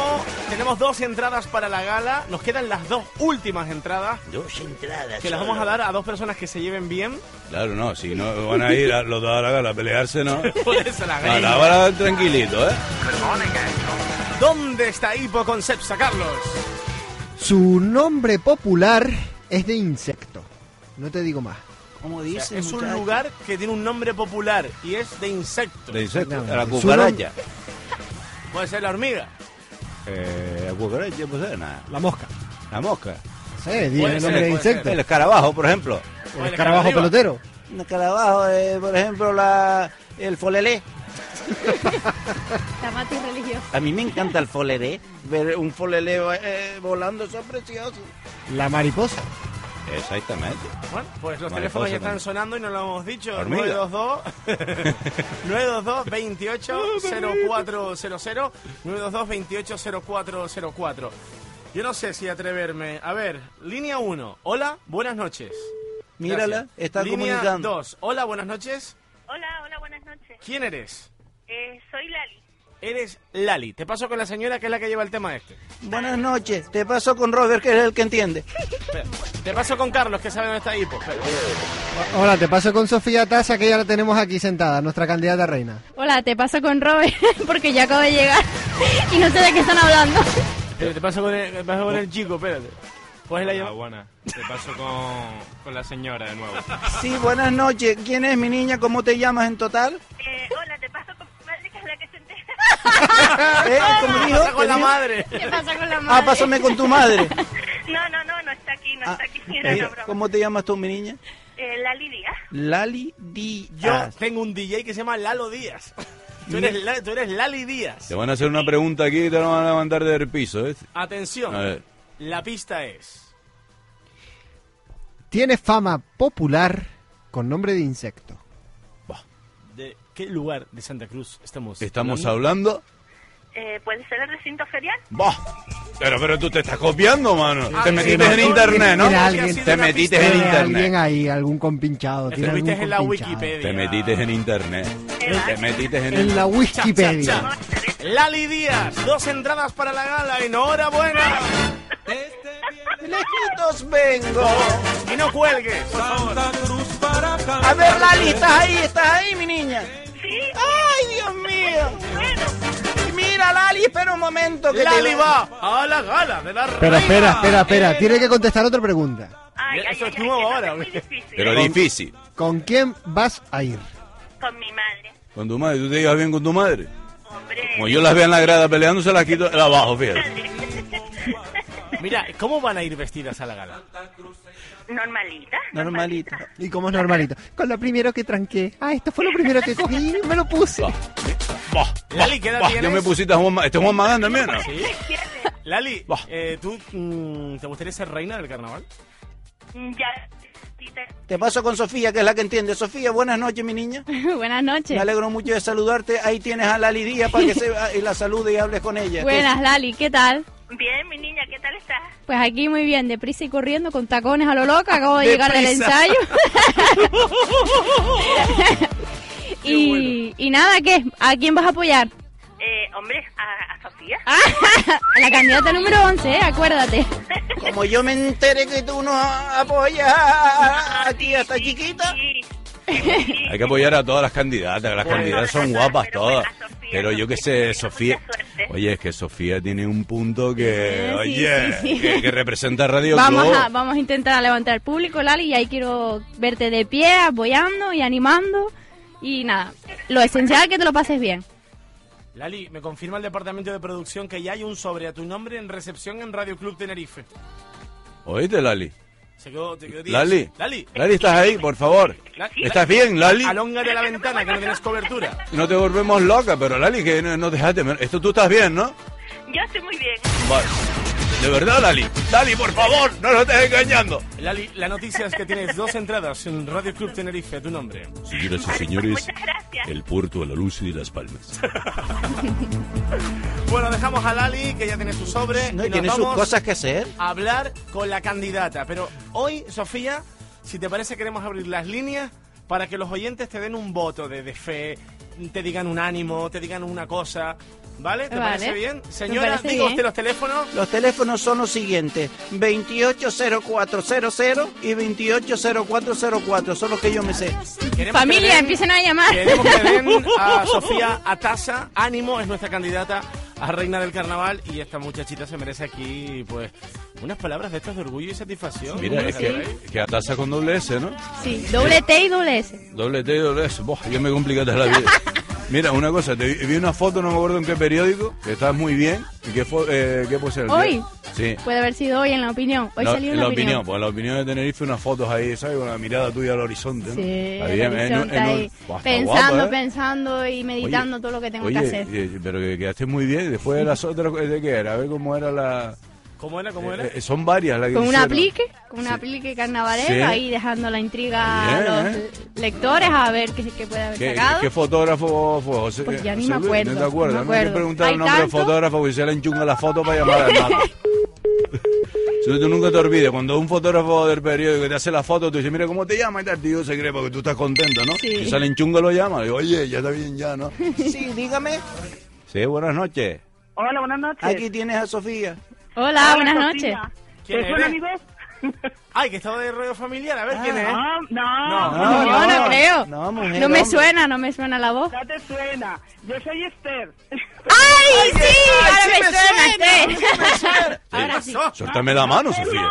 Speaker 3: Tenemos dos entradas para la gala. Nos quedan las dos últimas entradas.
Speaker 7: Dos entradas.
Speaker 3: Que las
Speaker 7: solo.
Speaker 3: vamos a dar a dos personas que se lleven bien.
Speaker 1: Claro, no, si no van a ir a los dos a la gala a pelearse, ¿no?
Speaker 3: Por eso la
Speaker 1: A
Speaker 3: gala.
Speaker 1: la hora tranquilito, ¿eh?
Speaker 3: ¿Dónde está Hipo Concepsa, Carlos?
Speaker 5: Su nombre popular es de insecto. No te digo más.
Speaker 2: Como
Speaker 3: O sea,
Speaker 2: dice,
Speaker 3: es un
Speaker 2: muchacho.
Speaker 3: lugar que tiene un nombre popular y es de insecto.
Speaker 1: De insecto, a la
Speaker 5: Su nom-
Speaker 1: cucaracha.
Speaker 3: Puede ser la hormiga.
Speaker 1: Eh, la cucaracha, pues eh, nada.
Speaker 5: La mosca.
Speaker 1: La mosca.
Speaker 5: Sí, di el nombre de insecto.
Speaker 1: El escarabajo, por ejemplo.
Speaker 5: El escarabajo pelotero.
Speaker 2: En Carabajo, eh, por ejemplo, la, el folelé.
Speaker 22: Tamati religioso.
Speaker 2: A mí me encanta el folelé. Ver un folelé eh, volando, eso es precioso.
Speaker 5: La mariposa.
Speaker 1: Exactamente.
Speaker 3: Bueno, pues los
Speaker 1: Mariposa
Speaker 3: teléfonos ya
Speaker 1: también.
Speaker 3: están sonando y no lo hemos dicho.
Speaker 1: Hormiga.
Speaker 3: 922 922 280400 922 280404. Yo no sé si atreverme. A ver, línea 1. Hola, buenas noches.
Speaker 2: Mírala, está
Speaker 3: línea
Speaker 2: comunicando.
Speaker 3: 2. Hola, buenas noches.
Speaker 23: Hola, hola, buenas noches.
Speaker 3: ¿Quién eres?
Speaker 23: Eh, soy Lali.
Speaker 3: Eres Lali. Te paso con la señora que es la que lleva el tema este.
Speaker 2: Buenas noches, te paso con Robert, que es el que entiende.
Speaker 3: Espera. Te paso con Carlos que sabe dónde está Hipo. Espera.
Speaker 5: Hola, te paso con Sofía Taza, que ya la tenemos aquí sentada, nuestra candidata a reina.
Speaker 22: Hola, te paso con Robert porque ya acabo de llegar y no sé de qué están hablando.
Speaker 3: Pero te paso con el, te paso con el chico, espérate. Pues la llama.
Speaker 24: buena. Te paso con, con la señora de nuevo.
Speaker 2: Sí, buenas noches. ¿Quién es mi niña? ¿Cómo te llamas en total?
Speaker 23: Eh, hola, te paso con mi madre, que es la que se entera.
Speaker 2: ¿Eh? ¿Cómo
Speaker 23: ¿Qué
Speaker 2: dijo?
Speaker 23: pasa con
Speaker 2: ¿Qué
Speaker 23: la
Speaker 2: dijo?
Speaker 23: madre? ¿Qué pasa con la
Speaker 2: Ah,
Speaker 23: madre?
Speaker 2: pásame con tu madre.
Speaker 23: No, no, no, no está aquí, no está aquí, era una
Speaker 2: Eh,
Speaker 23: broma.
Speaker 2: ¿Cómo te llamas tú, mi niña?
Speaker 23: Eh, Lali Díaz.
Speaker 2: Lali Di.
Speaker 3: Yo Ah. tengo un DJ que se llama Lalo Díaz. Tú eres, La- tú eres Lali Díaz.
Speaker 1: Te van a hacer una pregunta aquí y te la van a mandar del piso, ¿eh?
Speaker 3: Atención.
Speaker 1: A ver.
Speaker 3: La pista es.
Speaker 5: Tiene fama popular con nombre de insecto.
Speaker 3: ¿De qué lugar de Santa Cruz estamos
Speaker 1: ¿Estamos hablando?
Speaker 23: Eh, ¿Puede ser el recinto ferial?
Speaker 1: Bah. Pero, pero tú te estás copiando, mano. te metiste
Speaker 5: Sí,
Speaker 1: en internet, ¿no?
Speaker 5: Era alguien-
Speaker 1: Te metiste
Speaker 5: era
Speaker 1: en internet.
Speaker 5: Alguien ahí, algún compinchado. tiene algún compinchado.
Speaker 1: Te metiste en internet. Te metiste en,
Speaker 5: En la Wikipedia.
Speaker 3: Lali Díaz, dos entradas para la gala. Enhorabuena.
Speaker 2: Lejitos vengo.
Speaker 3: Y no cuelgues. por favor.
Speaker 2: A ver, Lali, estás ahí, estás ahí, mi niña.
Speaker 23: Sí.
Speaker 2: Ay, Dios mío. Mira, Lali, espera un momento que te
Speaker 3: Lali va a la gala de la
Speaker 5: Pero
Speaker 3: reina.
Speaker 5: espera, espera, espera. Tiene que contestar otra pregunta.
Speaker 3: Eso es nuevo ahora.
Speaker 1: Pero difícil.
Speaker 5: ¿Con quién vas a ir?
Speaker 23: Con mi madre.
Speaker 1: Con tu madre, tú te llevas bien con tu madre.
Speaker 23: Hombre.
Speaker 1: Como yo las veo en la grada peleando, se las quito la abajo, fíjate.
Speaker 3: Mira, ¿cómo van a ir vestidas a la gala?
Speaker 23: Normalita.
Speaker 5: Normalito. ¿Y cómo es normalito? Con lo primero que tranqué. Ah, esto fue lo primero que cogí y me lo puse.
Speaker 3: Lali, ¿qué edad
Speaker 1: Bah,
Speaker 3: tienes?
Speaker 1: Ah, yo me pusiste a Juan Ma- Este es Juan Magán también, ¿no?
Speaker 3: Sí. Lali, eh, ¿tú mm, te gustaría ser reina del carnaval?
Speaker 23: Ya.
Speaker 2: Te paso con Sofía, que es la que entiende. Sofía, buenas noches, mi niña.
Speaker 22: Buenas noches.
Speaker 2: Me alegro mucho de saludarte. Ahí tienes a Lali Díaz para que se, y la salude y hables con ella.
Speaker 22: Buenas, Lali, ¿qué tal?
Speaker 23: Bien, mi niña, ¿qué tal estás?
Speaker 22: Pues aquí muy bien, deprisa y corriendo, con tacones a lo loca, acabo de llegar del
Speaker 23: Deprisa.
Speaker 22: ensayo. y, y nada, ¿qué? ¿A quién vas a apoyar?
Speaker 23: Eh, hombre, a, a Sofía.
Speaker 12: Ah.
Speaker 22: a la candidata número 11, ¿eh? acuérdate.
Speaker 2: Como yo me enteré que tú nos apoyas a, a ti, hasta chiquita.
Speaker 1: Hay que apoyar a todas las candidatas, las candidatas son guapas todas. Pero yo qué sé, Sofía. Oye, es que Sofía tiene un punto que.
Speaker 22: Sí,
Speaker 1: Oye,
Speaker 22: sí, sí.
Speaker 1: Que, que representa Radio
Speaker 22: Vamos
Speaker 1: Globo.
Speaker 22: a, vamos a intentar levantar al público, Lali, y ahí quiero verte de pie, apoyando y animando. Y nada, lo esencial es que te lo pases bien.
Speaker 3: Lali, me confirma el departamento de producción que ya hay un sobre a tu nombre en recepción en Radio Club Tenerife.
Speaker 1: Oíste, Lali.
Speaker 3: Se quedó, te quedó diez.
Speaker 1: Lali.
Speaker 3: Lali.
Speaker 1: Lali, estás ahí, por favor. ¿Estás bien, Lali?
Speaker 3: Alóngate la ventana que no tienes cobertura.
Speaker 1: No te volvemos loca, pero Lali, que no, no dejaste. Esto tú estás bien, ¿no?
Speaker 23: Yo estoy muy bien.
Speaker 1: Vale. De verdad, Lali. Lali, por favor, no nos estés engañando.
Speaker 3: Lali, la noticia es que tienes dos entradas en Radio Club Tenerife, tu nombre.
Speaker 1: Señoras y señores, el puerto a la luz y de las palmas.
Speaker 3: Bueno, dejamos a Lali, que ya tiene su sobre.
Speaker 2: No,
Speaker 3: y nos
Speaker 2: tiene sus
Speaker 3: vamos
Speaker 2: cosas que hacer.
Speaker 3: a hablar con la candidata. Pero hoy, Sofía, si te parece, queremos abrir las líneas para que los oyentes te den un voto de, de fe, te digan un ánimo, te digan una cosa. ¿Vale? ¿Te
Speaker 2: Vale.
Speaker 3: parece bien?
Speaker 2: Me
Speaker 3: Señora,
Speaker 2: parece
Speaker 3: diga
Speaker 2: bien.
Speaker 3: usted los teléfonos.
Speaker 2: Los teléfonos son los siguientes, 280400 y 280404, son los que yo me sé.
Speaker 3: Queremos que
Speaker 22: Familia,
Speaker 3: le den-
Speaker 22: empiecen a llamar.
Speaker 3: Queremos que le den a Sofía Ataza. Ánimo, es nuestra candidata a reina del carnaval y esta muchachita se merece aquí, pues, unas palabras de estas de orgullo y satisfacción.
Speaker 1: Mira, es que, que ataza con doble S, ¿no?
Speaker 22: Sí, doble T y doble S.
Speaker 1: Doble T, doble S. Buah, ya me complicaste la vida. Mira, una cosa, te vi, vi una foto, no me acuerdo en qué periódico, que estás muy bien. ¿Y qué, fue, eh, qué puede ser?
Speaker 22: Hoy.
Speaker 1: Sí.
Speaker 22: Puede haber sido hoy en la opinión. Hoy
Speaker 1: La-
Speaker 22: salió
Speaker 1: en
Speaker 22: una
Speaker 1: la
Speaker 22: opinión.
Speaker 1: opinión, pues en la opinión de Tenerife, unas fotos ahí, ¿sabes? Con la mirada tuya al horizonte. ¿no?
Speaker 22: Sí,
Speaker 1: Está
Speaker 22: el
Speaker 1: bien, eh, no-
Speaker 22: horizonte
Speaker 1: eh, no-
Speaker 22: ahí,
Speaker 1: Buah, está
Speaker 22: pensando,
Speaker 1: guapa, ¿eh?
Speaker 22: pensando y meditando todo lo que tengo
Speaker 1: Oye,
Speaker 22: que hacer.
Speaker 1: eh, pero que quedaste muy bien. Después de las otras, ¿de qué era? A ver cómo era la.
Speaker 3: ¿Cómo era? ¿Cómo era?
Speaker 1: Eh, eh, son varias las que
Speaker 22: Con un
Speaker 1: hicieron.
Speaker 22: aplique, con un aplique carnavalero,
Speaker 1: Sí.
Speaker 22: ahí dejando la intriga
Speaker 1: Bien, eh.
Speaker 22: a los lectores a ver qué, qué puede haber
Speaker 1: ¿Qué,
Speaker 22: sacado.
Speaker 1: qué fotógrafo fue? José,
Speaker 22: Pues ya ni
Speaker 1: José
Speaker 22: me
Speaker 1: Luis,
Speaker 22: acuerdo,
Speaker 1: ¿No te acuerdas?
Speaker 22: no me
Speaker 1: ¿no? Hay que
Speaker 22: acuerdo.
Speaker 1: preguntar
Speaker 22: Hay
Speaker 1: el nombre del
Speaker 22: tantos.
Speaker 1: fotógrafo porque se le enchunga la foto para llamar al mato. Si tú nunca te olvides, cuando un fotógrafo del periódico te hace la foto, tú dices, mira cómo te llama y tal, tío, se cree porque tú estás contento, ¿no?
Speaker 2: Sí.
Speaker 1: Y sale enchunga lo llama, le digo, oye, ya está bien ya, ¿no?
Speaker 2: Sí, dígame.
Speaker 1: Sí, buenas noches.
Speaker 2: Hola, buenas noches. Aquí tienes a Sofía.
Speaker 22: Hola, buenas noches.
Speaker 3: ¿Quién
Speaker 2: ¿Te suena mi
Speaker 3: Ay, que estaba de ruido familiar, a ver quién es.
Speaker 21: No,
Speaker 3: no,
Speaker 22: Ah, No, no, creo.
Speaker 2: No,
Speaker 22: No me suena, no me suena la voz.
Speaker 21: No te suena. Yo soy Esther.
Speaker 22: ¡Ay, sí!
Speaker 21: ay,
Speaker 22: ahora
Speaker 21: sí
Speaker 22: me
Speaker 21: me suena,
Speaker 22: suena, sí.
Speaker 21: sí me suena.
Speaker 22: Ahora sí.
Speaker 1: Suéltame la mano, Sofía.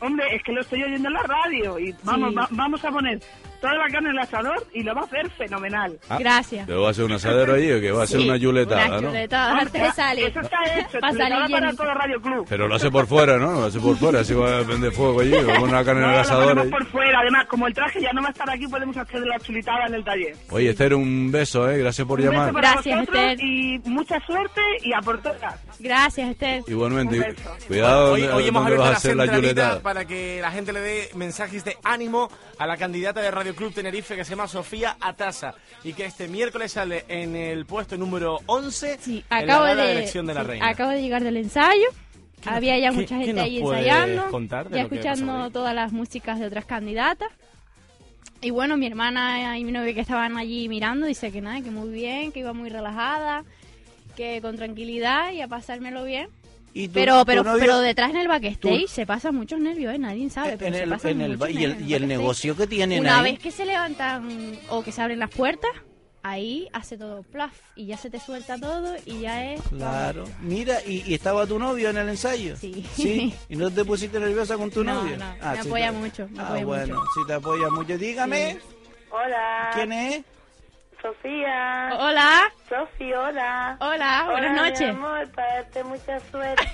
Speaker 21: Hombre, es que lo estoy oyendo en la radio y vamos,
Speaker 22: Sí.
Speaker 21: va- vamos a poner toda la carne en el asador y lo va a hacer fenomenal.
Speaker 1: Ah,
Speaker 22: Gracias.
Speaker 1: Te voy a hacer un asadero allí, que va a hacer
Speaker 21: Sí,
Speaker 1: una yuletada,
Speaker 21: una
Speaker 1: ¿no?
Speaker 22: Chuletada antes de salir.
Speaker 21: Eso está hecho, chuletada
Speaker 22: Para salir
Speaker 21: para
Speaker 22: llenito.
Speaker 21: todo Radio Club.
Speaker 1: Pero lo hace por fuera, ¿no? Lo hace por fuera, así va a prender fuego allí, con una carne en el
Speaker 21: No, lo
Speaker 1: asador.
Speaker 21: ponemos
Speaker 1: allí.
Speaker 21: por fuera. Además, como el traje ya no va a estar aquí, podemos hacer la chulitada en el taller.
Speaker 1: Oye, Esther, un beso, ¿eh? Gracias por
Speaker 21: Un beso
Speaker 1: llamar.
Speaker 21: para
Speaker 22: Gracias,
Speaker 21: vosotros
Speaker 22: Esther.
Speaker 21: Y mucha suerte y a por todas.
Speaker 22: Gracias, Esther.
Speaker 1: Igualmente,
Speaker 21: Un beso.
Speaker 1: cuidado
Speaker 3: Hoy,
Speaker 1: donde-
Speaker 3: hoy hemos
Speaker 1: donde
Speaker 3: abierto
Speaker 1: vas a
Speaker 3: la
Speaker 1: hacer la
Speaker 3: centralita
Speaker 1: yuletada.
Speaker 3: para que la gente le dé mensajes de ánimo a la candidata de Radio Club Tenerife que se llama Sofía Ataza y que este miércoles sale en el puesto número 11 en la
Speaker 22: Acabo
Speaker 3: gala
Speaker 22: de,
Speaker 3: de elección de la
Speaker 22: sí,
Speaker 3: reina.
Speaker 22: acabo de llegar del ensayo. Había ya
Speaker 3: qué-
Speaker 22: mucha
Speaker 3: qué
Speaker 22: gente
Speaker 3: nos
Speaker 22: ahí
Speaker 3: puedes
Speaker 22: ensayando.
Speaker 3: contar de
Speaker 22: ya
Speaker 3: lo que
Speaker 22: escuchando todas las músicas de otras candidatas. Y bueno, mi hermana y mi novia que estaban allí mirando, dice que nada, que muy bien, que iba muy relajada, que con tranquilidad y a pasármelo bien.
Speaker 2: ¿Y tú-
Speaker 22: pero
Speaker 2: tu
Speaker 22: pero
Speaker 2: novio?
Speaker 22: pero detrás en el backstage
Speaker 2: Tú-
Speaker 22: se pasan muchos nervios, ¿eh? nadie sabe. Pero
Speaker 2: En
Speaker 22: se
Speaker 2: el,
Speaker 22: pasan
Speaker 2: en el,
Speaker 22: muchos
Speaker 2: y, el,
Speaker 22: nervios
Speaker 2: y el
Speaker 22: backstage.
Speaker 2: negocio que tienen
Speaker 22: Una
Speaker 3: ¿eh?
Speaker 2: ahí.
Speaker 22: vez que se levantan o que se abren las puertas, ahí hace todo plaf y ya se te suelta todo y ya es.
Speaker 2: Claro. Mira, y, y estaba tu novio en el ensayo?
Speaker 22: Sí.
Speaker 2: ¿Y no te pusiste nerviosa con tu
Speaker 22: No,
Speaker 2: novio?
Speaker 22: no,
Speaker 2: Ah,
Speaker 22: me
Speaker 2: sí,
Speaker 22: apoya
Speaker 2: está-
Speaker 22: mucho, me
Speaker 2: ah,
Speaker 22: apoya
Speaker 2: bueno,
Speaker 22: mucho.
Speaker 2: si te apoya mucho. Dígame,
Speaker 23: Hola.
Speaker 2: ¿quién es?
Speaker 23: Sofía.
Speaker 22: Hola.
Speaker 23: Sofi, hola.
Speaker 22: Hola, buenas
Speaker 23: mi
Speaker 22: noches.
Speaker 23: amor, para darte mucha suerte.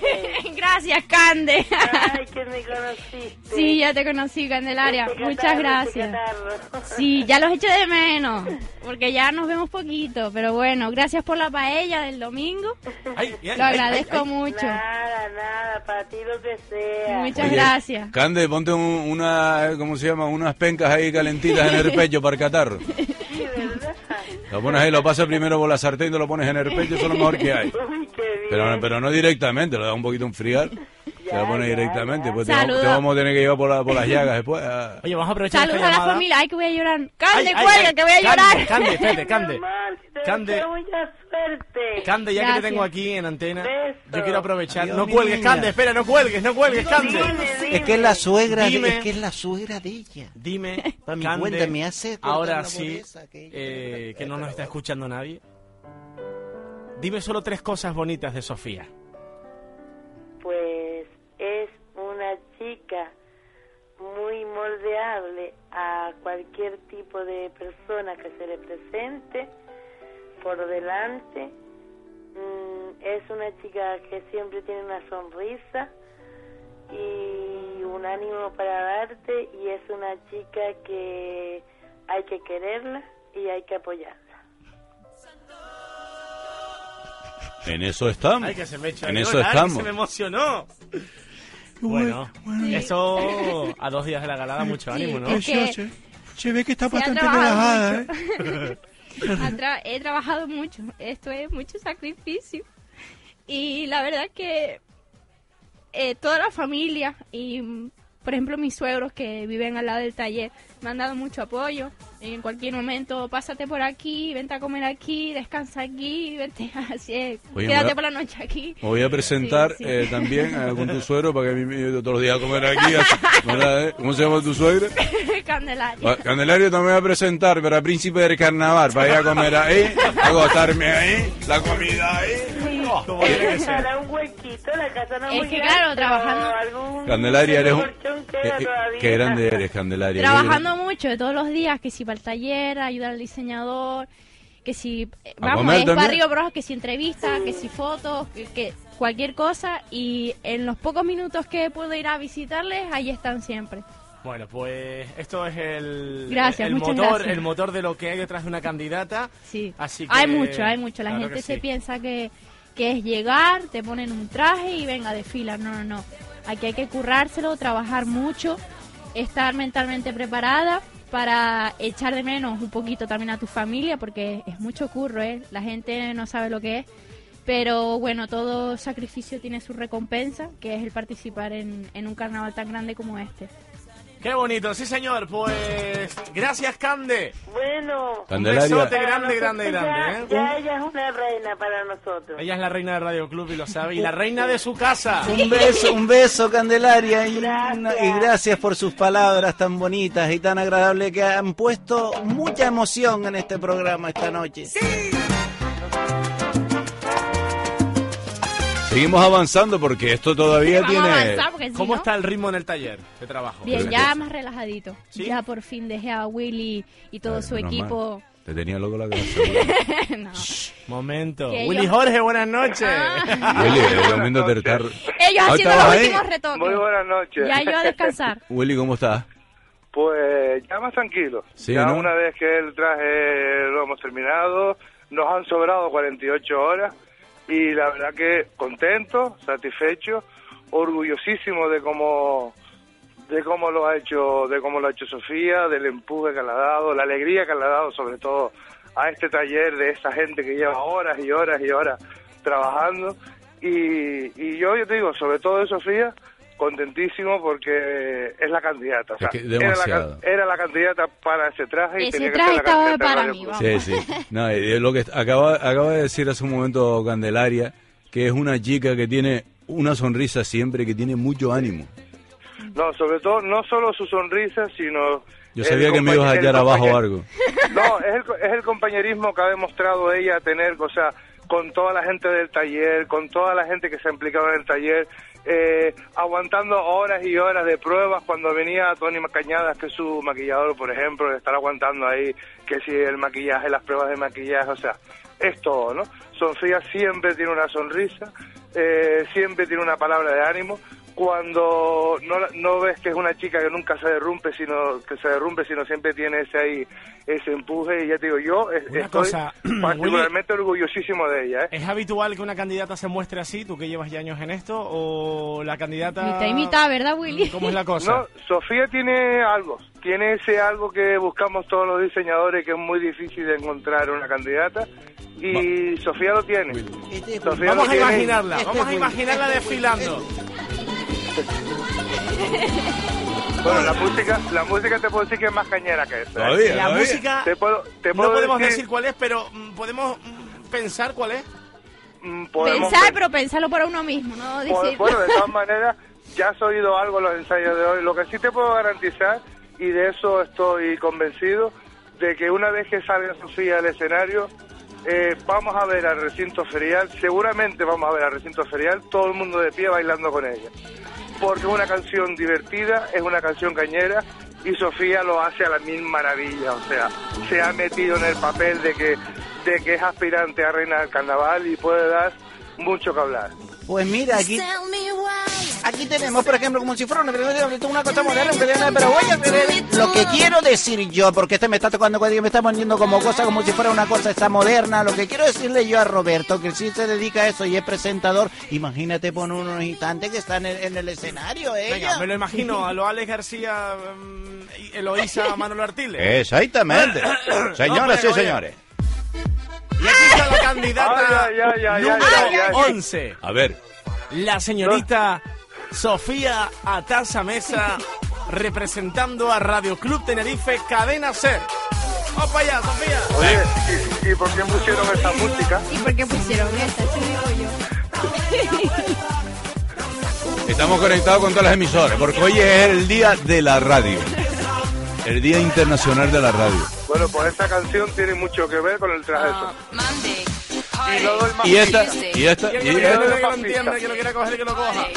Speaker 22: Gracias, Cande.
Speaker 23: Ay, que me conociste.
Speaker 22: Sí, ya te conocí, Candelaria.
Speaker 23: Este
Speaker 22: Muchas
Speaker 23: catarro,
Speaker 22: gracias.
Speaker 23: este catarro.
Speaker 22: Sí, ya los echo de menos, porque ya nos vemos poquito, pero bueno, gracias por la paella del domingo. Lo agradezco mucho.
Speaker 23: Nada, nada, para ti lo que sea.
Speaker 22: Muchas
Speaker 1: Oye,
Speaker 22: gracias.
Speaker 1: Cande, ponte un- una, ¿cómo se llama? Unas pencas ahí calentitas en el pecho para el catarro.
Speaker 23: Sí, ¿verdad?
Speaker 1: Lo pones ahí, lo pasas primero por la sartén y te lo pones en el pecho, eso es lo mejor que hay.
Speaker 23: Uy, qué bien.
Speaker 1: Pero, pero no directamente, lo da un poquito a enfriar. Te lo pones directamente, pues te, vamos-
Speaker 22: Saludos.
Speaker 1: te vamos a tener que llevar por, la- por las llagas después. Ah,
Speaker 3: Oye, vamos a aprovechar
Speaker 22: Saludos
Speaker 3: esta
Speaker 22: a la
Speaker 3: llamada.
Speaker 22: familia. Ay, que voy a llorar. Cande,
Speaker 3: Ay, ay,
Speaker 22: cuelga,
Speaker 3: ay,
Speaker 22: que voy a
Speaker 3: Cande,
Speaker 22: llorar.
Speaker 3: Cande, espérate, Cande. Cande.
Speaker 23: Cande. Mucha suerte.
Speaker 3: Cande, ya que te tengo aquí en antena, yo quiero aprovechar.
Speaker 2: Adiós,
Speaker 3: no
Speaker 2: mi
Speaker 3: cuelgues,
Speaker 2: niña.
Speaker 3: Cande, espera, no cuelgues, no cuelgues, Cande.
Speaker 2: Es que es la suegra, de,
Speaker 3: Dime.
Speaker 2: es que es la suegra de ella.
Speaker 3: Dime,
Speaker 2: Pa' mi
Speaker 3: Cande,
Speaker 2: cuenta, me hace cortar
Speaker 3: ahora
Speaker 2: la
Speaker 3: sí,
Speaker 2: pobreza que ella-
Speaker 3: eh, que no nos está escuchando nadie. Dime solo tres cosas bonitas de Sofía.
Speaker 23: Pues es una chica muy moldeable a cualquier tipo de persona que se le presente por delante. Mm, Es una chica que siempre tiene una sonrisa y un ánimo para darte y es una chica que hay que quererla y hay que apoyarla.
Speaker 1: En eso estamos.
Speaker 3: Ay, que se me echó
Speaker 1: en
Speaker 3: a
Speaker 1: eso
Speaker 3: llorar, que
Speaker 1: estamos.
Speaker 3: Se me emocionó. Bueno, eso a dos días de la galada, mucho
Speaker 22: Sí,
Speaker 3: ánimo, ¿no?
Speaker 22: es que-
Speaker 13: ¿eh?
Speaker 22: Se-
Speaker 1: se ve que está
Speaker 22: se ha bastante trabajado relajada, Ha tra- he trabajado mucho, esto es mucho sacrificio. Y la verdad es que eh, toda la familia y, mm, por ejemplo, mis suegros que viven al lado del taller me han dado mucho apoyo. En cualquier momento, pásate por aquí, vente a comer aquí, descansa aquí, vente así, es,
Speaker 1: Oye, me
Speaker 22: quédate
Speaker 1: da-
Speaker 22: por la noche aquí.
Speaker 1: Voy a presentar
Speaker 22: Sí, sí.
Speaker 1: eh, también eh, con tu suegro para que a mí me lleve todos los días a comer aquí. así, ¿verdad, eh? ¿Cómo se llama tu suegro?
Speaker 22: Candelaria.
Speaker 1: Va- Candelario también va a presentar para Príncipe del Carnaval, para ir a comer ahí, acostarme ahí, la comida
Speaker 4: eh.
Speaker 1: ahí.
Speaker 3: ¿Cómo
Speaker 1: tiene que ser?
Speaker 23: Para un huequito, la casa no
Speaker 22: Es
Speaker 23: muy
Speaker 22: que
Speaker 23: grande, pero
Speaker 22: claro, trabajando-
Speaker 23: algún-
Speaker 1: Candelaria, eres un...
Speaker 23: colchón
Speaker 1: Qué,
Speaker 23: queda
Speaker 1: qué-
Speaker 23: todavía.
Speaker 1: qué grande eres, Candelaria.
Speaker 22: Trabajando mucho todos los días, que si para el taller, ayudar al diseñador, que si eh,
Speaker 1: ¿A
Speaker 22: vamos,
Speaker 1: comer
Speaker 22: es
Speaker 1: también?
Speaker 22: barrio bros, que si entrevistas, que si fotos, que, que cualquier cosa y en los pocos minutos que puedo ir a visitarles, ahí están siempre.
Speaker 3: Bueno, pues esto es el,
Speaker 22: Gracias,
Speaker 3: el
Speaker 22: muchas
Speaker 3: motor,
Speaker 22: gracias.
Speaker 3: el motor de lo que hay detrás de una candidata.
Speaker 22: Sí.
Speaker 3: Así que-
Speaker 22: Hay mucho, hay mucho. La
Speaker 3: claro
Speaker 22: gente
Speaker 3: que
Speaker 22: se
Speaker 3: sí.
Speaker 22: piensa que, que es llegar, te ponen un traje y venga, desfila. No, no, no. Aquí hay que currárselo, trabajar mucho, estar mentalmente preparada para echar de menos un poquito también a tu familia, porque es mucho curro, ¿eh? La gente no sabe lo que es. Pero bueno, todo sacrificio tiene su recompensa, que es el participar en, en un carnaval tan grande como este.
Speaker 3: Qué bonito, sí señor. Pues gracias, Cande.
Speaker 23: Bueno,
Speaker 1: Candelaria.
Speaker 3: Un besote grande, grande,
Speaker 23: ya-
Speaker 3: grande. ¿eh?
Speaker 23: ya ella es una reina para nosotros.
Speaker 3: Ella es la reina del Radio Club y lo sabe, y la reina de su casa.
Speaker 2: Un beso, un beso, Candelaria. Y una- y gracias por sus palabras tan bonitas y tan agradables que han puesto mucha emoción en este programa esta noche.
Speaker 1: Seguimos avanzando porque esto todavía
Speaker 22: Vamos a
Speaker 1: tiene...
Speaker 22: avanzar, porque si
Speaker 3: ¿Cómo
Speaker 22: no-
Speaker 3: está el ritmo en el taller de trabajo?
Speaker 22: Bien, ya más relajadito.
Speaker 3: ¿Sí?
Speaker 22: Ya por fin dejé a Willy y todo
Speaker 1: Ay,
Speaker 22: su
Speaker 1: menos
Speaker 10: Oh.
Speaker 22: equipo.
Speaker 1: mal. Te tenía loco la cabeza.
Speaker 22: No.
Speaker 3: Momento.
Speaker 22: Que
Speaker 3: Willy
Speaker 22: yo- Ah.
Speaker 3: Jorge, buenas noches.
Speaker 1: Willy, el momento de retar-
Speaker 22: Ellos
Speaker 1: Ah,
Speaker 22: haciendo
Speaker 1: ¿estabas
Speaker 22: los
Speaker 1: ahí?
Speaker 22: últimos retoques.
Speaker 8: Muy buenas noches.
Speaker 22: Ya yo a descansar.
Speaker 1: Willy, ¿cómo estás?
Speaker 8: Pues ya más tranquilo.
Speaker 1: Sí,
Speaker 8: ya
Speaker 1: ¿no?
Speaker 8: una vez que el traje lo hemos terminado, nos han sobrado 48 horas y la verdad que contento, satisfecho, orgullosísimo de cómo de cómo lo ha hecho, de cómo lo ha hecho Sofía, del empuje que le ha dado, la alegría que le ha dado sobre todo a este taller de esta gente que lleva horas y horas y horas trabajando y, y yo, yo te digo, sobre todo de Sofía, contentísimo porque es la candidata. o sea,
Speaker 1: Es que
Speaker 8: era, la,
Speaker 1: demasiado.
Speaker 8: can- era la candidata para ese traje. y
Speaker 22: Ese
Speaker 8: tenía que
Speaker 22: traje
Speaker 8: ser la
Speaker 22: estaba
Speaker 8: candidata
Speaker 22: para
Speaker 8: de Radio
Speaker 22: mí,
Speaker 8: Club.
Speaker 1: Sí, sí. No, eh, lo que acaba, acaba de decir hace un momento Candelaria, que es una chica que tiene una sonrisa siempre, que tiene mucho ánimo.
Speaker 8: No, sobre todo, no solo su sonrisa, sino...
Speaker 1: Yo
Speaker 8: el
Speaker 1: sabía que me ibas a
Speaker 8: compañe- el
Speaker 1: hallar abajo
Speaker 8: compañe-
Speaker 1: o algo.
Speaker 8: No, es el, co- es el compañerismo que ha demostrado ella tener, o sea, con toda la gente del taller, con toda la gente que se ha implicado en el taller, eh, aguantando horas y horas de pruebas cuando venía Tony Cañadas, que es su maquillador, por ejemplo, de estar aguantando ahí, que si el maquillaje, las pruebas de maquillaje, o sea, es todo, ¿no? Sofía siempre tiene una sonrisa, eh, siempre tiene una palabra de ánimo. Cuando no, la- no ves que es una chica que nunca se derrumbe, sino que se derrumbe, sino siempre tiene ese ahí ese empuje. Y ya te digo, yo es-
Speaker 3: Una
Speaker 8: estoy
Speaker 3: cosa,
Speaker 8: particularmente orgullosísimo de ella. ¿eh?
Speaker 3: ¿Es habitual que una candidata se muestre así, tú que llevas ya años en esto, o la candidata...
Speaker 22: Mitad y mitad, ¿verdad, Willy?
Speaker 3: Mm, ¿Cómo es la cosa?
Speaker 8: No, Sofía tiene algo, tiene ese algo que buscamos todos los diseñadores, que es muy difícil de encontrar una candidata, y Sofía lo tiene. Sofía
Speaker 3: Vamos
Speaker 8: lo
Speaker 3: a
Speaker 8: tiene.
Speaker 3: imaginarla, vamos a imaginarla desfilando.
Speaker 8: Bueno, la música, la música te puedo decir que es más cañera que esta. ¿eh?
Speaker 3: Todavía, La todavía. música-
Speaker 8: Te puedo, te
Speaker 3: No
Speaker 8: puedo
Speaker 3: podemos
Speaker 8: decir,
Speaker 3: decir cuál es, pero mm, podemos mm, pensar cuál es. mm,
Speaker 8: podemos
Speaker 22: Pensar, pero pensarlo para uno mismo, no
Speaker 8: Bueno,
Speaker 22: decir.
Speaker 8: Pues, bueno, de todas maneras, ya has oído algo en los ensayos de hoy. Lo que sí te puedo garantizar, y de eso estoy convencido, de que una vez que salga Sofía al escenario, eh, vamos a ver al recinto ferial, seguramente vamos a ver al recinto ferial, todo el mundo de pie bailando con ella. Porque es una canción divertida, es una canción cañera, y Sofía lo hace a la mil maravillas, o sea, se ha metido en el papel de que, de que es aspirante a reina del carnaval y puede dar mucho que hablar.
Speaker 2: Pues mira, aquí
Speaker 20: Tell me why.
Speaker 2: Aquí tenemos, por ejemplo, como si fuera una, una cosa moderna, pero voy a... Lo que quiero decir yo, porque este me está tocando, me está poniendo como cosa, como si fuera una cosa esta moderna, lo que quiero decirle yo a Roberto, que si se dedica a eso y es presentador, imagínate por unos instantes que están en, en el escenario, ella.
Speaker 3: Venga, me lo imagino a lo Alex García, mm, y Eloísa Manolo Artiles.
Speaker 4: Exactamente.
Speaker 3: No,
Speaker 4: Señoras
Speaker 3: pero,
Speaker 4: y
Speaker 3: oye.
Speaker 4: señores.
Speaker 3: Y aquí está la candidata
Speaker 8: Ay, ay, ay, ay,
Speaker 3: número
Speaker 8: ay, ay, ay.
Speaker 3: 11,
Speaker 4: A ver.
Speaker 3: la señorita Sofía Ataza Mesa, representando a Radio Club Tenerife Cadena Ser. ¡Vamos para allá, Sofía!
Speaker 8: Oye, ¿y, y por qué pusieron esa música?
Speaker 22: ¿Y por qué pusieron esta? Eso digo yo.
Speaker 1: Estamos conectados con todas las emisoras, porque hoy es el día de la radio. El Día Internacional de la Radio.
Speaker 8: Bueno, pues esa canción tiene mucho que ver con el traje
Speaker 3: Ah,
Speaker 8: Y no doy más
Speaker 1: Y esta,
Speaker 8: pistas.
Speaker 1: y esta,
Speaker 3: Quiero
Speaker 1: y
Speaker 3: que lo- quiero que
Speaker 1: esta.
Speaker 3: lo entienda, que lo quiera coger, que lo coja.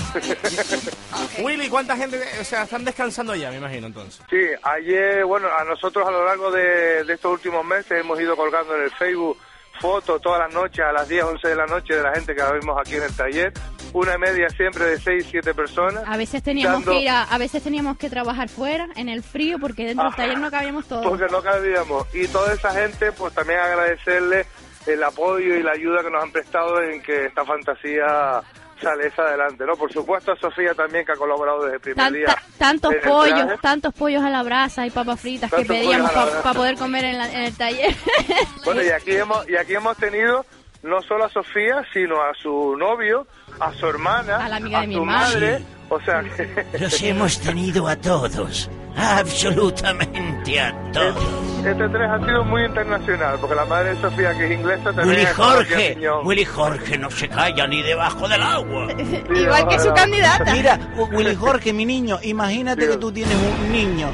Speaker 3: Willy, ¿cuánta gente? O sea, están descansando ya, me imagino, entonces.
Speaker 8: Sí, ayer, bueno, a nosotros a lo largo de, de estos últimos meses hemos ido colgando en el Facebook fotos todas las noches, a las 10, 11 de la noche, de la gente que vimos aquí en el taller. Una media siempre de 6, 7 personas.
Speaker 22: A veces teníamos
Speaker 8: Dando-
Speaker 22: que ir a, a veces teníamos que trabajar fuera, en el frío, porque dentro del taller no cabíamos todos.
Speaker 8: Porque no cabíamos. Y toda esa gente, pues también agradecerle el apoyo y la ayuda que nos han prestado en que esta fantasía sale esa adelante, ¿no? Por supuesto a Sofía también que ha colaborado desde el primer
Speaker 22: Tan-
Speaker 8: día.
Speaker 22: ta- tantos
Speaker 8: en el
Speaker 22: pollos,
Speaker 8: traje.
Speaker 22: tantos pollos a la brasa y papas fritas que
Speaker 8: Tantos
Speaker 22: pedíamos
Speaker 8: pollos a la
Speaker 22: para
Speaker 8: brasa.
Speaker 22: poder comer en, la- en el taller.
Speaker 8: Bueno, y aquí hemos y aquí hemos tenido no solo a Sofía, sino a su novio, a su hermana,
Speaker 22: A la amiga de mi
Speaker 8: su
Speaker 22: hermana.
Speaker 8: madre,
Speaker 22: Sí.
Speaker 8: o sea, que-
Speaker 6: Los hemos tenido a todos. Absolutamente a todos.
Speaker 8: este tres ha sido muy internacional, porque la madre de Sofía que es inglesa también
Speaker 6: Willy
Speaker 8: es
Speaker 6: Jorge. Willy Jorge no se calla ni debajo del agua.
Speaker 2: Igual que su
Speaker 6: candidata.
Speaker 2: Mira, Willy Jorge, mi niño, imagínate que tú tienes un niño.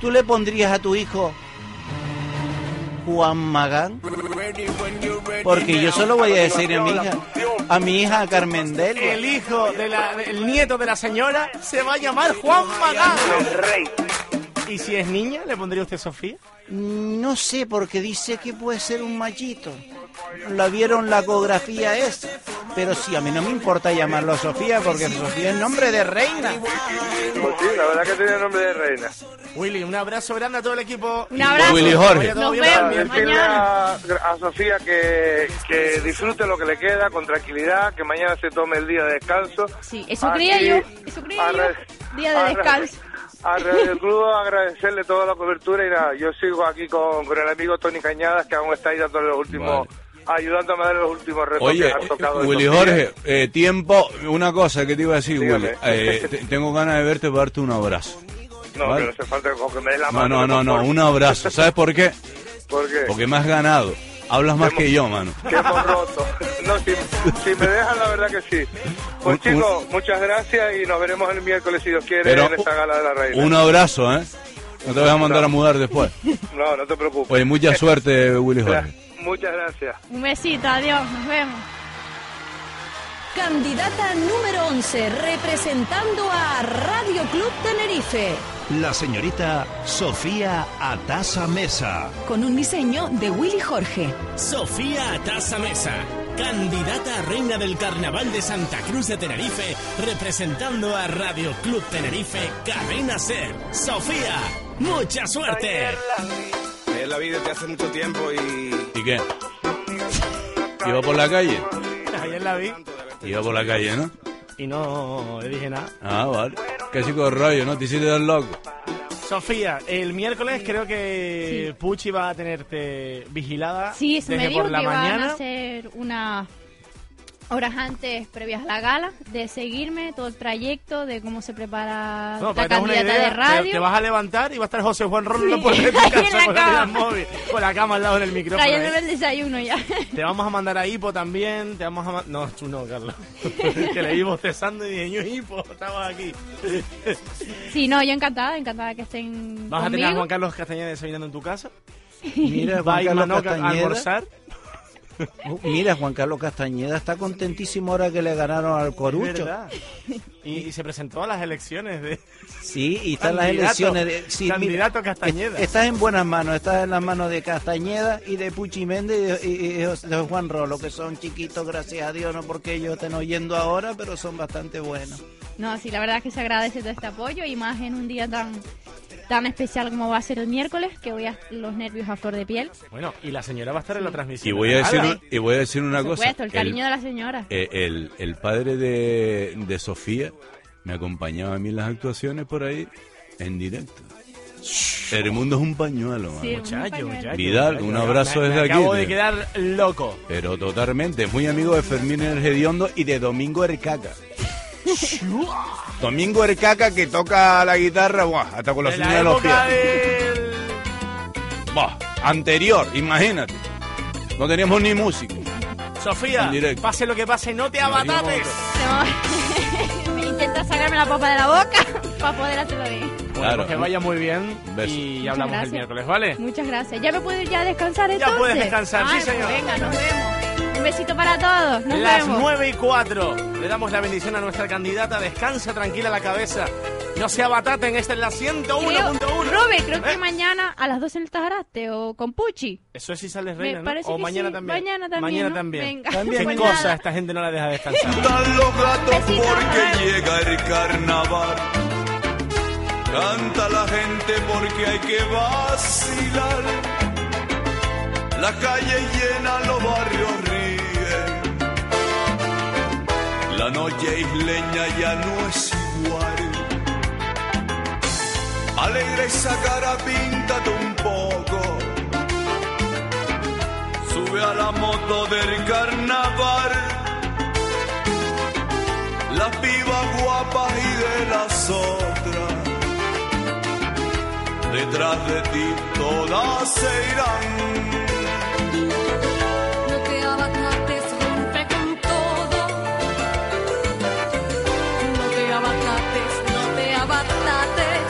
Speaker 2: ¿Tú le pondrías a tu hijo Juan Magán? Porque yo solo voy a decir a mi hija, a mi hija Carmen Delia.
Speaker 3: El hijo, de la, el nieto de la señora se va a llamar Juan Magán. ¿Y si es niña, le pondría usted Sofía?
Speaker 2: No sé, porque dice que puede ser un machito. La vieron la ecografía esa. Pero sí, a mí no me importa llamarlo Sofía, porque Sofía es nombre de reina.
Speaker 8: Pues sí, la verdad que tiene nombre de reina.
Speaker 3: Willy, un abrazo grande a todo el equipo.
Speaker 22: Un abrazo. Willy Jorge. Nos vemos
Speaker 8: Decirle
Speaker 22: mañana.
Speaker 8: a, a Sofía que, que disfrute lo que le queda con tranquilidad, que mañana se tome el día de descanso.
Speaker 22: Sí, eso
Speaker 8: Aquí,
Speaker 22: creía yo,
Speaker 12: Ah,
Speaker 22: eso creía
Speaker 8: arre-
Speaker 22: yo. Día de
Speaker 8: arre-
Speaker 22: descanso.
Speaker 8: A Radio Club agradecerle toda la cobertura y nada, yo sigo aquí con, con el amigo Tony Cañadas que aún está ahí dando los últimos, ayudándome a dar los últimos retos
Speaker 1: Oye,
Speaker 8: que han tocado.
Speaker 1: Willy
Speaker 8: estos días.
Speaker 1: Jorge, eh, tiempo, una cosa que te iba a decir,
Speaker 8: Dígame.
Speaker 1: Willy. Eh, te- tengo ganas de verte para darte un abrazo.
Speaker 8: No,
Speaker 1: ¿vale?
Speaker 8: pero hace falta que me dé la
Speaker 1: No,
Speaker 8: mano.
Speaker 1: no, no,
Speaker 8: por
Speaker 1: no,
Speaker 8: favor.
Speaker 1: un abrazo. ¿Sabes por qué?
Speaker 8: ¿Por qué?
Speaker 1: Porque me has ganado. Hablas más que yo, mano.
Speaker 8: que hemos roto. No, si, si me dejan, la verdad que sí.
Speaker 1: Un- un-
Speaker 8: Pues chicos, muchas gracias y nos veremos el miércoles, si Dios quiere,
Speaker 1: Pero
Speaker 8: en esta gala de la reina.
Speaker 1: Un abrazo, ¿eh? No te vas a mandar a mudar después.
Speaker 8: No, no te preocupes.
Speaker 1: Oye, mucha suerte, Willy Jorge.
Speaker 8: Muchas gracias.
Speaker 22: Un besito, adiós, nos vemos.
Speaker 17: Candidata número 11, representando a Radio Club Tenerife.
Speaker 18: La señorita Sofía Atasa Mesa.
Speaker 17: Con un diseño de Willy Jorge.
Speaker 7: Sofía Ataza Mesa, candidata a reina del Carnaval de Santa Cruz de Tenerife, representando a Radio Club Tenerife Cadena Ser. Sofía, mucha suerte.
Speaker 10: Es la vida desde hace mucho tiempo y...
Speaker 1: ¿Y qué? Iba por la calle.
Speaker 3: Ayer la vi
Speaker 1: Iba por la calle, ¿no?
Speaker 3: y no le dije nada.
Speaker 1: Ah, vale. Qué chico de rollo, ¿no? Te hiciste el loco.
Speaker 3: Sofía, el miércoles creo que Puchi va a tenerte vigilada.
Speaker 22: Sí, eso me
Speaker 3: desde
Speaker 22: dijo
Speaker 3: por
Speaker 22: que
Speaker 3: la
Speaker 22: van a
Speaker 3: mañana.
Speaker 22: hacer unas horas antes, previas a la gala, de seguirme todo el trayecto, de cómo se prepara
Speaker 3: No,
Speaker 22: la
Speaker 3: para que te hagas una
Speaker 22: candidata
Speaker 3: idea,
Speaker 22: de
Speaker 3: te-
Speaker 22: radio.
Speaker 3: Te, vas a levantar y va a estar José Juan Rollo
Speaker 22: Sí,
Speaker 3: por tu
Speaker 22: ahí en
Speaker 3: casa
Speaker 22: la
Speaker 3: con, el
Speaker 22: cama.
Speaker 3: móvil, con la cama al lado del micrófono. ahí.
Speaker 22: Trayéndome el desayuno ya.
Speaker 3: Te vamos a mandar a Hipo también, te vamos a ma- No, tú no, Carlos. que le iba bostezando y dije, "Ñu, Hipo, estamos aquí.
Speaker 22: Sí, no, yo encantada, encantada que estén
Speaker 3: Vas a tener a
Speaker 22: conmigo.
Speaker 3: Juan Carlos Castañeda desayunando en tu casa.
Speaker 2: Mira,
Speaker 3: va
Speaker 2: Juan
Speaker 3: a ir
Speaker 2: Carlos
Speaker 3: Manoca a
Speaker 2: Castañeda.
Speaker 3: almorzar.
Speaker 2: Uh, Mira, Juan Carlos Castañeda está contentísimo ahora que le ganaron al Corucho.
Speaker 3: ¿Verdad? Y, y se presentó a las elecciones de...
Speaker 2: Sí, y están las
Speaker 3: Candidato,
Speaker 2: elecciones. De, sí, mira,
Speaker 3: candidato Castañeda.
Speaker 2: es- estás en buenas manos, estás en las manos de Castañeda y de Puchi Méndez y, de- y- y de- de Juan Rolo, que son chiquitos, gracias a Dios, no porque ellos estén oyendo ahora, pero son bastante buenos.
Speaker 22: No, sí, la verdad es que se agradece todo este apoyo y más en un día tan tan especial como va a ser el miércoles, que voy a los nervios a flor de piel.
Speaker 3: Bueno, y la señora va a estar en la
Speaker 1: Y
Speaker 3: transmisión.
Speaker 1: voy a decir,
Speaker 3: Nada.
Speaker 1: y voy a decir una
Speaker 22: eh. Por
Speaker 1: cosa.
Speaker 22: supuesto, el cariño
Speaker 1: El-
Speaker 22: de la señora.
Speaker 1: Eh, el, el padre de, de Sofía me acompañaba a mí en las actuaciones por ahí en directo. El mundo es un pañuelo, mano.
Speaker 22: Sí, un Muchacho, pañuelo. muchacho,
Speaker 1: Vidal,
Speaker 3: muchacho.
Speaker 1: un abrazo
Speaker 3: Me- me
Speaker 1: desde aquí.
Speaker 3: acabo de
Speaker 1: tío.
Speaker 3: quedar loco.
Speaker 1: Pero totalmente, es muy amigo de Fermín Ergediondo y de Domingo Ercaca. Domingo Ercaca que toca la guitarra, buah, hasta con la
Speaker 3: De
Speaker 1: señal de
Speaker 3: la
Speaker 1: los pies.
Speaker 3: época del...
Speaker 1: Buah, anterior, imagínate. No teníamos ni música.
Speaker 3: Sofía,
Speaker 1: En directo.
Speaker 3: pase lo que pase, no te abatates.
Speaker 22: Se me- Intenta sacarme la papa de la boca para poder hacerlo bien.
Speaker 3: Bueno,
Speaker 1: Claro.
Speaker 3: que vaya muy bien
Speaker 1: Beso.
Speaker 3: y
Speaker 1: Muchas
Speaker 3: hablamos el
Speaker 22: gracias.
Speaker 3: miércoles, ¿vale?
Speaker 22: Muchas gracias. Ya me puedo ir ya a descansar entonces.
Speaker 3: puedes descansar, sí,
Speaker 22: Ay, pues
Speaker 3: señor.
Speaker 22: Venga, nos vemos. Un besito para todos. Nos
Speaker 3: Las
Speaker 22: vemos.
Speaker 3: 9 y 4. Le damos la bendición a nuestra candidata. Descansa tranquila la cabeza. No se abataten. Esta es este, la
Speaker 22: Creo-
Speaker 3: 101.1.
Speaker 22: Robe, creo que mañana a las 12 en el Tajaraste o con Puchi.
Speaker 3: ¿Eh? Eso es si sales
Speaker 22: Me
Speaker 3: reina, ¿no?
Speaker 22: parece
Speaker 3: O
Speaker 22: que
Speaker 3: mañana
Speaker 22: sí.
Speaker 3: también.
Speaker 22: Mañana también,
Speaker 3: Mañana
Speaker 22: ¿no?
Speaker 3: también.
Speaker 22: Venga.
Speaker 3: Qué
Speaker 22: Pues
Speaker 3: cosa,
Speaker 22: nada.
Speaker 3: esta gente no la deja descansar.
Speaker 20: Están los gatos
Speaker 22: Besito, Raúl.
Speaker 20: porque llega el carnaval. Canta la gente porque hay que vacilar. La calle llena, los barrios ríen. La noche isleña ya no es igual. Alegre esa cara, píntate un poco. Sube a la moto del carnaval. Las pibas guapas y de las otras. Detrás de ti todas se irán.
Speaker 12: No te abatates, rompe con todo. No te abatates, no te abatates.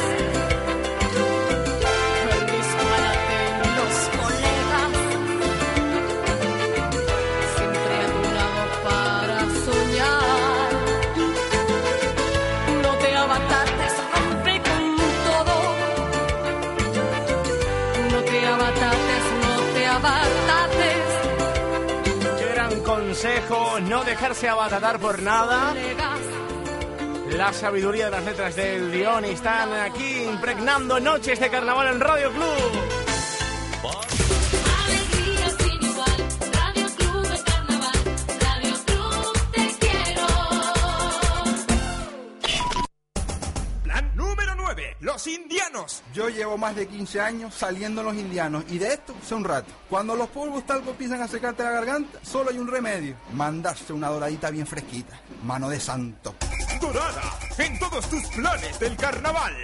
Speaker 12: El disparate de los colegas. Siempre a tu lado para soñar. No te abatates, rompe con todo. No te abatates, no te abatates.
Speaker 3: Qué gran consejo. No dejarse abatatar por nada. La sabiduría de las letras del guión están aquí impregnando noches de carnaval en Radio Club.
Speaker 12: Alegría sin igual, Radio Club de Carnaval, Radio Club te quiero.
Speaker 25: Plan número 9. Los indianos.
Speaker 26: Yo llevo más de 15 años saliendo en los indianos y de esto sé un rato. Cuando los polvos talco empiezan a secarte la garganta, solo hay un remedio. Mandarse una doradita bien fresquita. Mano de santo.
Speaker 25: Dorada. En todos tus planes del carnaval.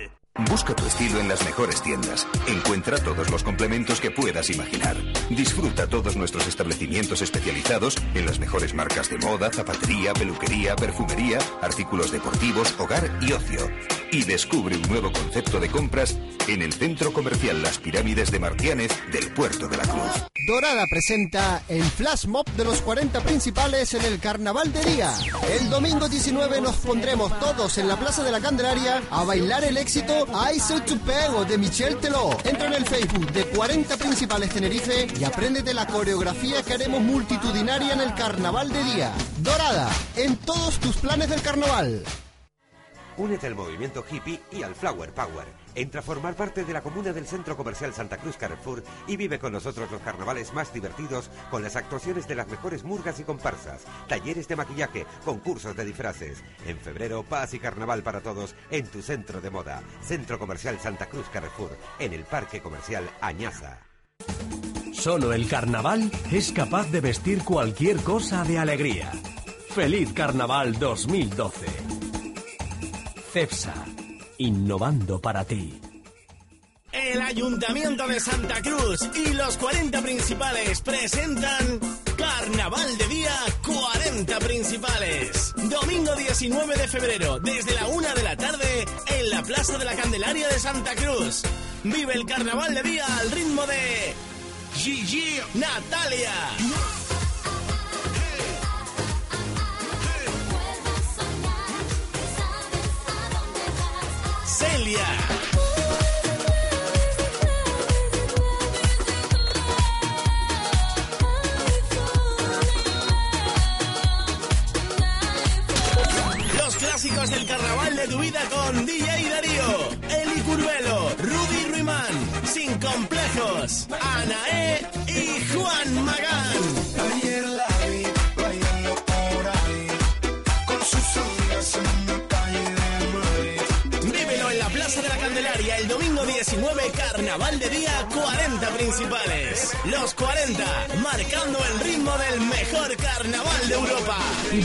Speaker 19: Busca tu estilo en las mejores tiendas. Encuentra todos los complementos que puedas imaginar. Disfruta todos nuestros establecimientos especializados en las mejores marcas de moda, zapatería, peluquería, perfumería, artículos deportivos, hogar y ocio. Y descubre un nuevo concepto de compras en el centro comercial Las Pirámides de Martianes del Puerto de la Cruz.
Speaker 5: Dorada presenta el flash mob de los 40 principales en el Carnaval de Día. El domingo 19 nos pondremos todos en la Plaza de la Candelaria a bailar el éxito I Say to Pego de Michelle Teló. Entra en el Facebook de 40 principales Tenerife y apréndete la coreografía que haremos multitudinaria en el Carnaval de Día. Dorada, en todos tus planes del carnaval.
Speaker 16: Únete al movimiento hippie y al Flower Power. Entra a formar parte de la comuna del Centro Comercial Santa Cruz Carrefour y vive con nosotros los carnavales más divertidos con las actuaciones de las mejores murgas y comparsas, talleres de maquillaje, concursos de disfraces. En febrero, paz y carnaval para todos en tu centro de moda. Centro Comercial Santa Cruz Carrefour, en el Parque Comercial Añaza.
Speaker 15: Solo el carnaval es capaz de vestir cualquier cosa de alegría. Feliz Carnaval 2012. CEPSA, innovando para ti.
Speaker 7: El Ayuntamiento de Santa Cruz y los 40 principales presentan Carnaval de Día 40 Principales. Domingo 19 de febrero, desde la 1 de la tarde, en la Plaza de la Candelaria de Santa Cruz. Vive el Carnaval de Día al ritmo de Gigi Natalia. Celia. Los clásicos del carnaval complejos. Anae y Juan Magán. Ayer la vi bailando por ahí con sus amigas en una calle de Madrid. Vívelo en la Plaza de la Candelaria el domingo 19, Carnaval de Día 40 Principales. Los 40, marcando el ritmo del mejor carnaval de Europa.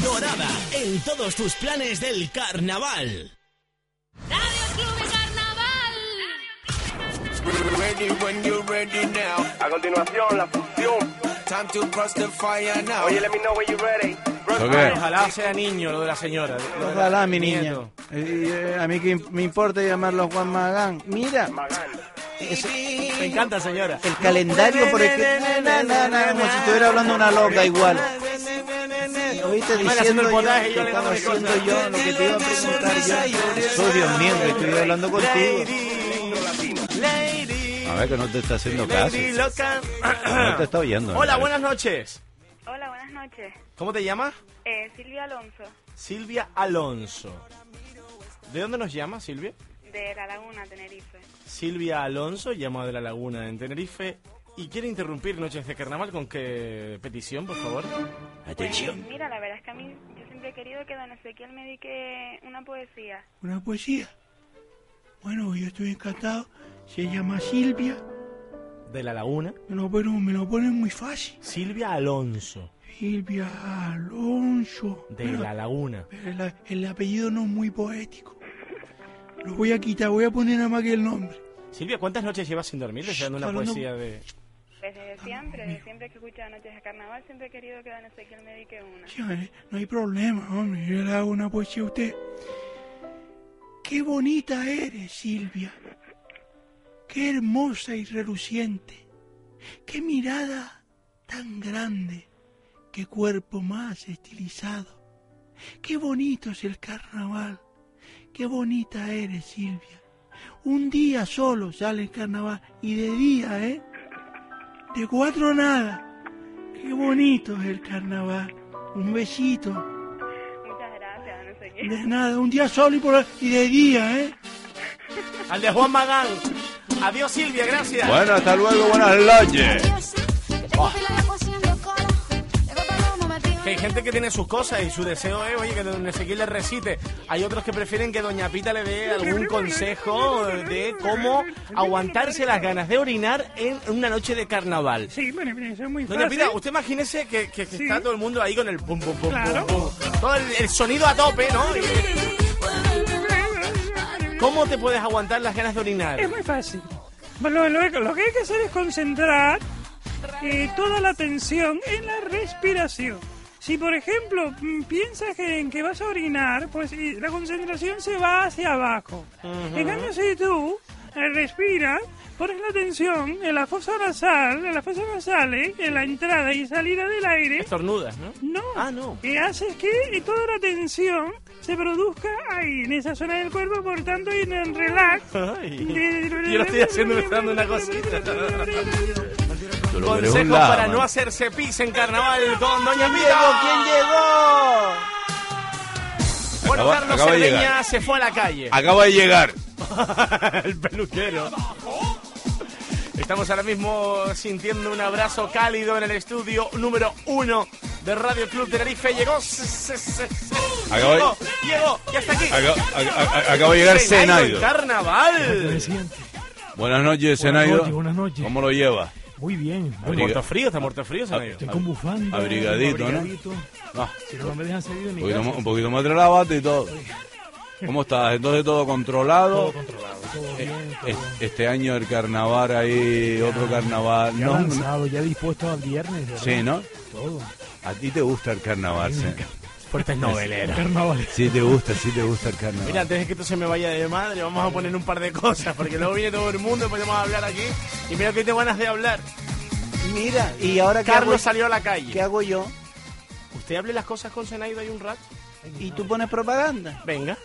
Speaker 7: Dorada, en todos tus planes del carnaval.
Speaker 12: Radio Club de Carnaval.
Speaker 25: A continuación, la fusión. Time to cross the fire now. Oye, let me know when you're ready.
Speaker 1: Ok.
Speaker 3: Ojalá sea niño lo de la señora. lo de la-
Speaker 2: Ojalá, mi niña.
Speaker 3: nieto.
Speaker 2: Eh, eh, a mí que me importa llamarlo Juan Magán. Mira,
Speaker 3: Me encanta, señora.
Speaker 2: el calendario por el que... na, na, na, como si estuviera hablando una loca igual. Y Oíste
Speaker 3: Además,
Speaker 2: diciendo
Speaker 3: haciendo el
Speaker 2: yo,
Speaker 3: potaje, yo
Speaker 2: te
Speaker 3: le
Speaker 2: estaba
Speaker 3: dando mi
Speaker 2: haciendo
Speaker 3: cosa.
Speaker 2: yo lo que te iba a preguntar yo. Soy Dios mío, que estoy hablando contigo.
Speaker 3: Lady,
Speaker 4: A ver que no te está haciendo caso.
Speaker 3: lady loca.
Speaker 4: No te está oyendo.
Speaker 3: Hola, buenas noches.
Speaker 21: Hola, buenas noches.
Speaker 3: ¿Cómo te llamas?
Speaker 21: Eh, Silvia Alonso,
Speaker 3: Silvia Alonso. ¿De dónde nos llamas, Silvia?
Speaker 21: de La Laguna, Tenerife.
Speaker 3: Silvia Alonso, llama de la Laguna en Tenerife. Y quiere interrumpir Noches de Carnaval con qué petición, por favor.
Speaker 21: Pues, mira, la verdad es que a mí yo siempre he querido que don Ezequiel me dedique una poesía.
Speaker 13: una poesía. Bueno, yo estoy encantado. Se llama Silvia.
Speaker 3: De la Laguna.
Speaker 13: Me lo ponen, me lo ponen muy fácil.
Speaker 3: Silvia Alonso,
Speaker 13: Silvia Alonso.
Speaker 3: de
Speaker 13: Pero-
Speaker 3: la Laguna.
Speaker 13: pero el, el apellido no es muy poético. Lo voy a quitar, voy a poner nada más que el nombre.
Speaker 3: Silvia, ¿cuántas noches llevas sin dormir deseando una
Speaker 13: hablando-
Speaker 3: poesía de...?
Speaker 21: Pues desde siempre, desde siempre que he escuchado Noches de Carnaval, siempre he querido que don Ezequiel me dedique una.
Speaker 13: Sí, eh, no hay problema, hombre. Yo le hago una poesía a usted. Qué bonita eres, Silvia. Qué hermosa y reluciente. Qué mirada tan grande. Qué cuerpo más estilizado. Qué bonito es el carnaval. Qué bonita eres, Silvia. Un día solo sale el carnaval y de día, ¿eh? De cuatro nada. Qué bonito es el carnaval. Un besito.
Speaker 21: Muchas gracias, don Ezequiel.
Speaker 13: De nada, un día solo y, por, y de día, ¿eh?
Speaker 3: Al de Juan Magán. Adiós, Silvia, gracias.
Speaker 1: Bueno, hasta luego, buenas noches.
Speaker 3: Que hay gente que tiene sus cosas y su deseo es, oye, que Don Ezequiel le recite. Hay otros que prefieren que Doña Pita le dé algún consejo de cómo aguantarse las ganas de orinar en una noche de carnaval.
Speaker 13: Sí, bueno, mira, eso es muy
Speaker 3: Doña
Speaker 13: fácil.
Speaker 3: Pita, usted imagínese que, que- que está todo el mundo ahí con el pum, pum, pum,
Speaker 13: Claro.
Speaker 3: pum, pum. Todo el, el sonido a tope, ¿no? ¿Cómo te puedes aguantar las ganas de orinar?
Speaker 13: Es muy fácil. Lo, lo- lo que hay que hacer es concentrar eh, toda la atención en la respiración. Si, por ejemplo, mm, piensas que, en que vas a orinar, pues y la concentración se va hacia abajo. En cambio, si tú eh, respiras, pones la atención en la fosa nasal, en la fosa nasal, eh, en la entrada y salida del aire,
Speaker 3: Estornudas, ¿no?
Speaker 13: no. Que haces que toda la tensión se produzca ahí, en esa zona del cuerpo, por tanto, y en el relax.
Speaker 3: Yo lo estoy haciendo, me está dando una cosita.
Speaker 1: Tú lo eres
Speaker 3: Consejos
Speaker 1: un lama.
Speaker 3: para no hacerse pis en carnaval con Doña Pita.
Speaker 2: ¿Quién llegó?
Speaker 3: Bueno,
Speaker 1: Acaba-
Speaker 3: Carlos
Speaker 1: acaba de
Speaker 3: Cerdeña
Speaker 1: llegar.
Speaker 3: se fue a la calle.
Speaker 1: Acaba de llegar.
Speaker 3: el peluquero. Estamos ahora mismo sintiendo un abrazo cálido en el estudio número uno de Radio Club Tenerife. Llegó. s- s- s- s-
Speaker 1: Acaba-
Speaker 3: Llegó, llegó, ya está aquí.
Speaker 1: Acaba, a- a- acaba de llegar Zenaido.
Speaker 3: Cenaido en Carnaval.
Speaker 1: Buenas
Speaker 27: Buenas
Speaker 1: noches, Zenaido.
Speaker 27: noches, buenas noches.
Speaker 1: ¿Cómo lo lleva?
Speaker 27: Muy bien.
Speaker 3: Está muerto frío, está muerto frío, Cenaido.
Speaker 27: Estoy con bufanda.
Speaker 1: Abrigadito, ¿no?
Speaker 27: abrigadito.
Speaker 1: Ah,
Speaker 27: Si no, no me dejan salir de
Speaker 1: un,
Speaker 27: mi
Speaker 1: poquito,
Speaker 27: casa.
Speaker 1: más- un poquito más de la bata y todo. ¿Cómo estás? Entonces todo controlado.
Speaker 27: Todo controlado, todo
Speaker 1: Eh,
Speaker 27: bien.
Speaker 1: es- Este año el carnaval ahí, otro carnaval.
Speaker 27: Ya
Speaker 1: No,
Speaker 27: lanzado, ya dispuesto al viernes. ¿verdad?
Speaker 1: Sí, ¿no?
Speaker 27: Todo.
Speaker 1: a ti te gusta el carnaval, Zen.
Speaker 3: Fuertes noveleras.
Speaker 27: Carnaval.
Speaker 1: Sí, te gusta, sí te gusta el carnaval.
Speaker 3: Mira, antes de que esto se me vaya de madre, vamos a poner un par de cosas, porque luego viene todo el mundo y podemos hablar aquí. Y mira que tengo ganas de hablar.
Speaker 2: Mira, y ahora que
Speaker 3: Carlos
Speaker 2: hago,
Speaker 3: salió a la calle.
Speaker 2: ¿qué hago yo?
Speaker 3: Usted hable las cosas con Zenaido ahí un rato.
Speaker 2: Y tú pones propaganda.
Speaker 3: Venga.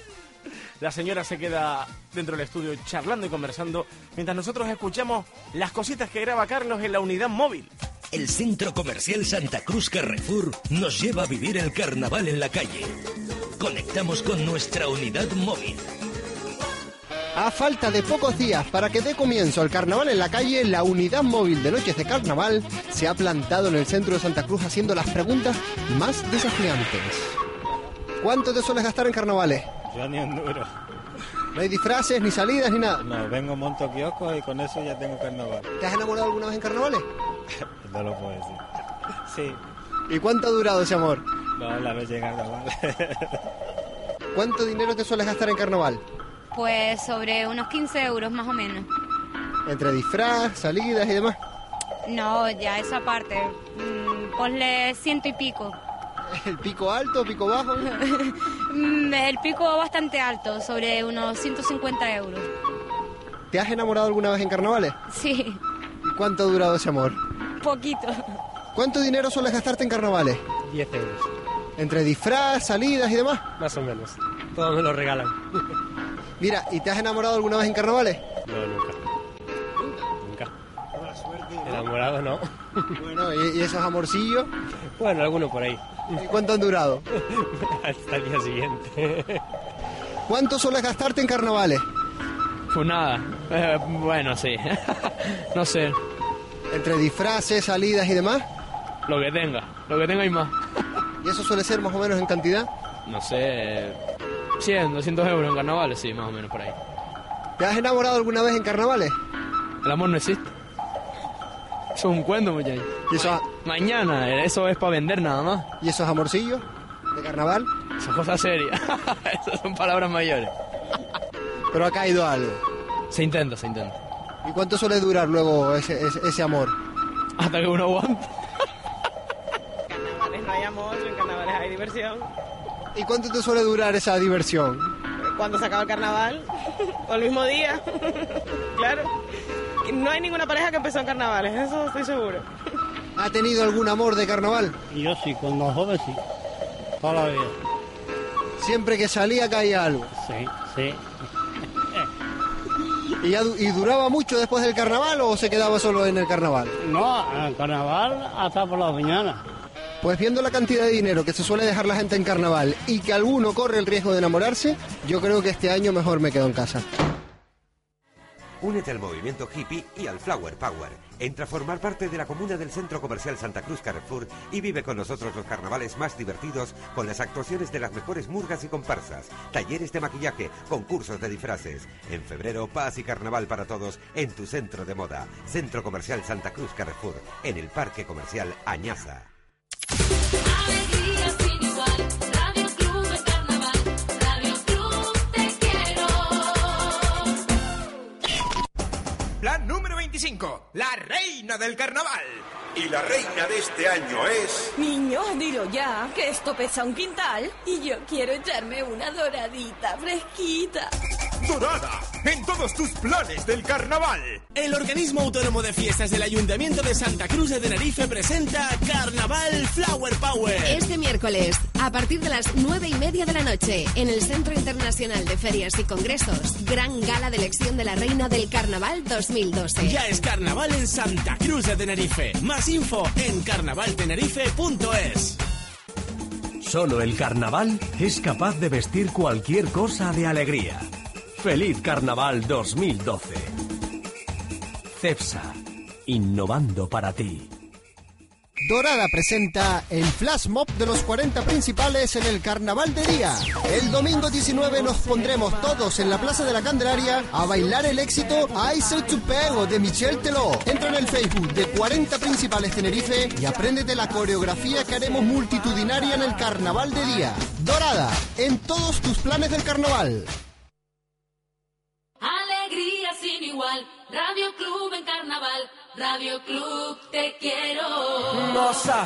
Speaker 3: La señora se queda dentro del estudio charlando y conversando mientras nosotros escuchamos las cositas que graba Carlos en la unidad móvil.
Speaker 28: El Centro Comercial Santa Cruz Carrefour nos lleva a vivir el carnaval en la calle. Conectamos con nuestra unidad móvil.
Speaker 5: A falta de pocos días para que dé comienzo al carnaval en la calle, la unidad móvil de noches de carnaval se ha plantado en el centro de Santa Cruz haciendo las preguntas más desafiantes. ¿Cuánto te sueles gastar en carnavales?
Speaker 26: Yo ni un duro.
Speaker 5: No hay disfraces, ni salidas, ni nada.
Speaker 26: No, vengo, monto kioscos y con eso ya tengo carnaval.
Speaker 5: ¿Te has enamorado alguna vez en carnavales?
Speaker 26: No lo puedo decir. Sí,
Speaker 5: ¿Y cuánto ha durado ese amor?
Speaker 26: no, la noche de carnaval.
Speaker 5: ¿Cuánto dinero te sueles gastar en carnaval?
Speaker 29: Pues sobre unos 15 euros más o menos.
Speaker 5: Entre disfraz, salidas y demás.
Speaker 29: No, ya esa parte. Mm, ponle ciento y pico.
Speaker 5: ¿El pico alto, pico bajo?
Speaker 29: Mm, El pico bastante alto, sobre unos 150 euros.
Speaker 5: ¿Te has enamorado alguna vez en carnavales?
Speaker 29: Sí,
Speaker 5: ¿Y cuánto ha durado ese amor?
Speaker 29: poquito.
Speaker 5: ¿Cuánto dinero sueles gastarte en carnavales?
Speaker 30: 10 euros,
Speaker 5: Entre disfraz, salidas y demás.
Speaker 30: más o menos. Todos me lo regalan.
Speaker 5: Mira, ¿y te has enamorado alguna vez en carnavales?
Speaker 30: No, nunca. Nunca. Enamorado no.
Speaker 5: Bueno, ¿y, y esos amorcillos?
Speaker 30: Bueno, alguno por ahí.
Speaker 5: ¿Y cuánto han durado?
Speaker 30: Hasta el día siguiente.
Speaker 5: ¿Cuánto sueles gastarte en carnavales?
Speaker 30: Pues nada. Eh, bueno, sí. no sé.
Speaker 5: Entre disfraces, salidas y demás.
Speaker 30: Lo que tenga. Lo que tenga y más.
Speaker 5: ¿Y eso suele ser más o menos en cantidad?
Speaker 30: No sé. 100, 200 euros en carnavales, sí, más o menos por ahí.
Speaker 5: ¿Te has enamorado alguna vez en carnavales?
Speaker 30: El amor no existe. Eso es un cuento, muchachos.
Speaker 5: ¿Y eso,
Speaker 30: Mañana, eso es para vender nada más.
Speaker 5: ¿Y esos amorcillos de carnaval?
Speaker 30: Son cosas serias. Esas son palabras mayores.
Speaker 5: Pero ha caído algo.
Speaker 30: Se intenta, se intenta.
Speaker 5: ¿Y cuánto suele durar luego ese, ese- ese amor?
Speaker 30: Hasta que uno aguante.
Speaker 21: carnavales no hay amor, en carnavales hay diversión.
Speaker 5: ¿Y cuánto te suele durar esa diversión?
Speaker 21: Cuando se acaba el carnaval, o el mismo día, claro. No hay ninguna pareja que empezó en carnavales, eso estoy seguro.
Speaker 5: ¿Ha tenido algún amor de carnaval?
Speaker 2: Yo sí, cuando joven sí. Toda la vida.
Speaker 5: Siempre que salía caía algo.
Speaker 2: Sí, sí.
Speaker 5: ¿Y, ya du- y duraba mucho después del carnaval o se quedaba solo en el carnaval?
Speaker 2: No, en carnaval hasta por la mañana.
Speaker 5: Pues viendo la cantidad de dinero que se suele dejar la gente en carnaval y que alguno corre el riesgo de enamorarse, yo creo que este año mejor me quedo en casa.
Speaker 16: Únete al movimiento hippie y al Flower Power. Entra a formar parte de la comuna del Centro Comercial Santa Cruz Carrefour y vive con nosotros los carnavales más divertidos con las actuaciones de las mejores murgas y comparsas, talleres de maquillaje, concursos de disfraces. En febrero, paz y carnaval para todos en tu centro de moda. Centro Comercial Santa Cruz Carrefour, en el Parque Comercial Añaza.
Speaker 12: Alegría sin igual, Radio Club de Carnaval, Radio Club te quiero.
Speaker 31: Plan número 25, la reina del carnaval.
Speaker 7: Y la reina de este año es...
Speaker 2: Niño, dilo ya, que esto pesa un quintal y yo quiero echarme una doradita fresquita.
Speaker 31: Dorada, en todos tus planes del carnaval.
Speaker 3: El Organismo Autónomo de Fiestas del Ayuntamiento de Santa Cruz de Tenerife presenta Carnaval Flower Power.
Speaker 31: Este miércoles, a partir de las nueve y media de la noche, en el Centro Internacional de Ferias y Congresos, gran gala de elección de la reina del carnaval 2012.
Speaker 3: Ya es carnaval en Santa Cruz de Tenerife. Más info en carnavaltenerife.es.
Speaker 15: Solo el carnaval es capaz de vestir cualquier cosa de alegría. Feliz Carnaval 2012. CEPSA, innovando para ti.
Speaker 5: Dorada presenta el flash mob de los 40 principales en el Carnaval de Día. El domingo 19 nos pondremos todos en la Plaza de la Candelaria a bailar el éxito I Say to Pego de Michel Teló. Entra en el Facebook de 40 principales Tenerife y apréndete la coreografía que haremos multitudinaria en el Carnaval de Día. Dorada, en todos tus planes del carnaval.
Speaker 12: Alegría sin igual, Radio Club en Carnaval, Radio Club te quiero.
Speaker 11: Nossa,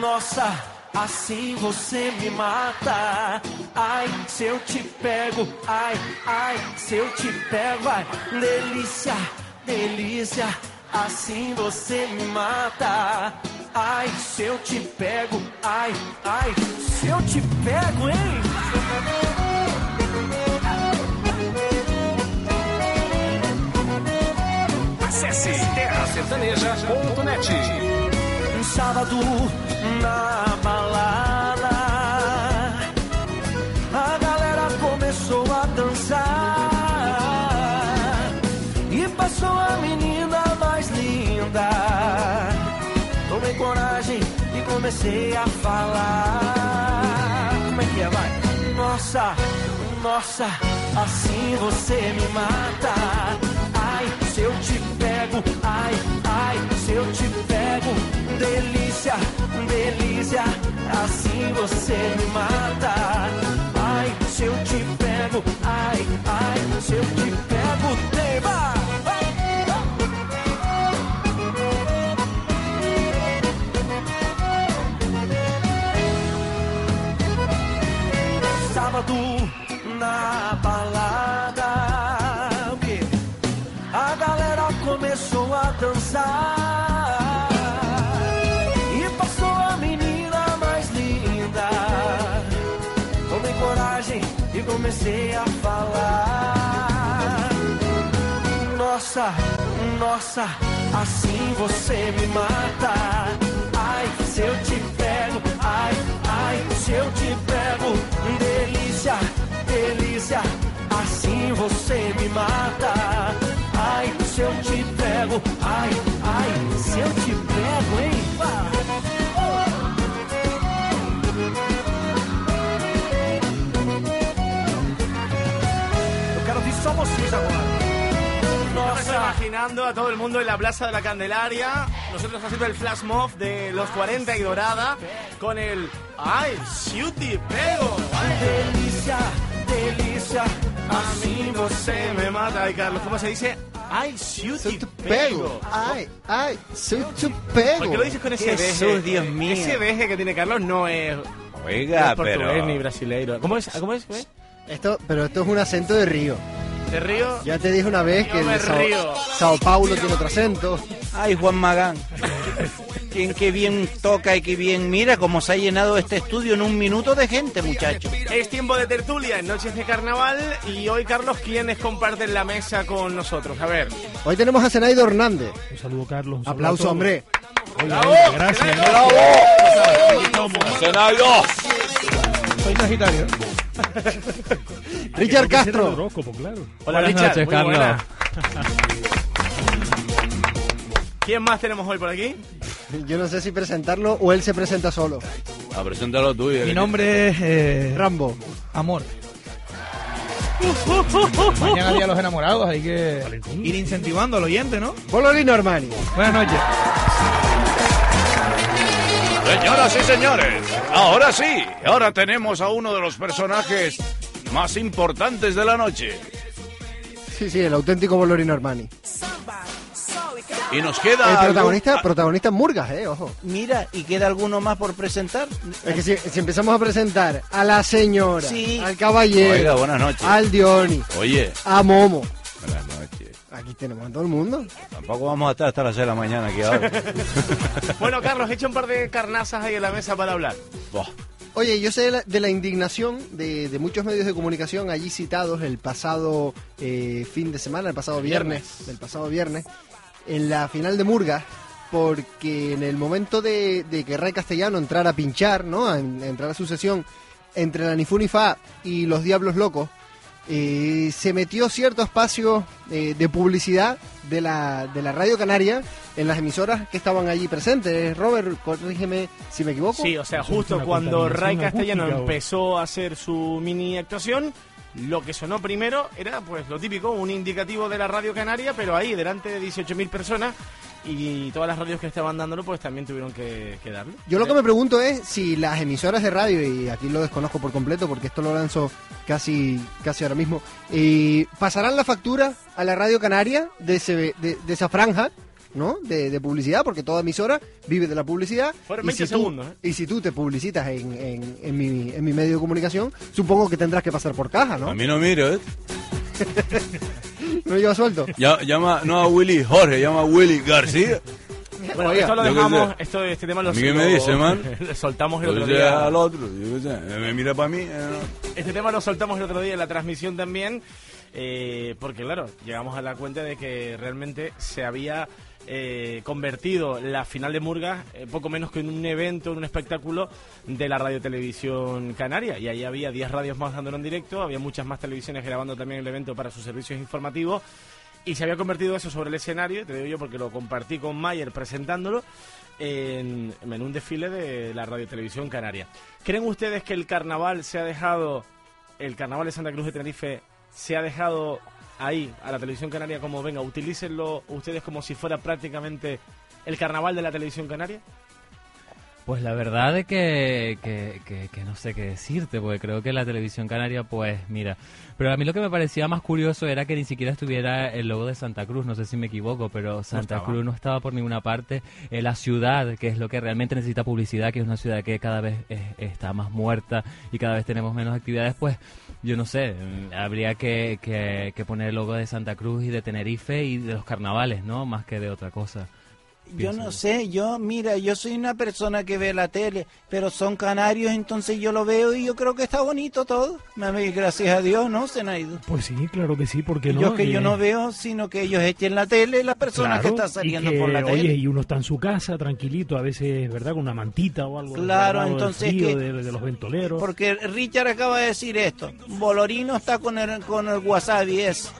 Speaker 11: nossa, assim você me mata. Ai, se eu te pego, ai, ai, se eu te pego, ai, delícia, delícia, assim você me mata. Ai, se eu te pego, ai, ai, se eu te pego, hein?
Speaker 31: Acesse terrasertaneja.net.
Speaker 11: Um sábado na balada, a galera começou a dançar. comecei a falar. Como é que é? Vai. Nossa, nossa, assim você me mata. Ai, se eu te pego, ai, ai, se eu te pego. Delícia, delícia, assim você me mata. Ai, se eu te pego, ai, ai, se eu te pego, teima. Sábado na balada, o quê? a galera começou a dançar e passou a menina mais linda. Tomei coragem e comecei a falar. Nossa, nossa, assim você me mata. Ai, se eu te pego, ai, ai, se eu te pego. Delícia, delícia, assim você me mata. Ai, se eu te pego, ai, ai, se eu te pego, hein? Eu quero ouvir só vocês agora.
Speaker 3: Yo me estoy imaginando a todo el mundo en la Plaza de la Candelaria. Nosotros haciendo el flash mob de los 40 y Dorada con el ¡Ay, Shooty Pego!
Speaker 11: Delicia, delicia,
Speaker 3: así no se me mata. Ay, Carlos, ¿cómo se dice? ¡Ay, Shooty Pego! Ah,
Speaker 5: Ay, ay, soy tu pego.
Speaker 3: ¿Por qué lo dices con ese
Speaker 2: Jesús,
Speaker 3: deje?
Speaker 2: Dios mío.
Speaker 3: Ese deje que tiene Carlos no es... no
Speaker 1: Oiga,
Speaker 3: es portugués
Speaker 1: pero.
Speaker 3: ni brasileiro. ¿Cómo es? ¿Cómo es? ¿Cómo es?
Speaker 5: Esto, pero esto es un acento de Río.
Speaker 3: ¿Te río?
Speaker 5: Ya te dije una vez que
Speaker 3: me
Speaker 5: el Sao,
Speaker 3: río.
Speaker 5: Sao Paulo tiene otro acento.
Speaker 2: Ay, Juan Magán. Quien que bien toca y que bien mira cómo se ha llenado este estudio en un minuto de gente, muchachos.
Speaker 3: Es tiempo de tertulia en Noches de Carnaval y hoy, Carlos, ¿quiénes comparten la mesa con nosotros? A ver.
Speaker 5: Hoy tenemos a Zenaido Hernández.
Speaker 27: Un saludo, Carlos. un saludo a
Speaker 5: Aplauso,
Speaker 27: todos.
Speaker 5: hombre.
Speaker 27: Oiga, oiga, gracias. Soy sagitario. Que no
Speaker 5: Richard
Speaker 27: quisiera
Speaker 5: Castro.
Speaker 27: el horóscopo, claro.
Speaker 3: Hola,
Speaker 27: Buenas
Speaker 3: Richard.
Speaker 27: noches,
Speaker 3: Muy
Speaker 27: Carlos.
Speaker 3: buena. ¿Quién más tenemos hoy por aquí?
Speaker 5: Yo no sé si presentarlo o él se presenta solo.
Speaker 1: Ah, preséntalo tú.
Speaker 27: Mi nombre es eh,
Speaker 5: Rambo.
Speaker 27: Amor. Mañana día de los enamorados, hay que ir incentivando al oyente, ¿no?
Speaker 5: Bololino Armani.
Speaker 27: Buenas noches.
Speaker 1: Señoras y señores, ahora sí, ahora tenemos a uno de los personajes más importantes de la noche.
Speaker 5: Sí, sí, el auténtico Bololino Armani.
Speaker 1: Y nos queda.
Speaker 5: El
Speaker 1: algo- Ah.
Speaker 5: protagonista, protagonista en Murgas, eh, ojo.
Speaker 2: Mira, ¿y queda alguno más por presentar?
Speaker 5: Es que si, si empezamos a presentar a la señora,
Speaker 2: Sí.
Speaker 5: al caballero,
Speaker 1: Oiga, buenas noches.
Speaker 5: al Dioni,
Speaker 1: Oye,
Speaker 5: a Momo.
Speaker 1: buenas noches.
Speaker 5: Aquí tenemos a todo el mundo.
Speaker 1: Tampoco vamos a estar hasta las 6 de la mañana aquí ahora.
Speaker 3: Bueno, Carlos, echa un par de carnazas ahí en la mesa para hablar.
Speaker 1: Buah.
Speaker 5: Oye, yo sé de la, de la indignación de, de muchos medios de comunicación allí citados el pasado eh, fin de semana, el pasado viernes, del pasado viernes, en la final de Murga, porque en el momento de, de que Ray Castellano entrara a pinchar, ¿no? A, en- a entrar a su sesión entre la Nifunifa y los Diablos Locos, eh, se metió cierto espacio eh, de publicidad de la, de la Radio Canaria en las emisoras que estaban allí presentes. Robert, corrígeme si me equivoco.
Speaker 3: Sí, o sea,
Speaker 27: Eso es
Speaker 3: justo
Speaker 27: una
Speaker 3: cuando Ray
Speaker 27: contaminación
Speaker 3: Castellano
Speaker 27: acústica, o-
Speaker 3: empezó a hacer su mini actuación, lo que sonó primero era, pues, lo típico, un indicativo de la radio canaria, pero ahí, delante de 18.000 personas, y todas las radios que estaban dándolo, pues también tuvieron que, que darlo.
Speaker 5: Yo lo que me pregunto es si las emisoras de radio, y aquí lo desconozco por completo porque esto lo lanzo casi, casi ahora mismo, eh, pasarán la factura a la radio canaria de, ese- de- de esa franja. ¿no? De, de publicidad, porque toda emisora vive de la publicidad.
Speaker 3: Fueron
Speaker 5: Y si
Speaker 3: 20
Speaker 5: tú-
Speaker 3: segundos, ¿eh?
Speaker 5: Y si tú te publicitas en, en- en mi, en mi medio de comunicación, supongo que tendrás que pasar por caja,
Speaker 1: A
Speaker 5: ¿no?
Speaker 1: mí no miro, ¿eh?
Speaker 5: No lleva sueldo.
Speaker 1: Ya- llama, no a Willy Jorge, llama a Willy García.
Speaker 3: Bueno,
Speaker 5: Oiga,
Speaker 3: esto lo
Speaker 1: yo qué
Speaker 3: dejamos,
Speaker 1: sé.
Speaker 3: esto, este tema
Speaker 1: ¿A
Speaker 3: lo
Speaker 1: mí qué me
Speaker 3: lo-
Speaker 1: dice, man?
Speaker 3: lo soltamos el
Speaker 1: Yo
Speaker 3: otro
Speaker 1: qué sé,
Speaker 3: día.
Speaker 1: al otro, yo qué sé, me mira para mí. eh, no.
Speaker 3: Este tema lo soltamos el otro día en la transmisión también, eh, porque claro, llegamos a la cuenta de que realmente se había eh, convertido la final de Murgas eh, poco menos que en un evento, en un espectáculo de la radio televisión canaria. Y ahí había 10 radios más dándolo en directo, había muchas más televisiones grabando también el evento para sus servicios informativos. Y se había convertido eso sobre el escenario, te digo yo porque lo compartí con Mayer presentándolo, en, en un desfile de la Radio Televisión Canaria. ¿Creen ustedes que el carnaval se ha dejado, el carnaval de Santa Cruz de Tenerife, se ha dejado ahí, a la Televisión Canaria, como venga, utilícenlo ustedes como si fuera prácticamente el carnaval de la Televisión Canaria?
Speaker 4: Pues la verdad es que, que, que- que no sé qué decirte, porque creo que la televisión canaria, pues mira. Pero a mí lo que me parecía más curioso era que ni siquiera estuviera el logo de Santa Cruz, no sé si me equivoco, pero Santa
Speaker 10: estaba.
Speaker 4: Cruz no estaba por ninguna parte. Eh, la ciudad, que es lo que realmente necesita publicidad, que es una ciudad que cada vez es- está más muerta y cada vez tenemos menos actividades, pues yo no sé, mm, habría que, que- que poner el logo de Santa Cruz y de Tenerife y de los carnavales, ¿no? Más que de otra cosa.
Speaker 2: Yo
Speaker 4: Pienso
Speaker 2: no sé, yo, mira, yo soy una persona que ve la tele, pero son canarios, entonces yo lo veo y yo creo que está bonito todo. Mami, Gracias a Dios, ¿no, Zenaido?
Speaker 25: Pues sí, claro que sí, porque no.
Speaker 2: yo que
Speaker 25: Eh,
Speaker 2: yo no veo, sino que ellos echen la tele, las personas
Speaker 25: claro,
Speaker 2: que están saliendo
Speaker 25: y que,
Speaker 2: por la tele.
Speaker 25: Oye, y uno está en su casa, tranquilito, a veces, ¿verdad? Con una mantita o algo. resguardado
Speaker 2: Claro,
Speaker 25: del
Speaker 2: entonces
Speaker 25: frío,
Speaker 2: que-
Speaker 25: de, de los ventoleros.
Speaker 2: Porque Richard acaba de decir esto. Bolorino está con el, con el wasabi es.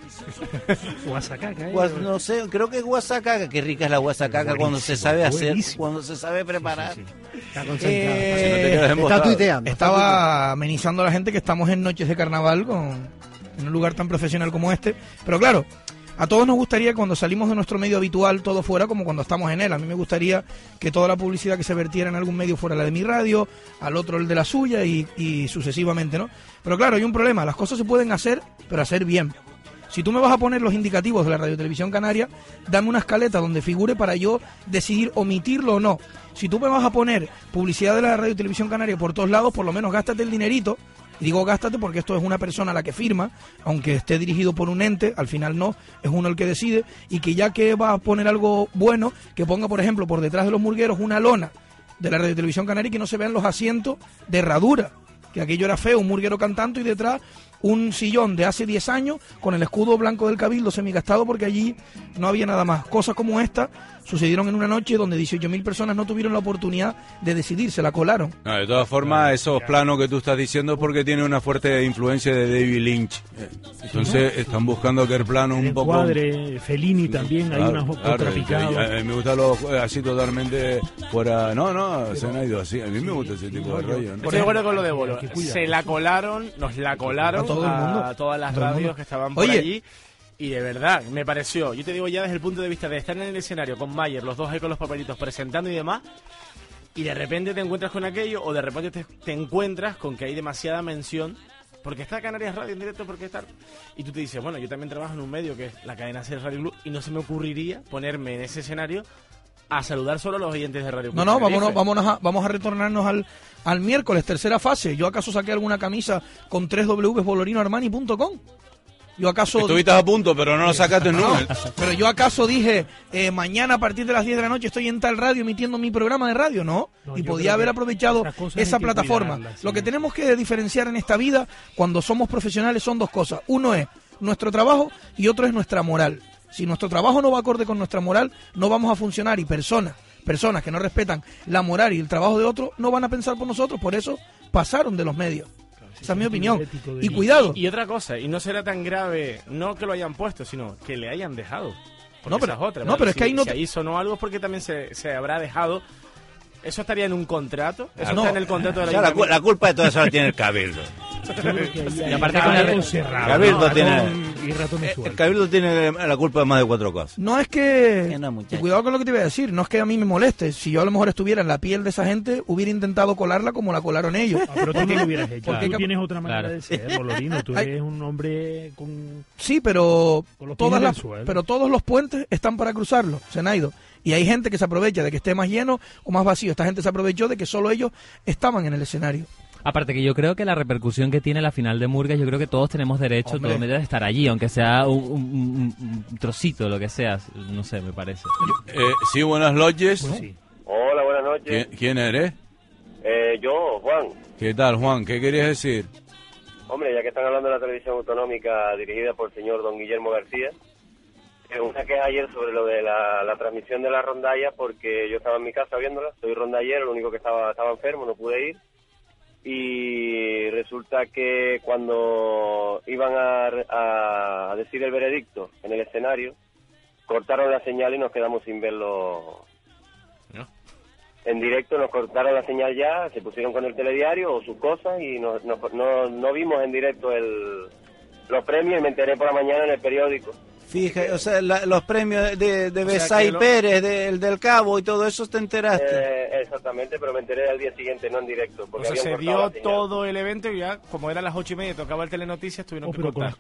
Speaker 25: Guasacaca, ¿eh?
Speaker 2: Guas- no sé, creo que es guasacaca. Qué rica es la guasacaca cuando se sabe hacer, cuando se sabe preparar.
Speaker 27: Eh, Estaba amenizando a la gente que estamos en noches de carnaval con, en un lugar tan profesional como este. Pero claro, a todos nos gustaría que cuando salimos de nuestro medio habitual todo fuera como cuando estamos en él. A mí me gustaría que toda la publicidad que se vertiera en algún medio fuera la de mi radio, al otro el de la suya y, y sucesivamente, ¿no? Pero claro, hay un problema. Las cosas se pueden hacer, pero hacer bien. Si tú me vas a poner los indicativos de la Radio Televisión Canaria, dame una escaleta donde figure para yo decidir omitirlo o no. Si tú me vas a poner publicidad de la Radio Televisión Canaria por todos lados, por lo menos gástate el dinerito. Y digo gástate porque esto es una persona la que firma, aunque esté dirigido por un ente, al final no, es uno el que decide. Y que ya que va a poner algo bueno, que ponga, por ejemplo, por detrás de los murgueros una lona de la Radio Televisión Canaria y que no se vean los asientos de herradura que aquello era feo, un murguero cantando y detrás un sillón de hace 10 años con el escudo blanco del cabildo semigastado porque allí no había nada más. Cosas como esta sucedieron en una noche donde 18.000 personas no tuvieron la oportunidad de decidir, se la colaron.
Speaker 1: No, de todas formas, esos planos que tú estás diciendo es porque tiene una fuerte influencia de David Lynch. Eh, Entonces están buscando que el plano un poco...
Speaker 25: Cuadre, Fellini también, hay
Speaker 1: Claro,
Speaker 25: unas
Speaker 1: claro,
Speaker 25: fotos picadas.
Speaker 1: a- a- a mí me gusta los eh, así totalmente fuera... No, no, se han ido así. A mí me gusta ese tipo de rollo. ¿no?
Speaker 3: Estoy de acuerdo con lo de Bolo. Se la colaron, nos la colaron
Speaker 1: A
Speaker 3: a,
Speaker 1: todo el mundo.
Speaker 3: todas las
Speaker 1: Todo el
Speaker 3: radios
Speaker 1: mundo.
Speaker 3: que estaban por
Speaker 1: Oye.
Speaker 3: allí. Y de verdad, me pareció, yo te digo ya desde el punto de vista de estar en el escenario con Mayer, los dos ahí con los papelitos presentando y demás, y de repente te encuentras con aquello, o de repente te, te encuentras con que hay demasiada mención, porque está Canarias Radio en directo, porque está... Y tú te dices, bueno, yo también trabajo en un medio que es la cadena C de Radio Club, y no se me ocurriría ponerme en ese escenario a saludar solo a los oyentes de Radio
Speaker 27: No,
Speaker 3: Club
Speaker 27: no,
Speaker 3: Tenerife.
Speaker 27: vámonos, vámonos a, vamos a retornarnos al, al miércoles, tercera fase. ¿Yo acaso saqué alguna camisa con 3wbolorinoarmani.com? ¿Yo acaso
Speaker 1: Estuviste a punto, pero no lo sacaste nunca.
Speaker 27: Pero yo acaso dije, eh, mañana a partir de las 10 de la noche estoy en tal radio emitiendo mi programa de radio, ¿no? y
Speaker 25: yo
Speaker 27: podía
Speaker 25: creo
Speaker 27: haber
Speaker 25: que
Speaker 27: aprovechado
Speaker 25: estas cosas hay
Speaker 27: esa
Speaker 25: que
Speaker 27: plataforma.
Speaker 25: cuidarlas,
Speaker 27: Lo que tenemos que diferenciar en esta vida, cuando somos profesionales, son dos cosas. Uno es nuestro trabajo y otro es nuestra moral. Si nuestro trabajo no va acorde con nuestra moral, no vamos a funcionar y personas, personas que no respetan la moral y el trabajo de otro, no van a pensar por nosotros. Por eso pasaron de los medios. Esa es mi opinión. Y cuidado.
Speaker 3: Y, y otra cosa, y no será tan grave, no que lo hayan puesto, sino que le hayan dejado. Porque
Speaker 27: No, pero-
Speaker 3: esa es otra,
Speaker 27: no,
Speaker 3: ¿vale?
Speaker 27: pero es que
Speaker 3: Si-
Speaker 27: ahí no
Speaker 3: si
Speaker 27: te-
Speaker 3: sonó algo es porque también se, se habrá dejado. Eso estaría en un contrato. Eso
Speaker 1: Ah, no.
Speaker 3: está en el contrato de la
Speaker 1: Ya la, cu- la culpa de todo eso la tiene el cabildo.
Speaker 25: Y aparte con el- cerrado,
Speaker 1: Cabildo
Speaker 25: ¿no?
Speaker 1: tiene...
Speaker 25: Y ratón es
Speaker 1: El cabildo tiene la culpa de más de cuatro cosas.
Speaker 27: No es que. y cuidado con lo que te iba a decir. No es que a mí me moleste. Si yo a lo mejor estuviera en la piel de esa gente, hubiera intentado colarla como la colaron ellos.
Speaker 25: Ah, Pero tú
Speaker 27: Porque-
Speaker 25: no lo hubieras hecho. Ah.
Speaker 27: porque
Speaker 25: Tú
Speaker 27: cap-
Speaker 25: tienes otra manera de ser, Bolorino. Tú
Speaker 27: Ay,
Speaker 25: eres un hombre con.
Speaker 27: Sí, pero
Speaker 25: Con los pies
Speaker 27: todas
Speaker 25: en el
Speaker 27: las,
Speaker 25: suelo.
Speaker 27: pero todos los puentes están para cruzarlos, Zenaido. Y hay gente que se aprovecha de que esté más lleno o más vacío. Esta gente se aprovechó de que solo ellos estaban en el escenario.
Speaker 4: Aparte que yo creo que la repercusión que tiene la final de Murgas, yo creo que todos tenemos derecho,
Speaker 27: Hombre.
Speaker 4: todos merecen estar allí, aunque sea un, un- un- un trocito, lo que sea, no sé, me parece.
Speaker 1: Eh, sí, buenas noches.
Speaker 26: Hola, buenas noches.
Speaker 1: ¿Qui- ¿Quién eres?
Speaker 26: Eh, yo, Juan.
Speaker 1: ¿Qué tal, Juan? ¿Qué querías decir?
Speaker 26: Hombre, ya que están hablando de la televisión autonómica dirigida por el señor don Guillermo García, eh, una queja ayer sobre lo de la, la transmisión de la rondalla, porque yo estaba en mi casa viéndola, soy rondallero, lo único que estaba, estaba enfermo, no pude ir. y resulta que cuando iban a, a decir el veredicto en el escenario, cortaron la señal y nos quedamos sin verlo. En directo nos cortaron la señal ya, se pusieron con el telediario o sus cosas y no, no, no- no vimos en directo el, los premios y me enteré por la mañana en el periódico.
Speaker 2: Fíjate, o sea, la- los premios de, de Besay
Speaker 26: que lo-
Speaker 2: Pérez, de- el del Cabo y todo eso, ¿te enteraste?
Speaker 26: Eh, exactamente, pero me enteré al día siguiente, no en directo.
Speaker 3: O
Speaker 26: Porque
Speaker 3: sea, se
Speaker 26: habían cortado
Speaker 3: dio
Speaker 26: la señal.
Speaker 3: todo el evento y ya, como eran las ocho y media, tocaba el Telenoticias,
Speaker 25: Oh,
Speaker 3: tuvieron que cortar.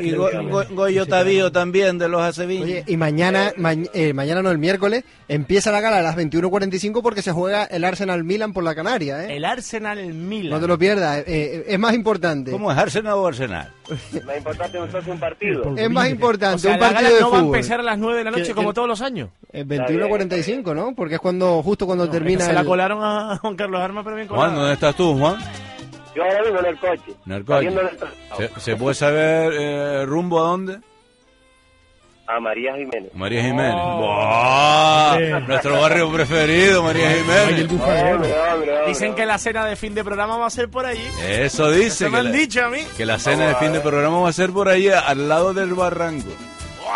Speaker 2: Y Go- Go- Goyo Tavío también, de los Aceviños.
Speaker 5: Oye, y mañana, ma- eh, mañana no, el miércoles, empieza la gala a las 21.45 porque se juega el Arsenal Milan por la Canaria, ¿eh?
Speaker 3: El Arsenal Milan.
Speaker 5: No te lo pierdas, eh, eh, es más importante.
Speaker 1: ¿Cómo es Arsenal o Arsenal?
Speaker 26: Más importante es un partido.
Speaker 5: Es más importante,
Speaker 3: O sea,
Speaker 5: un
Speaker 3: la
Speaker 5: partido
Speaker 3: gala
Speaker 5: de
Speaker 3: no va a
Speaker 5: fútbol.
Speaker 3: empezar a las nueve de la noche
Speaker 5: Que-
Speaker 3: como
Speaker 5: que-
Speaker 3: todos los años.
Speaker 5: eh, 21.45, ¿no? Porque es cuando justo cuando termina
Speaker 3: Se la
Speaker 5: el-
Speaker 3: colaron a Juan Carlos Armas, pero bien
Speaker 1: Juan,
Speaker 3: colada.
Speaker 1: ¿dónde estás tú, Juan?
Speaker 26: Yo ahora mismo en el coche.
Speaker 1: En el coche.
Speaker 26: saliendo del tra-
Speaker 1: ¿Se, se puede saber eh, rumbo a dónde?
Speaker 26: A María Jiménez.
Speaker 1: María Jiménez.
Speaker 26: Oh.
Speaker 1: ¡Buah! Nuestro barrio preferido, María Jiménez.
Speaker 3: Dicen que la cena de fin de programa va a ser por allí.
Speaker 1: Eso dice.
Speaker 3: Eso me
Speaker 1: que
Speaker 3: han
Speaker 1: la-
Speaker 3: dicho a mí.
Speaker 1: Que la cena de fin de programa va a ser por ahí, al lado del barranco.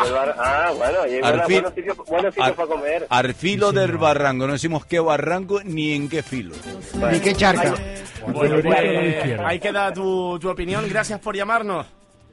Speaker 26: Del bar- Ah, bueno, ahí hay buena-
Speaker 1: Al fin-
Speaker 26: buenos sitios buenos sitios
Speaker 1: al-
Speaker 26: para comer.
Speaker 1: Al filo del barranco. No decimos qué barranco ni en qué filo.
Speaker 5: Ni qué charca.
Speaker 3: Bueno,
Speaker 1: Derecha
Speaker 3: pues,
Speaker 1: o la izquierda.
Speaker 3: ahí queda tu, tu opinión. Gracias por llamarnos.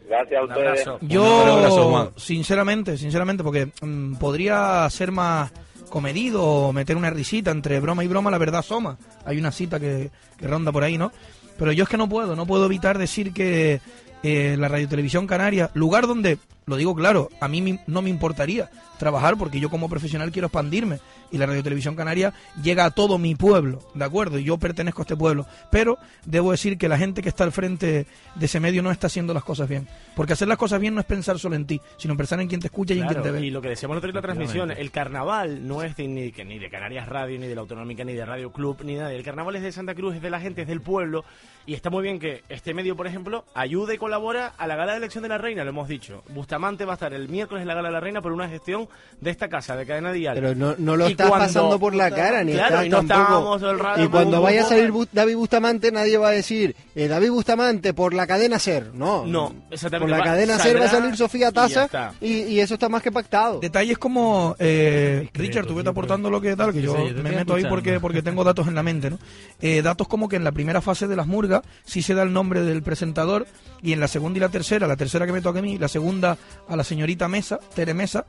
Speaker 26: Gracias a
Speaker 3: ustedes.
Speaker 1: Un abrazo,
Speaker 27: Yo,
Speaker 1: Juan.
Speaker 27: sinceramente, sinceramente, porque mm, podría ser más comedido o meter una risita entre broma y broma, la verdad asoma. Hay una cita que, que ronda por ahí, ¿no? Pero yo es que no puedo, no puedo evitar decir que eh, la radiotelevisión canaria, lugar donde, lo digo claro, a mí mi- no me importaría trabajar porque yo como profesional quiero expandirme y la radiotelevisión canaria llega a todo mi pueblo, ¿de acuerdo? Y yo pertenezco a este pueblo. Pero debo decir que la gente que está al frente de ese medio no está haciendo las cosas bien. Porque hacer las cosas bien no es pensar solo en ti, sino pensar en quien te escucha y en quien te
Speaker 3: Claro,
Speaker 27: ve.
Speaker 3: y lo que decíamos nosotros en la transmisión, el carnaval no es de- ni, que- ni de Canarias Radio, ni de la Autonómica, ni de Radio Club, ni nada. El carnaval es de Santa Cruz, es de la gente, es del pueblo. Y está muy bien que este medio, por ejemplo, ayude y colabora a la gala de elección de la reina, lo hemos dicho. Bustamante va a estar el miércoles en la gala de la reina por una gestión de esta casa, de cadena diaria.
Speaker 5: Pero no, no lo estás pasando por la cara, ni
Speaker 3: claro,
Speaker 5: estás
Speaker 3: y no
Speaker 5: tampoco.
Speaker 3: estábamos todo el rato,
Speaker 5: y cuando
Speaker 3: bu-
Speaker 5: vaya a
Speaker 3: bu-
Speaker 5: salir Bu- David Bustamante, nadie va a decir, eh, David Bustamante por la cadena Ser. No,
Speaker 3: No, exactamente.
Speaker 5: por la
Speaker 3: Va-
Speaker 5: cadena Ser va a
Speaker 3: saldrá
Speaker 5: salir Sofía
Speaker 3: y ya
Speaker 5: Taza
Speaker 3: está.
Speaker 5: y, y eso está más que pactado.
Speaker 27: Detalles como, eh, Richard, tú vete aportando lo que tal, que
Speaker 5: Sí,
Speaker 27: yo
Speaker 5: sí, yo te
Speaker 27: me
Speaker 5: estoy
Speaker 27: meto ahí
Speaker 5: escuchando.
Speaker 27: porque, porque tengo datos en la mente, ¿no? Eh, datos como que en la primera fase de las murgas sí se da el nombre del presentador y en la segunda y la tercera, la tercera que me toca a mí, la segunda a la señorita Mesa, Tere Mesa,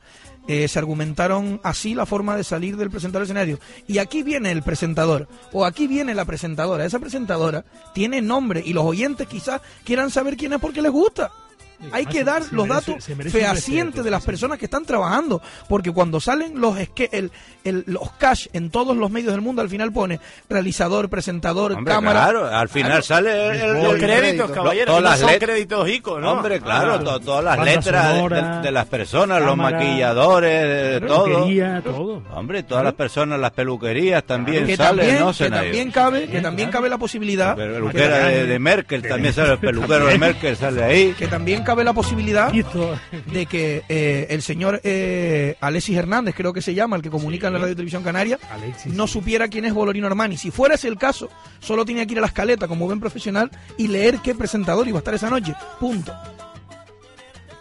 Speaker 27: eh, se argumentaron así la forma de salir del presentar el escenario. Y aquí viene el presentador, o aquí viene la presentadora. Esa presentadora tiene nombre y los oyentes quizás quieran saber quién es porque les gusta. Hay que dar
Speaker 25: se
Speaker 27: los
Speaker 25: merece-
Speaker 27: datos
Speaker 25: se merece un
Speaker 27: fehacientes de las personas que están trabajando, porque cuando salen los esque- el, el- los cash en todos los medios del mundo, al final pone realizador, presentador,
Speaker 1: Hombre,
Speaker 27: cámara.
Speaker 1: claro, al final sale el- el-
Speaker 3: Los
Speaker 1: el-
Speaker 3: Ah, créditos,
Speaker 1: lo-
Speaker 3: caballero.
Speaker 1: todas
Speaker 3: no
Speaker 1: las
Speaker 3: son
Speaker 1: let-
Speaker 3: créditos ICO, ¿no?
Speaker 1: Hombre, claro,
Speaker 3: Ah.
Speaker 1: to- todas las
Speaker 3: Banda
Speaker 1: letras de-
Speaker 3: sonora,
Speaker 1: de, de las personas, los
Speaker 3: cámara,
Speaker 1: maquilladores, de- de todo.
Speaker 27: peluquería,
Speaker 1: Hombre, todas
Speaker 3: ¿Eh?
Speaker 1: las personas, las peluquerías también
Speaker 27: que
Speaker 1: salen,
Speaker 27: también,
Speaker 1: no
Speaker 27: que
Speaker 1: se
Speaker 27: también cabe, que también cabe la posibilidad.
Speaker 1: El peluquero de, de Merkel también sale, el peluquero de Merkel sale ahí.
Speaker 27: que también cabe la posibilidad de que eh, el señor eh, Alexis Hernández, creo que se llama, el que comunica en la radio y televisión canaria, no supiera quién es Bolorino Armani. Si fuera ese el caso, solo tenía que ir a la escaleta como buen profesional y leer qué presentador iba a estar esa noche. Punto.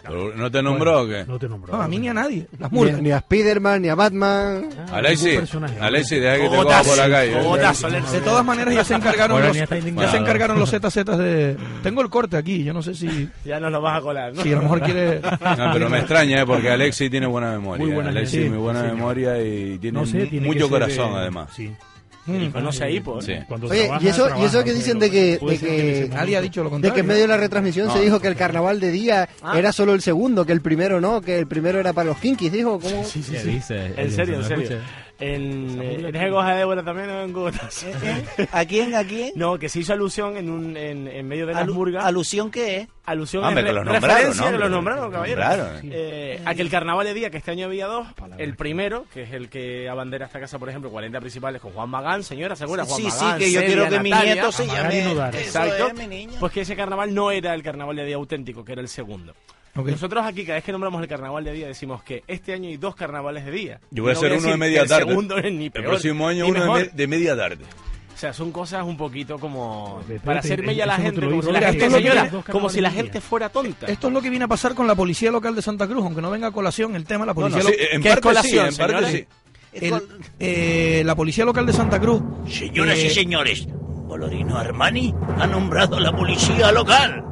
Speaker 1: Pero ¿No te nombró o qué?
Speaker 27: No te nombró. a mí ni a nadie. Las
Speaker 5: Ni,
Speaker 27: multas.
Speaker 5: ni a Spiderman, ni a Batman.
Speaker 1: Alexi, Alexi, Ah, deja que te coja por la calle.
Speaker 27: De todas maneras ya se encargaron
Speaker 1: Bueno,
Speaker 27: los,
Speaker 1: ni está
Speaker 27: ya
Speaker 1: indignado.
Speaker 27: se encargaron los ZZ de tengo el corte aquí, yo no sé si
Speaker 3: Ya nos lo vas a colar, ¿no?
Speaker 27: si a lo mejor quiere
Speaker 1: No, pero me extraña, ¿eh? porque Alexi tiene buena memoria.
Speaker 27: Muy buena
Speaker 1: Alexi
Speaker 27: memoria.
Speaker 1: muy buena
Speaker 27: Sí, señor.
Speaker 1: memoria y tiene,
Speaker 27: No sé, tiene
Speaker 1: mucho
Speaker 27: que ser,
Speaker 1: corazón,
Speaker 27: eh,
Speaker 1: además.
Speaker 27: sí.
Speaker 3: Y conoce a Hipo, ¿eh?
Speaker 1: Sí.
Speaker 5: Oye, y eso, y eso que dicen de que, de que,
Speaker 27: nadie ha dicho lo
Speaker 5: de
Speaker 27: contrario.
Speaker 5: que en medio de la retransmisión
Speaker 27: No,
Speaker 5: se dijo que el carnaval de día
Speaker 27: Ah.
Speaker 5: era solo el segundo, que el primero no, que el primero era para los kinkies, dijo. ¿cómo?
Speaker 4: ¿Qué dice?
Speaker 3: En serio, en
Speaker 4: ¿No
Speaker 3: serio.
Speaker 4: escucha?
Speaker 3: En, eh, ¿Tienes que coger a Débora también o en gotas?
Speaker 5: ¿Eh,
Speaker 2: ¿A quién? ¿A quién?
Speaker 3: No, que se hizo alusión en, un, en, en medio de las
Speaker 2: Alu-
Speaker 3: murgas.
Speaker 2: ¿Alusión qué es?
Speaker 3: Alusión
Speaker 1: Hombre,
Speaker 3: en
Speaker 1: que
Speaker 3: re-
Speaker 1: los nombraron,
Speaker 3: referencia
Speaker 1: ¿no?
Speaker 3: que los
Speaker 1: Hombre,
Speaker 3: nombraron, caballero.
Speaker 1: nombraron. Sí.
Speaker 3: Eh, a que el carnaval de día, que este año había dos, el primero, que es el que abandera esta casa, por ejemplo, 40 principales con Juan Magán, señora, ¿se acuerda?
Speaker 2: Sí,
Speaker 3: Juan
Speaker 2: sí,
Speaker 3: Magán,
Speaker 2: que yo
Speaker 3: Celia,
Speaker 2: quiero que mi
Speaker 3: Natalia.
Speaker 2: nieto se Magán y llame- Nodal. eso
Speaker 3: Exacto.
Speaker 2: es, mi niño.
Speaker 3: Pues que ese carnaval no era el carnaval de día auténtico, que era el segundo.
Speaker 27: Ok.
Speaker 3: Nosotros aquí, cada vez que nombramos el carnaval de día, decimos que este año hay dos carnavales de día.
Speaker 1: Yo voy a
Speaker 3: No
Speaker 1: hacer uno
Speaker 3: decir
Speaker 1: de media
Speaker 3: que
Speaker 1: tarde.
Speaker 3: El segundo es ni
Speaker 1: el
Speaker 3: peor.
Speaker 1: próximo año
Speaker 3: ni
Speaker 1: uno de,
Speaker 3: mejor.
Speaker 1: me- de media tarde.
Speaker 3: O sea, son cosas un poquito como
Speaker 27: Espérate,
Speaker 3: para hacer
Speaker 27: eh,
Speaker 3: bella a la
Speaker 27: eso no
Speaker 3: gente,
Speaker 27: te lo
Speaker 3: como
Speaker 27: digo
Speaker 3: si la
Speaker 27: yo.
Speaker 3: gente,
Speaker 27: Esto es lo que-
Speaker 3: señora,
Speaker 27: dos
Speaker 3: como si la
Speaker 27: carnavales.
Speaker 3: gente fuera tonta.
Speaker 27: Esto es lo que viene a pasar con la policía local de Santa Cruz, aunque no venga a colación el tema, la
Speaker 3: No,
Speaker 27: policía
Speaker 3: no, sí,
Speaker 27: local.
Speaker 3: en parte sí, en parte
Speaker 27: El- eh, la policía local de Santa Cruz.
Speaker 2: Señoras
Speaker 27: eh,
Speaker 2: y señores, Polorino Armani ha nombrado a la policía local.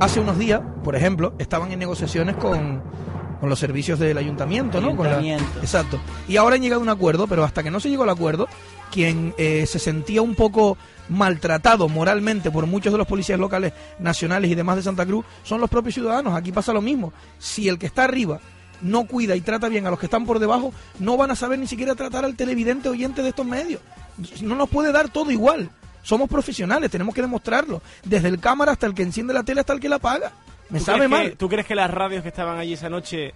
Speaker 27: Hace unos días, por ejemplo, estaban en negociaciones con, con los servicios del ayuntamiento, ¿no? Con la-
Speaker 2: Ayuntamiento.
Speaker 27: exacto. Y ahora han llegado a un acuerdo, pero hasta que no se llegó al acuerdo, quien eh, se sentía un poco maltratado moralmente por muchos de los policías locales, nacionales y demás de Santa Cruz, son los propios ciudadanos. Aquí pasa lo mismo. Si el que está arriba no cuida y trata bien a los que están por debajo, no van a saber ni siquiera tratar al televidente oyente de estos medios. No nos puede dar todo igual. Somos profesionales, tenemos que demostrarlo. Desde el cámara hasta el que enciende la tele hasta el que la paga. Me
Speaker 3: ¿Tú
Speaker 27: sabe
Speaker 3: crees que-
Speaker 27: mal.
Speaker 3: ¿Tú crees que las radios que estaban allí esa noche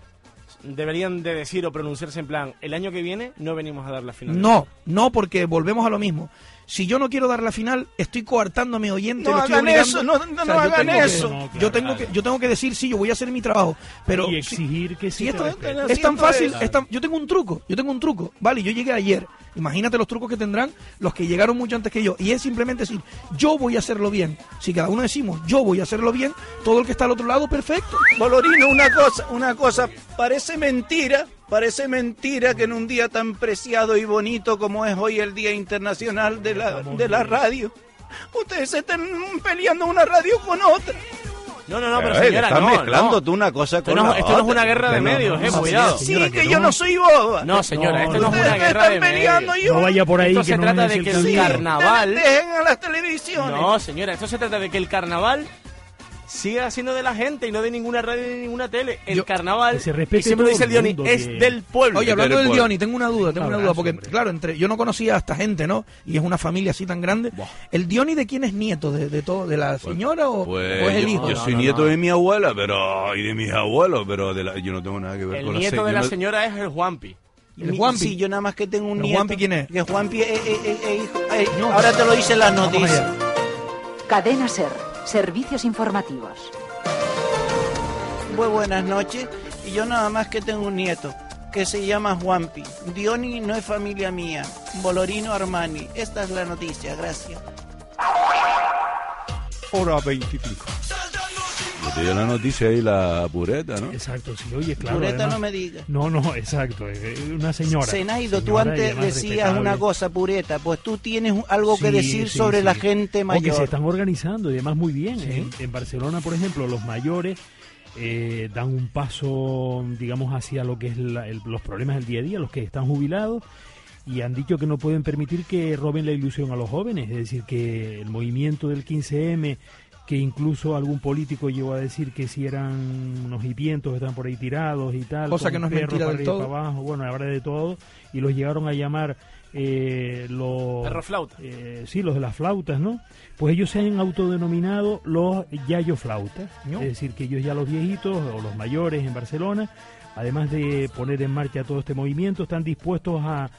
Speaker 3: deberían de decir o pronunciarse en plan, el año que viene no venimos a dar la final?
Speaker 27: No, no, porque volvemos a lo mismo. Si yo no quiero dar la final, estoy coartando a mi oyente.
Speaker 3: No
Speaker 27: lo estoy
Speaker 3: hagan
Speaker 27: obligando.
Speaker 3: eso, no, no, no
Speaker 27: yo
Speaker 3: hagan
Speaker 27: tengo que-
Speaker 3: eso.
Speaker 27: yo tengo que, yo tengo que decir sí, yo voy a hacer mi trabajo, pero
Speaker 25: Y
Speaker 27: si-
Speaker 25: exigir que
Speaker 27: si
Speaker 25: sí te
Speaker 27: esto
Speaker 25: respeten.
Speaker 27: es tan
Speaker 25: Claro.
Speaker 27: fácil, es tan- yo tengo un truco, yo tengo un truco, vale, yo llegué ayer. Imagínate los trucos que tendrán los que llegaron mucho antes que yo. Y es simplemente decir, yo voy a hacerlo bien. Si cada uno decimos, yo voy a hacerlo bien, todo el que está al otro lado, perfecto.
Speaker 2: Polorino, una cosa, una cosa, parece mentira, parece mentira que en un día tan preciado y bonito como es hoy el Día Internacional de la, de la Radio, ustedes se estén peleando una radio con otra.
Speaker 3: No, no, no,
Speaker 2: Pero,
Speaker 3: pero,
Speaker 2: eh,
Speaker 3: señora,
Speaker 2: estás
Speaker 3: no,
Speaker 2: mezclando
Speaker 3: no.
Speaker 2: tú una cosa
Speaker 3: Esto
Speaker 2: con
Speaker 3: no-
Speaker 2: la
Speaker 3: Esto no es
Speaker 2: otra.
Speaker 3: una guerra de
Speaker 2: No, no,
Speaker 3: medios,
Speaker 2: no,
Speaker 3: eh,
Speaker 2: no,
Speaker 3: cuidado.
Speaker 2: sí, señora, que yo no soy boba.
Speaker 3: No, señora, esto no es una
Speaker 2: Ustedes
Speaker 3: guerra de
Speaker 2: están peleando
Speaker 3: medios.
Speaker 2: yo. No vaya por ahí,
Speaker 3: Esto
Speaker 2: que
Speaker 3: se
Speaker 2: no
Speaker 3: trata
Speaker 2: es
Speaker 3: de
Speaker 2: el
Speaker 3: que el
Speaker 2: camino.
Speaker 3: carnaval...
Speaker 2: Ustedes dejen a las televisiones.
Speaker 3: No, señora, esto se trata de que el carnaval siga siendo de la gente y no de ninguna radio ni ninguna tele. El carnaval,
Speaker 27: se respete
Speaker 3: y siempre lo
Speaker 27: todo
Speaker 3: dice el
Speaker 27: el
Speaker 3: Diony,
Speaker 27: mundo
Speaker 3: es
Speaker 27: que-
Speaker 3: del pueblo.
Speaker 27: Oye, hablando
Speaker 3: Es
Speaker 27: del
Speaker 3: pueblo.
Speaker 27: Diony, tengo una duda, tengo una duda, porque claro, entre yo no conocía a esta gente, ¿no? Y es una familia así tan grande. ¿El Diony de quién es nieto? ¿De, de todo? ¿De la señora o,
Speaker 1: Pues
Speaker 27: o es el
Speaker 1: yo,
Speaker 27: hijo?
Speaker 1: yo soy nieto de mi abuela, pero y de mis abuelos, pero de la- yo no tengo nada que ver
Speaker 3: El
Speaker 1: con la
Speaker 3: nieto
Speaker 1: se-
Speaker 3: de
Speaker 1: yo
Speaker 3: la
Speaker 1: no-
Speaker 3: señora es el Juanpi.
Speaker 27: El
Speaker 2: Mi-
Speaker 27: Juanpi.
Speaker 2: Sí, yo nada más que tengo un
Speaker 27: ¿El
Speaker 2: nieto.
Speaker 27: Juanpi quién es?
Speaker 2: Que Juanpi es hijo. eh, ahora te lo dicen las
Speaker 27: Vamos
Speaker 2: noticias.
Speaker 27: allá.
Speaker 10: Cadena Ser, servicios informativos.
Speaker 2: Muy buenas noches. Y yo nada más que tengo un nieto que se llama Juanpi. Diony no es familia mía. Bolorino Armani. Esta es la noticia. Gracias.
Speaker 1: Hora 25. Yo te dio la noticia ahí la pureta, ¿no?
Speaker 25: Exacto, sí, oye, claro.
Speaker 2: Pureta
Speaker 25: además-
Speaker 2: no me diga.
Speaker 25: No, no, exacto. eh, eh, Una señora.
Speaker 2: Senaido, tú
Speaker 25: Señora y
Speaker 2: antes
Speaker 25: además
Speaker 2: decías
Speaker 25: respetable.
Speaker 2: una cosa, Pureta. Pues tú tienes un- algo que
Speaker 25: Sí,
Speaker 2: decir
Speaker 25: sí,
Speaker 2: sobre
Speaker 25: sí.
Speaker 2: la gente
Speaker 25: O que se
Speaker 2: mayor.
Speaker 25: están organizando y además muy bien. En, en Barcelona, por ejemplo, los mayores eh, dan un paso, digamos, hacia lo que es la- el- los problemas del día a día, los que están jubilados. Y han dicho que no pueden permitir que roben la ilusión a los jóvenes, es decir, que el movimiento del 15M, que incluso algún político llegó a decir que si eran unos hipientos que estaban por ahí tirados y tal,
Speaker 27: Cosa
Speaker 25: con
Speaker 27: que no es
Speaker 25: perros
Speaker 27: mentira
Speaker 25: para
Speaker 27: del
Speaker 25: arriba y
Speaker 27: todo.
Speaker 25: para abajo, bueno, habrá de todo, y los llegaron a llamar eh, los... eh, sí, los de las flautas, ¿no? Pues ellos se han autodenominado los yayo flautas,
Speaker 27: ¿No?
Speaker 25: es decir, que ellos ya los viejitos o los mayores en Barcelona, además de poner en marcha todo este movimiento, están dispuestos a,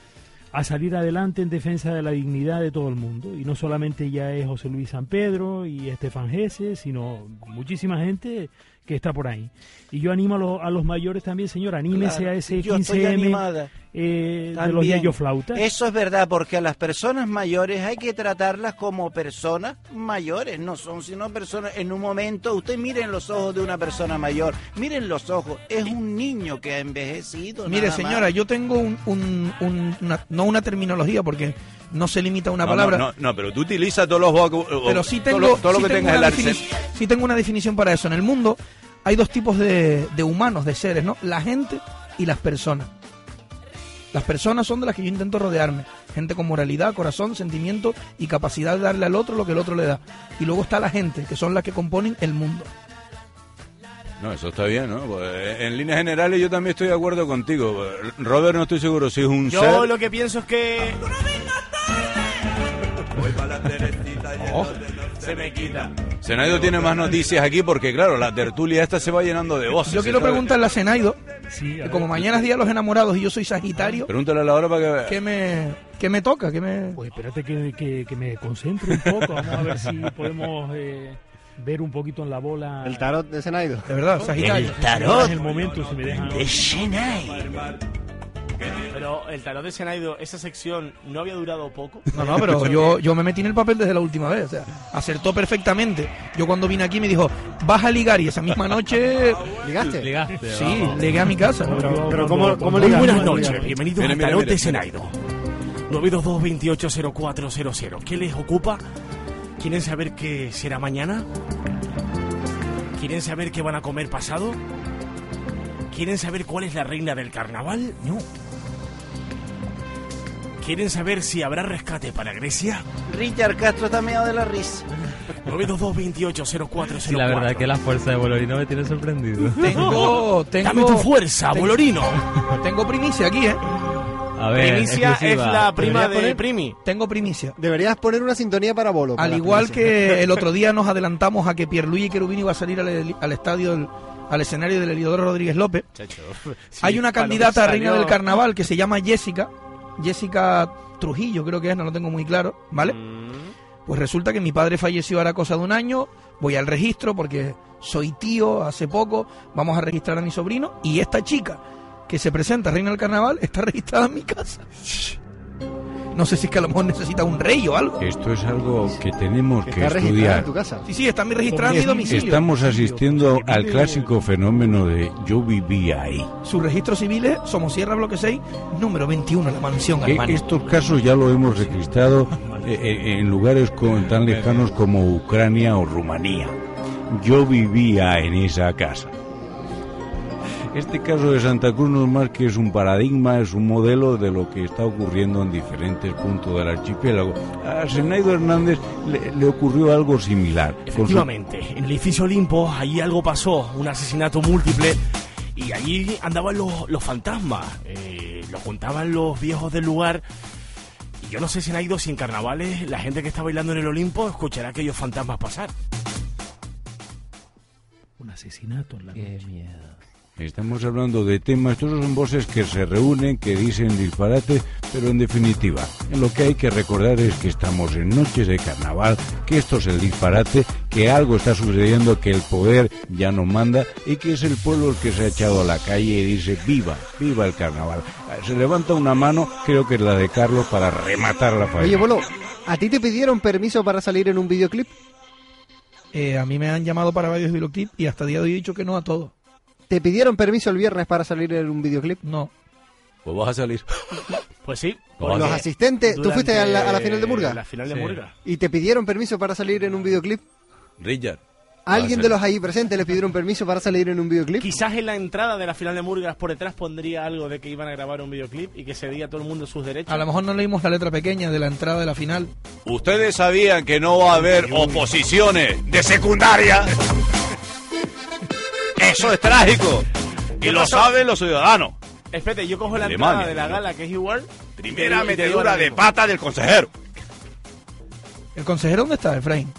Speaker 25: a salir adelante en defensa de la dignidad de todo el mundo. Y no solamente ya es José Luis San Pedro y Estefan Gese, sino muchísima gente que está por ahí. Y yo animo a los, a los mayores también, señor, anímese
Speaker 2: Claro,
Speaker 25: a ese
Speaker 2: yo estoy
Speaker 25: 15M
Speaker 2: animada.
Speaker 25: eh, de los
Speaker 2: También.
Speaker 25: yayos flautas.
Speaker 2: Eso es verdad, porque a las personas mayores hay que tratarlas como personas mayores, no son sino personas. En un momento, usted miren los ojos de una persona mayor, miren los ojos, es un niño que ha envejecido.
Speaker 27: Mire,
Speaker 2: nada más.
Speaker 27: señora, yo tengo un, un- un- una- no una terminología, porque no se limita a una
Speaker 1: No,
Speaker 27: palabra.
Speaker 1: No, no, no, pero tú utilizas todos los vocab-
Speaker 27: pero sí tengo,
Speaker 1: todo lo, todo lo
Speaker 27: sí
Speaker 1: que
Speaker 27: tengo
Speaker 1: tengas en
Speaker 27: una
Speaker 1: el arsenal.
Speaker 27: defini- sí tengo una definición para eso. En el mundo hay dos tipos de, de humanos, de seres, ¿no? La gente y las personas. Las personas son de las que yo intento rodearme. Gente con moralidad, corazón, sentimiento y capacidad de darle al otro lo que el otro le da. Y luego está la gente, que son las que componen el mundo.
Speaker 1: No, eso está bien, ¿no? Pues, en líneas generales yo también estoy de acuerdo contigo. Robert, no estoy seguro si es un
Speaker 3: Yo
Speaker 1: ser.
Speaker 3: lo que pienso es que... Se me quita.
Speaker 1: Senaido Oh, tiene más noticias aquí porque, claro, la tertulia esta se va llenando de voces.
Speaker 27: Yo quiero
Speaker 1: ¿sabes?
Speaker 27: preguntarle a Zenaido,
Speaker 25: que
Speaker 27: como mañana es Día de los Enamorados y yo soy Sagitario,
Speaker 1: Pregúntale a la hora para que vea.
Speaker 27: ¿qué me, qué me toca? ¿Qué me...
Speaker 25: Pues espérate que, que- que me concentre un poco. Vamos a ver si podemos eh, ver un poquito en la bola.
Speaker 6: El tarot de Zenaido.
Speaker 27: De verdad,
Speaker 25: El tarot. Es el momento, si me dejan.
Speaker 6: de Zenaido.
Speaker 3: Pero el tarot de Senaido, esa sección, ¿no había durado poco?
Speaker 27: No, no, pero
Speaker 3: Mucho
Speaker 27: yo, yo me metí en el papel desde la última vez. O sea, acertó perfectamente. Yo cuando vine aquí me dijo, vas a ligar. Y esa misma noche.
Speaker 3: ¿Ligaste? Ligaste,
Speaker 27: Sí,
Speaker 3: vamos.
Speaker 27: llegué a mi casa.
Speaker 3: Pero- pero ¿cómo- cómo
Speaker 27: Muy
Speaker 3: ligaste?
Speaker 27: buenas
Speaker 3: ¿Cómo
Speaker 27: noches.
Speaker 3: ligaste? Bienvenidos
Speaker 27: Mira,
Speaker 3: al
Speaker 27: mira,
Speaker 3: Tarot
Speaker 27: mira.
Speaker 3: de Senaido. 922-280400. ¿Qué les ocupa? ¿Quieren saber qué será mañana? ¿Quieren saber qué van a comer pasado? ¿Quieren saber cuál es la reina del carnaval? No. ¿Quieren saber si habrá rescate para Grecia?
Speaker 2: Richard Castro está medio de la risa.
Speaker 3: 922-280404.
Speaker 32: Sí, la verdad que la fuerza de Bolorino me tiene sorprendido.
Speaker 27: Tengo, tengo.
Speaker 3: Dame tu fuerza,
Speaker 27: tengo-
Speaker 3: Bolorino.
Speaker 27: Tengo primicia aquí, ¿eh?
Speaker 32: A ver,
Speaker 27: Primicia es
Speaker 32: exclusiva.
Speaker 27: la prima
Speaker 32: Debería
Speaker 27: de
Speaker 32: poner-
Speaker 27: Primi. Tengo primicia.
Speaker 5: Deberías poner una sintonía para Bolo. para
Speaker 27: Al
Speaker 5: la
Speaker 27: igual
Speaker 5: primicia.
Speaker 27: que el otro día nos adelantamos a que Pierluigi Cherubini va a salir al, al estadio, del- al escenario del Eliodoro Rodríguez López. Hay una candidata a reina del carnaval que se llama Jessica, Jessica Trujillo creo que es, no lo tengo muy claro, ¿vale?
Speaker 12: Mm.
Speaker 27: Pues resulta que mi padre falleció ahora cosa de un año, voy al registro porque soy tío hace poco, vamos a registrar a mi sobrino y esta chica que se presenta reina del carnaval está registrada en mi casa. No sé si es que a lo mejor necesita un rey o algo.
Speaker 10: Esto es algo que tenemos que
Speaker 27: está registrada
Speaker 10: estudiar.
Speaker 27: en tu Sí, sí, está mi- registrada en mi
Speaker 10: Es-
Speaker 27: domicilio.
Speaker 10: Estamos asistiendo al clásico fenómeno de yo viví ahí.
Speaker 27: Su registro civil es Somosierra Bloque 6, número 21, la mansión
Speaker 10: Eh,
Speaker 27: hermano.
Speaker 10: Estos casos ya lo hemos registrado eh, eh, en lugares con- tan lejanos como Ucrania o Rumanía. Yo vivía en esa casa. Este caso de Santa Cruz no es más que es un paradigma, es un modelo de lo que está ocurriendo en diferentes puntos del archipiélago. A Senaido Hernández le, le ocurrió algo similar. Con su-
Speaker 3: Efectivamente, en el edificio Olimpo, allí algo pasó, un asesinato múltiple, y allí andaban los, los fantasmas, eh, lo contaban los viejos del lugar. Y yo no sé si han ido sin carnavales, la gente que está bailando en el Olimpo escuchará aquellos fantasmas pasar.
Speaker 25: Un asesinato en la Qué
Speaker 32: miedo.
Speaker 10: Estamos hablando de temas, todos son voces que se reúnen, que dicen disparates, pero en definitiva, lo que hay que recordar es que estamos en noches de carnaval, que esto es el disparate, que algo está sucediendo, que el poder ya no manda y que es el pueblo el que se ha echado a la calle y dice viva, viva el carnaval. Se levanta una mano, creo que es la de Carlos, para rematar la faena.
Speaker 5: Oye, Bolo, ¿a ti te pidieron permiso para salir en un videoclip?
Speaker 27: Eh, a mí me han llamado para varios videoclips y hasta día de hoy he dicho que no a todos.
Speaker 5: ¿Te pidieron permiso el viernes para salir en un videoclip?
Speaker 27: No.
Speaker 10: Pues vas a salir.
Speaker 3: Pues sí.
Speaker 5: Los asistentes, ¿tú fuiste a la, a la final de Murga?
Speaker 3: La final de
Speaker 5: Sí.
Speaker 3: Murga.
Speaker 5: ¿Y te pidieron permiso para salir en un videoclip?
Speaker 10: Richard.
Speaker 5: ¿A ¿Alguien de los ahí presentes le pidieron permiso para salir en un videoclip?
Speaker 3: Quizás en la entrada de la final de Murgas por detrás pondría algo de que iban a grabar un videoclip y que cedía a todo el mundo sus derechos.
Speaker 27: A lo mejor no leímos la letra pequeña de la entrada de la final.
Speaker 10: Ustedes sabían que no va a haber oposiciones de secundaria. Eso es trágico. Y lo saben los ciudadanos.
Speaker 3: Espérate, yo cojo la
Speaker 10: Alemania,
Speaker 3: entrada de la gala que es igual.
Speaker 10: Primera
Speaker 3: y te digo
Speaker 10: metedura
Speaker 3: ahora
Speaker 10: de
Speaker 3: mismo.
Speaker 10: pata del consejero.
Speaker 27: ¿El consejero dónde está, Efraín?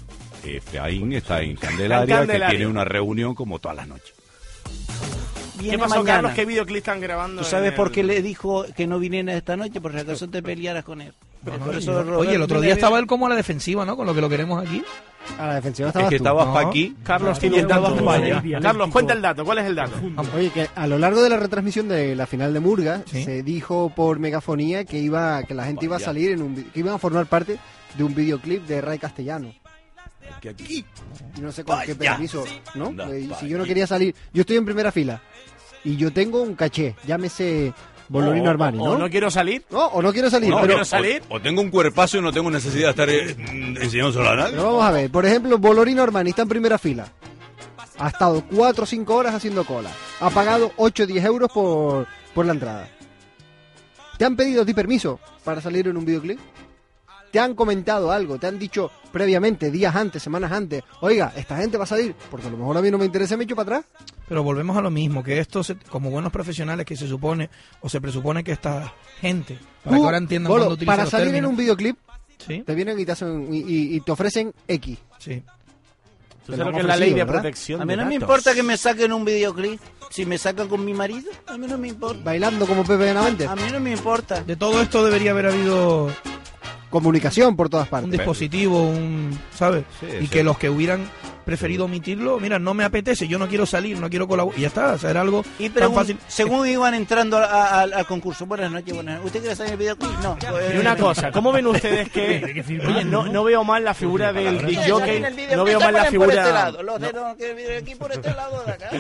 Speaker 10: Efraín está en
Speaker 27: Está
Speaker 10: Candelaria,
Speaker 27: en Candelaria.
Speaker 10: que tiene una reunión como todas las noches.
Speaker 3: ¿Qué
Speaker 2: Viene
Speaker 3: pasó,
Speaker 2: mañana.
Speaker 3: Carlos? ¿Qué videoclip están grabando?
Speaker 2: ¿Tú sabes
Speaker 3: en
Speaker 2: por
Speaker 3: el-
Speaker 2: qué le dijo que no viniera esta noche? Por si acaso te pelearas con él. Por eso Robert
Speaker 27: Oye, el otro
Speaker 2: Miller
Speaker 27: día estaba
Speaker 2: viene-
Speaker 27: él como a la defensiva, ¿no? Con lo que lo queremos aquí.
Speaker 5: A la defensiva
Speaker 27: estabas Es que tú. estabas
Speaker 5: No.
Speaker 27: pa' aquí.
Speaker 3: Carlos tiene
Speaker 27: Yo
Speaker 3: el dato.
Speaker 27: estaba
Speaker 3: Vaya.
Speaker 27: dialéctico.
Speaker 3: Carlos, cuenta el dato. ¿Cuál es el dato?
Speaker 5: Oye, que a lo largo de la retransmisión de la final de Murga se dijo por megafonía que iba que la gente iba a
Speaker 10: Vaya.
Speaker 5: salir en un vi- que iban a formar parte de un videoclip de Ray Castellano.
Speaker 10: Que aquí.
Speaker 5: Y no sé con qué
Speaker 10: Vaya.
Speaker 5: permiso, ¿no?
Speaker 10: Anda,
Speaker 5: Eh, si
Speaker 10: vaya.
Speaker 5: yo no quería salir, yo estoy en primera fila y yo tengo un caché, llámese Bolorino
Speaker 3: Oh,
Speaker 10: O-
Speaker 5: Armani,
Speaker 10: o
Speaker 5: ¿no?
Speaker 10: no
Speaker 3: quiero salir.
Speaker 5: No, o no quiero salir, pero
Speaker 10: O, tengo un cuerpazo y no tengo necesidad de estar eh, enseñándoselo a nadie.
Speaker 5: Pero vamos a ver, por ejemplo, Bolorino Armani está en primera fila. Ha estado 4 o 5 horas haciendo cola. Ha pagado 8 o 10 euros por, por la entrada. ¿Te han pedido a ti permiso para salir en un videoclip? ¿Te han comentado algo? ¿Te han dicho previamente, días antes, semanas antes? Oiga, esta gente va a salir porque a lo mejor a mí no me interesa, me echo para atrás.
Speaker 27: Pero volvemos a lo mismo, que esto, se- como buenos profesionales que se supone, o se presupone que esta gente, para
Speaker 5: Tú,
Speaker 27: que ahora entiendan
Speaker 5: Bolo,
Speaker 27: cuando utilizan
Speaker 5: Para
Speaker 27: los
Speaker 5: salir en
Speaker 27: términos.
Speaker 5: un videoclip,
Speaker 27: Sí.
Speaker 5: te vienen y te, hacen, y, y- y te ofrecen X.
Speaker 27: Sí.
Speaker 3: Tú sabes lo que es la ley de protección
Speaker 2: A mí
Speaker 3: de
Speaker 2: no me
Speaker 3: datos.
Speaker 2: importa que me saquen un videoclip. Si me sacan con mi marido, a mí no me importa.
Speaker 5: Bailando como Pepe Benavente.
Speaker 2: A mí no me importa.
Speaker 27: De todo esto debería haber habido
Speaker 5: comunicación por todas partes.
Speaker 27: un dispositivo, un, ¿sabes?
Speaker 5: Sí,
Speaker 27: y
Speaker 5: sí.
Speaker 27: que los que hubieran preferido omitirlo, mira, no me apetece, yo no quiero salir, no quiero colaborar, y ya está, o sea, era algo
Speaker 2: Y
Speaker 27: tan
Speaker 2: pregun-
Speaker 27: fácil.
Speaker 2: según iban entrando a- a- al- al concurso, buenas noches, buenas noches. ¿Usted quiere salir el videoclip? No.
Speaker 3: Y una cosa, ¿cómo ven ustedes que.? Oye, no, no veo mal la figura del disc jockey. No veo mal la figura.
Speaker 2: este Los dedos que vienen aquí por este lado de acá.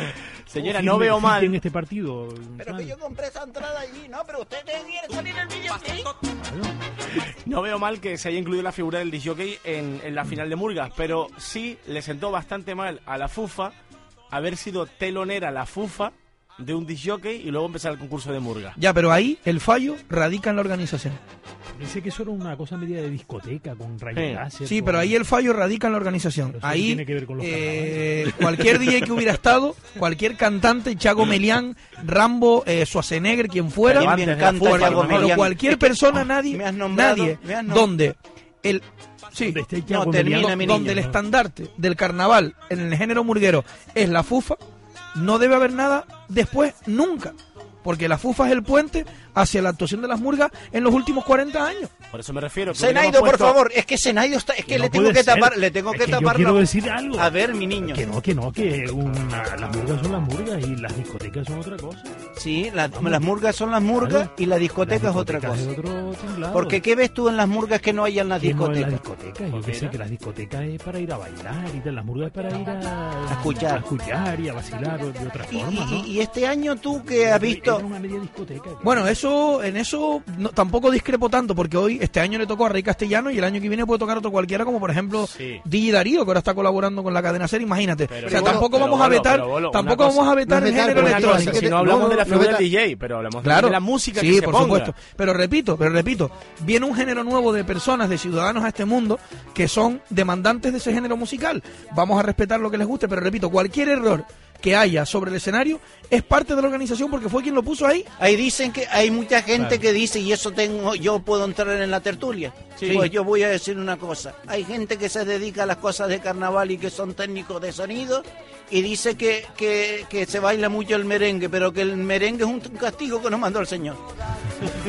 Speaker 3: Señora,
Speaker 25: Firme
Speaker 3: no veo
Speaker 25: existe
Speaker 3: mal.
Speaker 25: en este partido.
Speaker 2: Pero que yo compré esa entrada allí, no, pero usted quiere salir el videoclip.
Speaker 3: No veo mal que se haya incluido la figura del disjockey en, en la final de Murgas, pero sí le sentó bastante mal a la FUFA haber sido telonera la FUFA de un disjockey y luego empezar el concurso de Murgas.
Speaker 27: Ya, pero ahí el fallo radica en la organización.
Speaker 25: Pensé que eso era una cosa media de discoteca con rayos láser,
Speaker 27: Sí,
Speaker 25: con-
Speaker 27: pero ahí el fallo radica en la organización.
Speaker 25: eso no
Speaker 27: Ahí
Speaker 25: tiene que ver con los
Speaker 27: eh, cualquier DJ que hubiera estado, cualquier cantante, Chago Melián, Rambo, eh, Schwarzenegger, quien fuera,
Speaker 2: Pero a mí me encanta
Speaker 27: fuera,
Speaker 2: Chago
Speaker 27: pero
Speaker 2: Melián.
Speaker 27: cualquier
Speaker 2: Es que- oh,
Speaker 27: persona, nadie,
Speaker 2: me has nombrado,
Speaker 27: nadie,
Speaker 2: me has nom-
Speaker 27: donde el sí,
Speaker 2: Chago No, termina,
Speaker 27: donde
Speaker 2: Melián. mi
Speaker 27: donde
Speaker 2: niño.
Speaker 27: el estandarte del carnaval en el género murguero es la fufa, no debe haber nada después nunca. Porque la FUFA es el puente hacia la actuación de las murgas en los últimos 40 años.
Speaker 3: Por eso me refiero.
Speaker 2: Zenaido, por favor, es que Zenaido está, es que
Speaker 27: no
Speaker 2: le tengo
Speaker 27: puede
Speaker 2: que
Speaker 27: ser.
Speaker 2: tapar, le tengo
Speaker 27: Es
Speaker 2: que,
Speaker 27: que yo
Speaker 2: tapar.
Speaker 27: quiero
Speaker 2: la-
Speaker 25: decir algo.
Speaker 2: A ver, mi niño.
Speaker 25: Que no, que no, que una- las murgas son las murgas y las discotecas son otra cosa.
Speaker 2: Sí, la- las murgas son las murgas y la discoteca es otra cosa. Porque ¿qué ves tú en las murgas que no hay en las
Speaker 25: Que no en
Speaker 2: discotecas?
Speaker 25: las discotecas, yo que sé que las discotecas es para ir a bailar y tal, las murgas es para ir a,
Speaker 2: A escuchar.
Speaker 25: a escuchar y a vacilar de otra
Speaker 2: Y,
Speaker 25: forma,
Speaker 2: y-
Speaker 25: ¿no?
Speaker 2: y este año tú que has visto...
Speaker 27: Bueno, eso, en eso no- tampoco discrepo tanto, porque hoy, este año le tocó a Rey Castellano y el año que viene puede tocar otro cualquiera, como por ejemplo
Speaker 5: Sí.
Speaker 27: DJ Darío, que ahora está colaborando con la cadena ser, imagínate.
Speaker 5: Pero
Speaker 27: o sea,
Speaker 5: Bolo,
Speaker 27: tampoco
Speaker 5: pero
Speaker 27: vamos a
Speaker 5: Bolo,
Speaker 27: vetar,
Speaker 5: pero Bolo, una
Speaker 27: tampoco
Speaker 5: cosa.
Speaker 27: vamos a vetar
Speaker 5: No es
Speaker 27: el
Speaker 5: vetar,
Speaker 27: género
Speaker 5: pero una cosa,
Speaker 27: electrónico.
Speaker 5: es que Si no hablamos no, de la no figura del vetar.
Speaker 3: DJ, pero hablamos
Speaker 27: Claro,
Speaker 3: de la música
Speaker 27: sí,
Speaker 3: que se
Speaker 27: por
Speaker 3: ponga.
Speaker 27: supuesto. Pero repito, pero repito, viene un género nuevo de personas, de ciudadanos a este mundo que son demandantes de ese género musical. Vamos a respetar lo que les guste, pero repito, cualquier error que haya sobre el escenario es parte de la organización porque fue quien lo puso ahí.
Speaker 2: Ahí dicen que hay mucha gente
Speaker 27: Claro.
Speaker 2: que dice, y eso tengo, yo puedo entrar en la tertulia.
Speaker 27: Sí.
Speaker 2: Pues yo voy a decir una cosa. Hay gente que se dedica a las cosas de carnaval y que son técnicos de sonido y dice que, que, que se baila mucho el merengue, pero que el merengue es un castigo que nos mandó el Señor.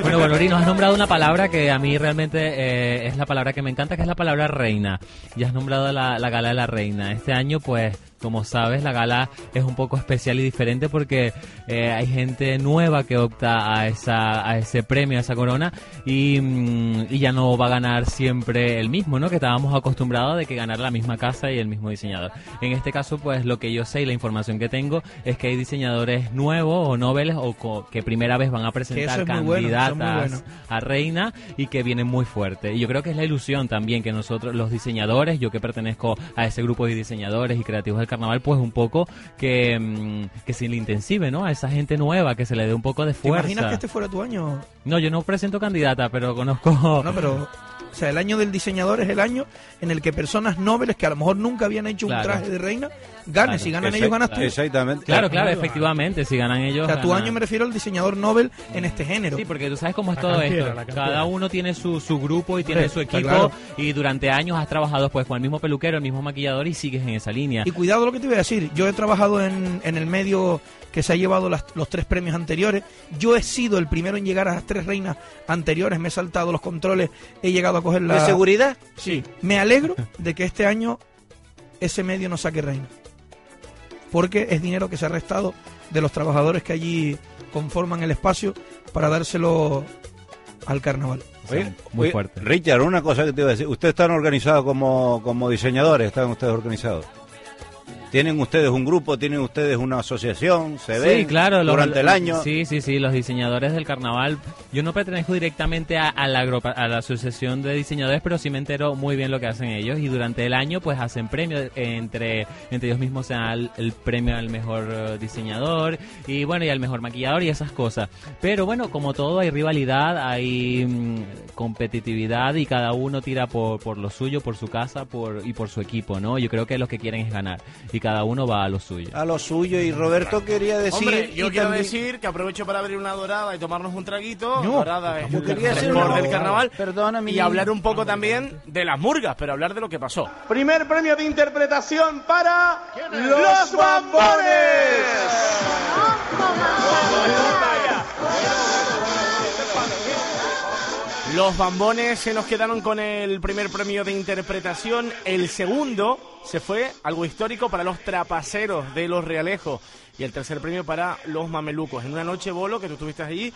Speaker 32: Bueno, Bolori, nos has nombrado una palabra que a mí realmente eh, es la palabra que me encanta, que es la palabra reina. Y has nombrado la, la gala de la reina. Este año, pues, como sabes, la gala es un poco especial y diferente porque eh, hay gente nueva que opta a, esa, a ese premio, a esa corona, y, mm, y ya no va a ganar siempre el mismo, ¿no? Que estábamos acostumbrados de que ganara la misma casa y el mismo diseñador. En este caso, pues, lo que yo sé y la información que tengo es que hay diseñadores nuevos o noveles o co- que primera vez van a presentar
Speaker 27: Que eso
Speaker 32: presentar
Speaker 27: es muy bueno, eso es
Speaker 32: candidatas
Speaker 27: muy
Speaker 32: a reina y que vienen muy fuerte. Y yo creo que es la ilusión también que nosotros, los diseñadores, yo que pertenezco a ese grupo de diseñadores y creativos del carnaval, pues un poco que, mm, que se le intensive, ¿no? A esa gente nueva, que se le dé un poco de
Speaker 27: ¿Te
Speaker 32: fuerza.
Speaker 27: imaginas que este fuera tu año?
Speaker 32: No, yo no presento candidata, pero conozco...
Speaker 27: No, pero o sea, el año del diseñador es el año en el que personas nobles que a lo mejor nunca habían hecho
Speaker 32: Claro.
Speaker 27: un traje de reina ganan. Si ganan ellos, ganas tú.
Speaker 4: Exactamente.
Speaker 32: Claro, claro, efectivamente, si ganan ellos...
Speaker 27: O sea, tu
Speaker 32: ganan.
Speaker 27: año me refiero al diseñador Nobel en este género.
Speaker 32: Sí, porque tú sabes cómo es todo esto. Cada uno tiene su, su grupo y tiene
Speaker 27: Hombre,
Speaker 32: su
Speaker 27: está
Speaker 32: equipo
Speaker 27: claro.
Speaker 32: y durante años has trabajado pues con el mismo peluquero, el mismo maquillador y sigues en esa línea.
Speaker 27: Y cuidado lo que te voy a decir. Yo he trabajado en, en el medio que se ha llevado las- los tres premios anteriores. Yo he sido el primero en llegar a las tres reinas anteriores. Me he saltado los controles. He llegado a coger la.
Speaker 2: ¿De seguridad?
Speaker 27: Sí. Me alegro de que este año ese medio no saque reina. Porque es dinero que se ha restado de los trabajadores que allí conforman el espacio para dárselo al carnaval.
Speaker 4: Oye,
Speaker 32: muy
Speaker 4: oye,
Speaker 32: fuerte.
Speaker 4: Richard, una cosa que te iba a decir. Ustedes están organizados como, como diseñadores, están ustedes organizados. ¿Tienen ustedes un grupo? ¿Tienen ustedes una asociación? ¿Se ven
Speaker 32: sí, claro, los-
Speaker 4: durante el año?
Speaker 32: Sí, sí, sí, los diseñadores del carnaval. Yo no pertenezco directamente a, a la, agrupa- a la asociación de diseñadores, pero sí me entero muy bien lo que hacen ellos y durante el año pues hacen premios entre, entre ellos mismos, o sea, el, el premio al mejor eh, diseñador y bueno, y al mejor maquillador y esas cosas. Pero bueno, como todo hay rivalidad, hay mm, competitividad y cada uno tira por, por lo suyo, por su casa por, y por su equipo, ¿no? Yo creo que los que quieren es ganar y cada uno va a lo suyo.
Speaker 2: A lo suyo, y Roberto quería decir...
Speaker 3: Hombre, yo
Speaker 2: y
Speaker 3: quiero
Speaker 2: también-
Speaker 3: decir que aprovecho para abrir una dorada y tomarnos un traguito.
Speaker 2: No,
Speaker 3: dorada es
Speaker 2: yo
Speaker 3: el
Speaker 2: quería decir
Speaker 3: record
Speaker 2: una
Speaker 3: del
Speaker 2: dorada.
Speaker 3: carnaval.
Speaker 2: Perdóname.
Speaker 3: Y hablar un poco también de las murgas, pero hablar de lo que pasó.
Speaker 7: Primer premio de interpretación para
Speaker 3: Los
Speaker 7: los
Speaker 3: Bambones.
Speaker 7: bambones.
Speaker 3: Los bambones se nos quedaron con el primer premio de interpretación. El segundo se fue algo histórico para los trapaceros de los Realejos. Y el tercer premio para los mamelucos. En una noche bolo que tú estuviste allí,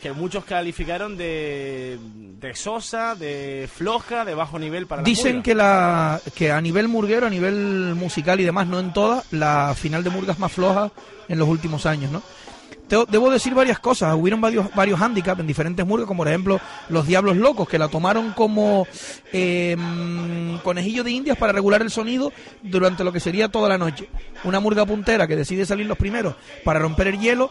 Speaker 3: que muchos calificaron de, de sosa, de floja, de bajo nivel para la
Speaker 27: Dicen
Speaker 3: murga.
Speaker 27: que la que a nivel murguero, a nivel musical y demás, no en todas, la final de murga es más floja en los últimos años, ¿no? Te- debo decir varias cosas. Hubieron varios varios hándicaps en diferentes murgas, como por ejemplo los Diablos Locos, que la tomaron como eh, mm, conejillo de indias para regular el sonido durante lo que sería toda la noche. Una murga puntera que decide salir los primeros para romper el hielo.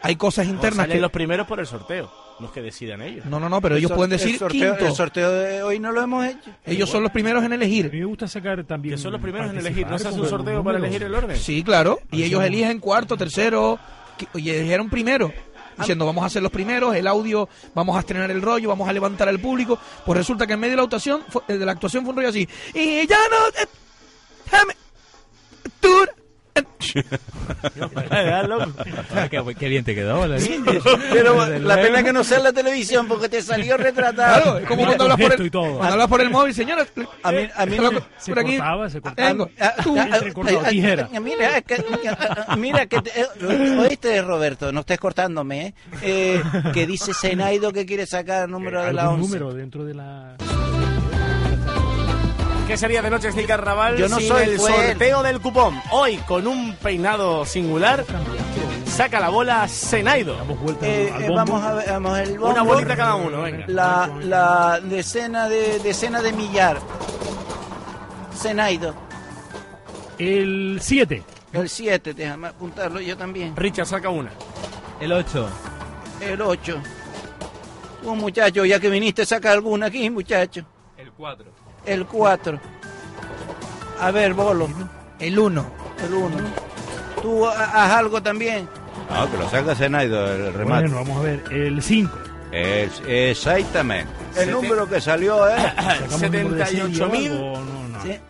Speaker 27: Hay cosas
Speaker 3: No,
Speaker 27: internas
Speaker 3: salen
Speaker 27: que...
Speaker 3: los primeros por el sorteo, los que decidan ellos.
Speaker 27: No, no, no, pero
Speaker 2: El
Speaker 27: ellos
Speaker 2: sor-
Speaker 27: pueden decir
Speaker 2: el sorteo,
Speaker 27: quinto.
Speaker 2: el sorteo de hoy no lo hemos hecho.
Speaker 27: Ellos son los primeros en elegir.
Speaker 4: me gusta sacar también.
Speaker 3: Que son los primeros en
Speaker 4: participar
Speaker 3: elegir, no se hace un
Speaker 4: con los
Speaker 3: sorteo para
Speaker 4: números.
Speaker 3: elegir el orden.
Speaker 27: Sí, claro. Y
Speaker 4: Así
Speaker 27: ellos
Speaker 4: es.
Speaker 27: eligen cuarto, tercero, qui- y eligieron primero. Diciendo, vamos a hacer los primeros, el audio, vamos a estrenar el rollo, vamos a levantar al público. Pues resulta que en medio de la actuación fue, eh, de la actuación fue un rollo así. Y ya no... eh, déjame, tú-
Speaker 32: qué, qué bien te quedó. la-
Speaker 2: Pero
Speaker 32: Desde
Speaker 2: la
Speaker 32: luego.
Speaker 2: pena que no sea en la televisión porque te salió retratado.
Speaker 27: Claro, es como cuando hablas por el, cuando hablas por el móvil, señora.
Speaker 2: A mí- a mí
Speaker 27: está
Speaker 2: no-
Speaker 27: loco,
Speaker 2: eh, se
Speaker 27: por aquí.
Speaker 2: cortaba,
Speaker 4: se
Speaker 2: Ah,
Speaker 27: Tengo.
Speaker 2: ah, ah,
Speaker 27: Tú.
Speaker 2: ah, ah, ah, ah, Mira, que- que- mira que te- eh, oíste Roberto, no estés cortándome, ¿eh? Eh, que dice Senaido que quiere sacar el Eh, número de la
Speaker 4: Algún
Speaker 2: 11.
Speaker 4: número dentro de la.
Speaker 3: ¿Qué sería de Noches de Carnaval
Speaker 2: Yo no
Speaker 3: sin
Speaker 2: soy
Speaker 3: el
Speaker 2: Fuel.
Speaker 3: sorteo del cupón? Hoy, con un peinado singular, saca la bola Senaido.
Speaker 2: Eh, eh, vamos a ver, vamos el
Speaker 3: Una
Speaker 2: bombo.
Speaker 3: bolita cada uno, venga.
Speaker 2: La, la decena de decena de millar. Senaido.
Speaker 4: El 7.
Speaker 2: El 7, déjame apuntarlo yo también.
Speaker 3: Richard saca una.
Speaker 32: El 8.
Speaker 2: El 8. Tú, muchacho, ya que viniste, saca alguna aquí, muchacho.
Speaker 12: El 4.
Speaker 2: El 4. A ver, Bolo.
Speaker 27: El 1.
Speaker 2: El 1. Tú ha- haz algo también.
Speaker 4: Ah,
Speaker 1: No, que lo saca Senaido el remate.
Speaker 4: Bueno, vamos a ver. El 5.
Speaker 1: Es, exactamente. El
Speaker 3: Sete-
Speaker 1: número que salió
Speaker 3: ¿eh?
Speaker 1: es...
Speaker 2: Sí, ¿eh?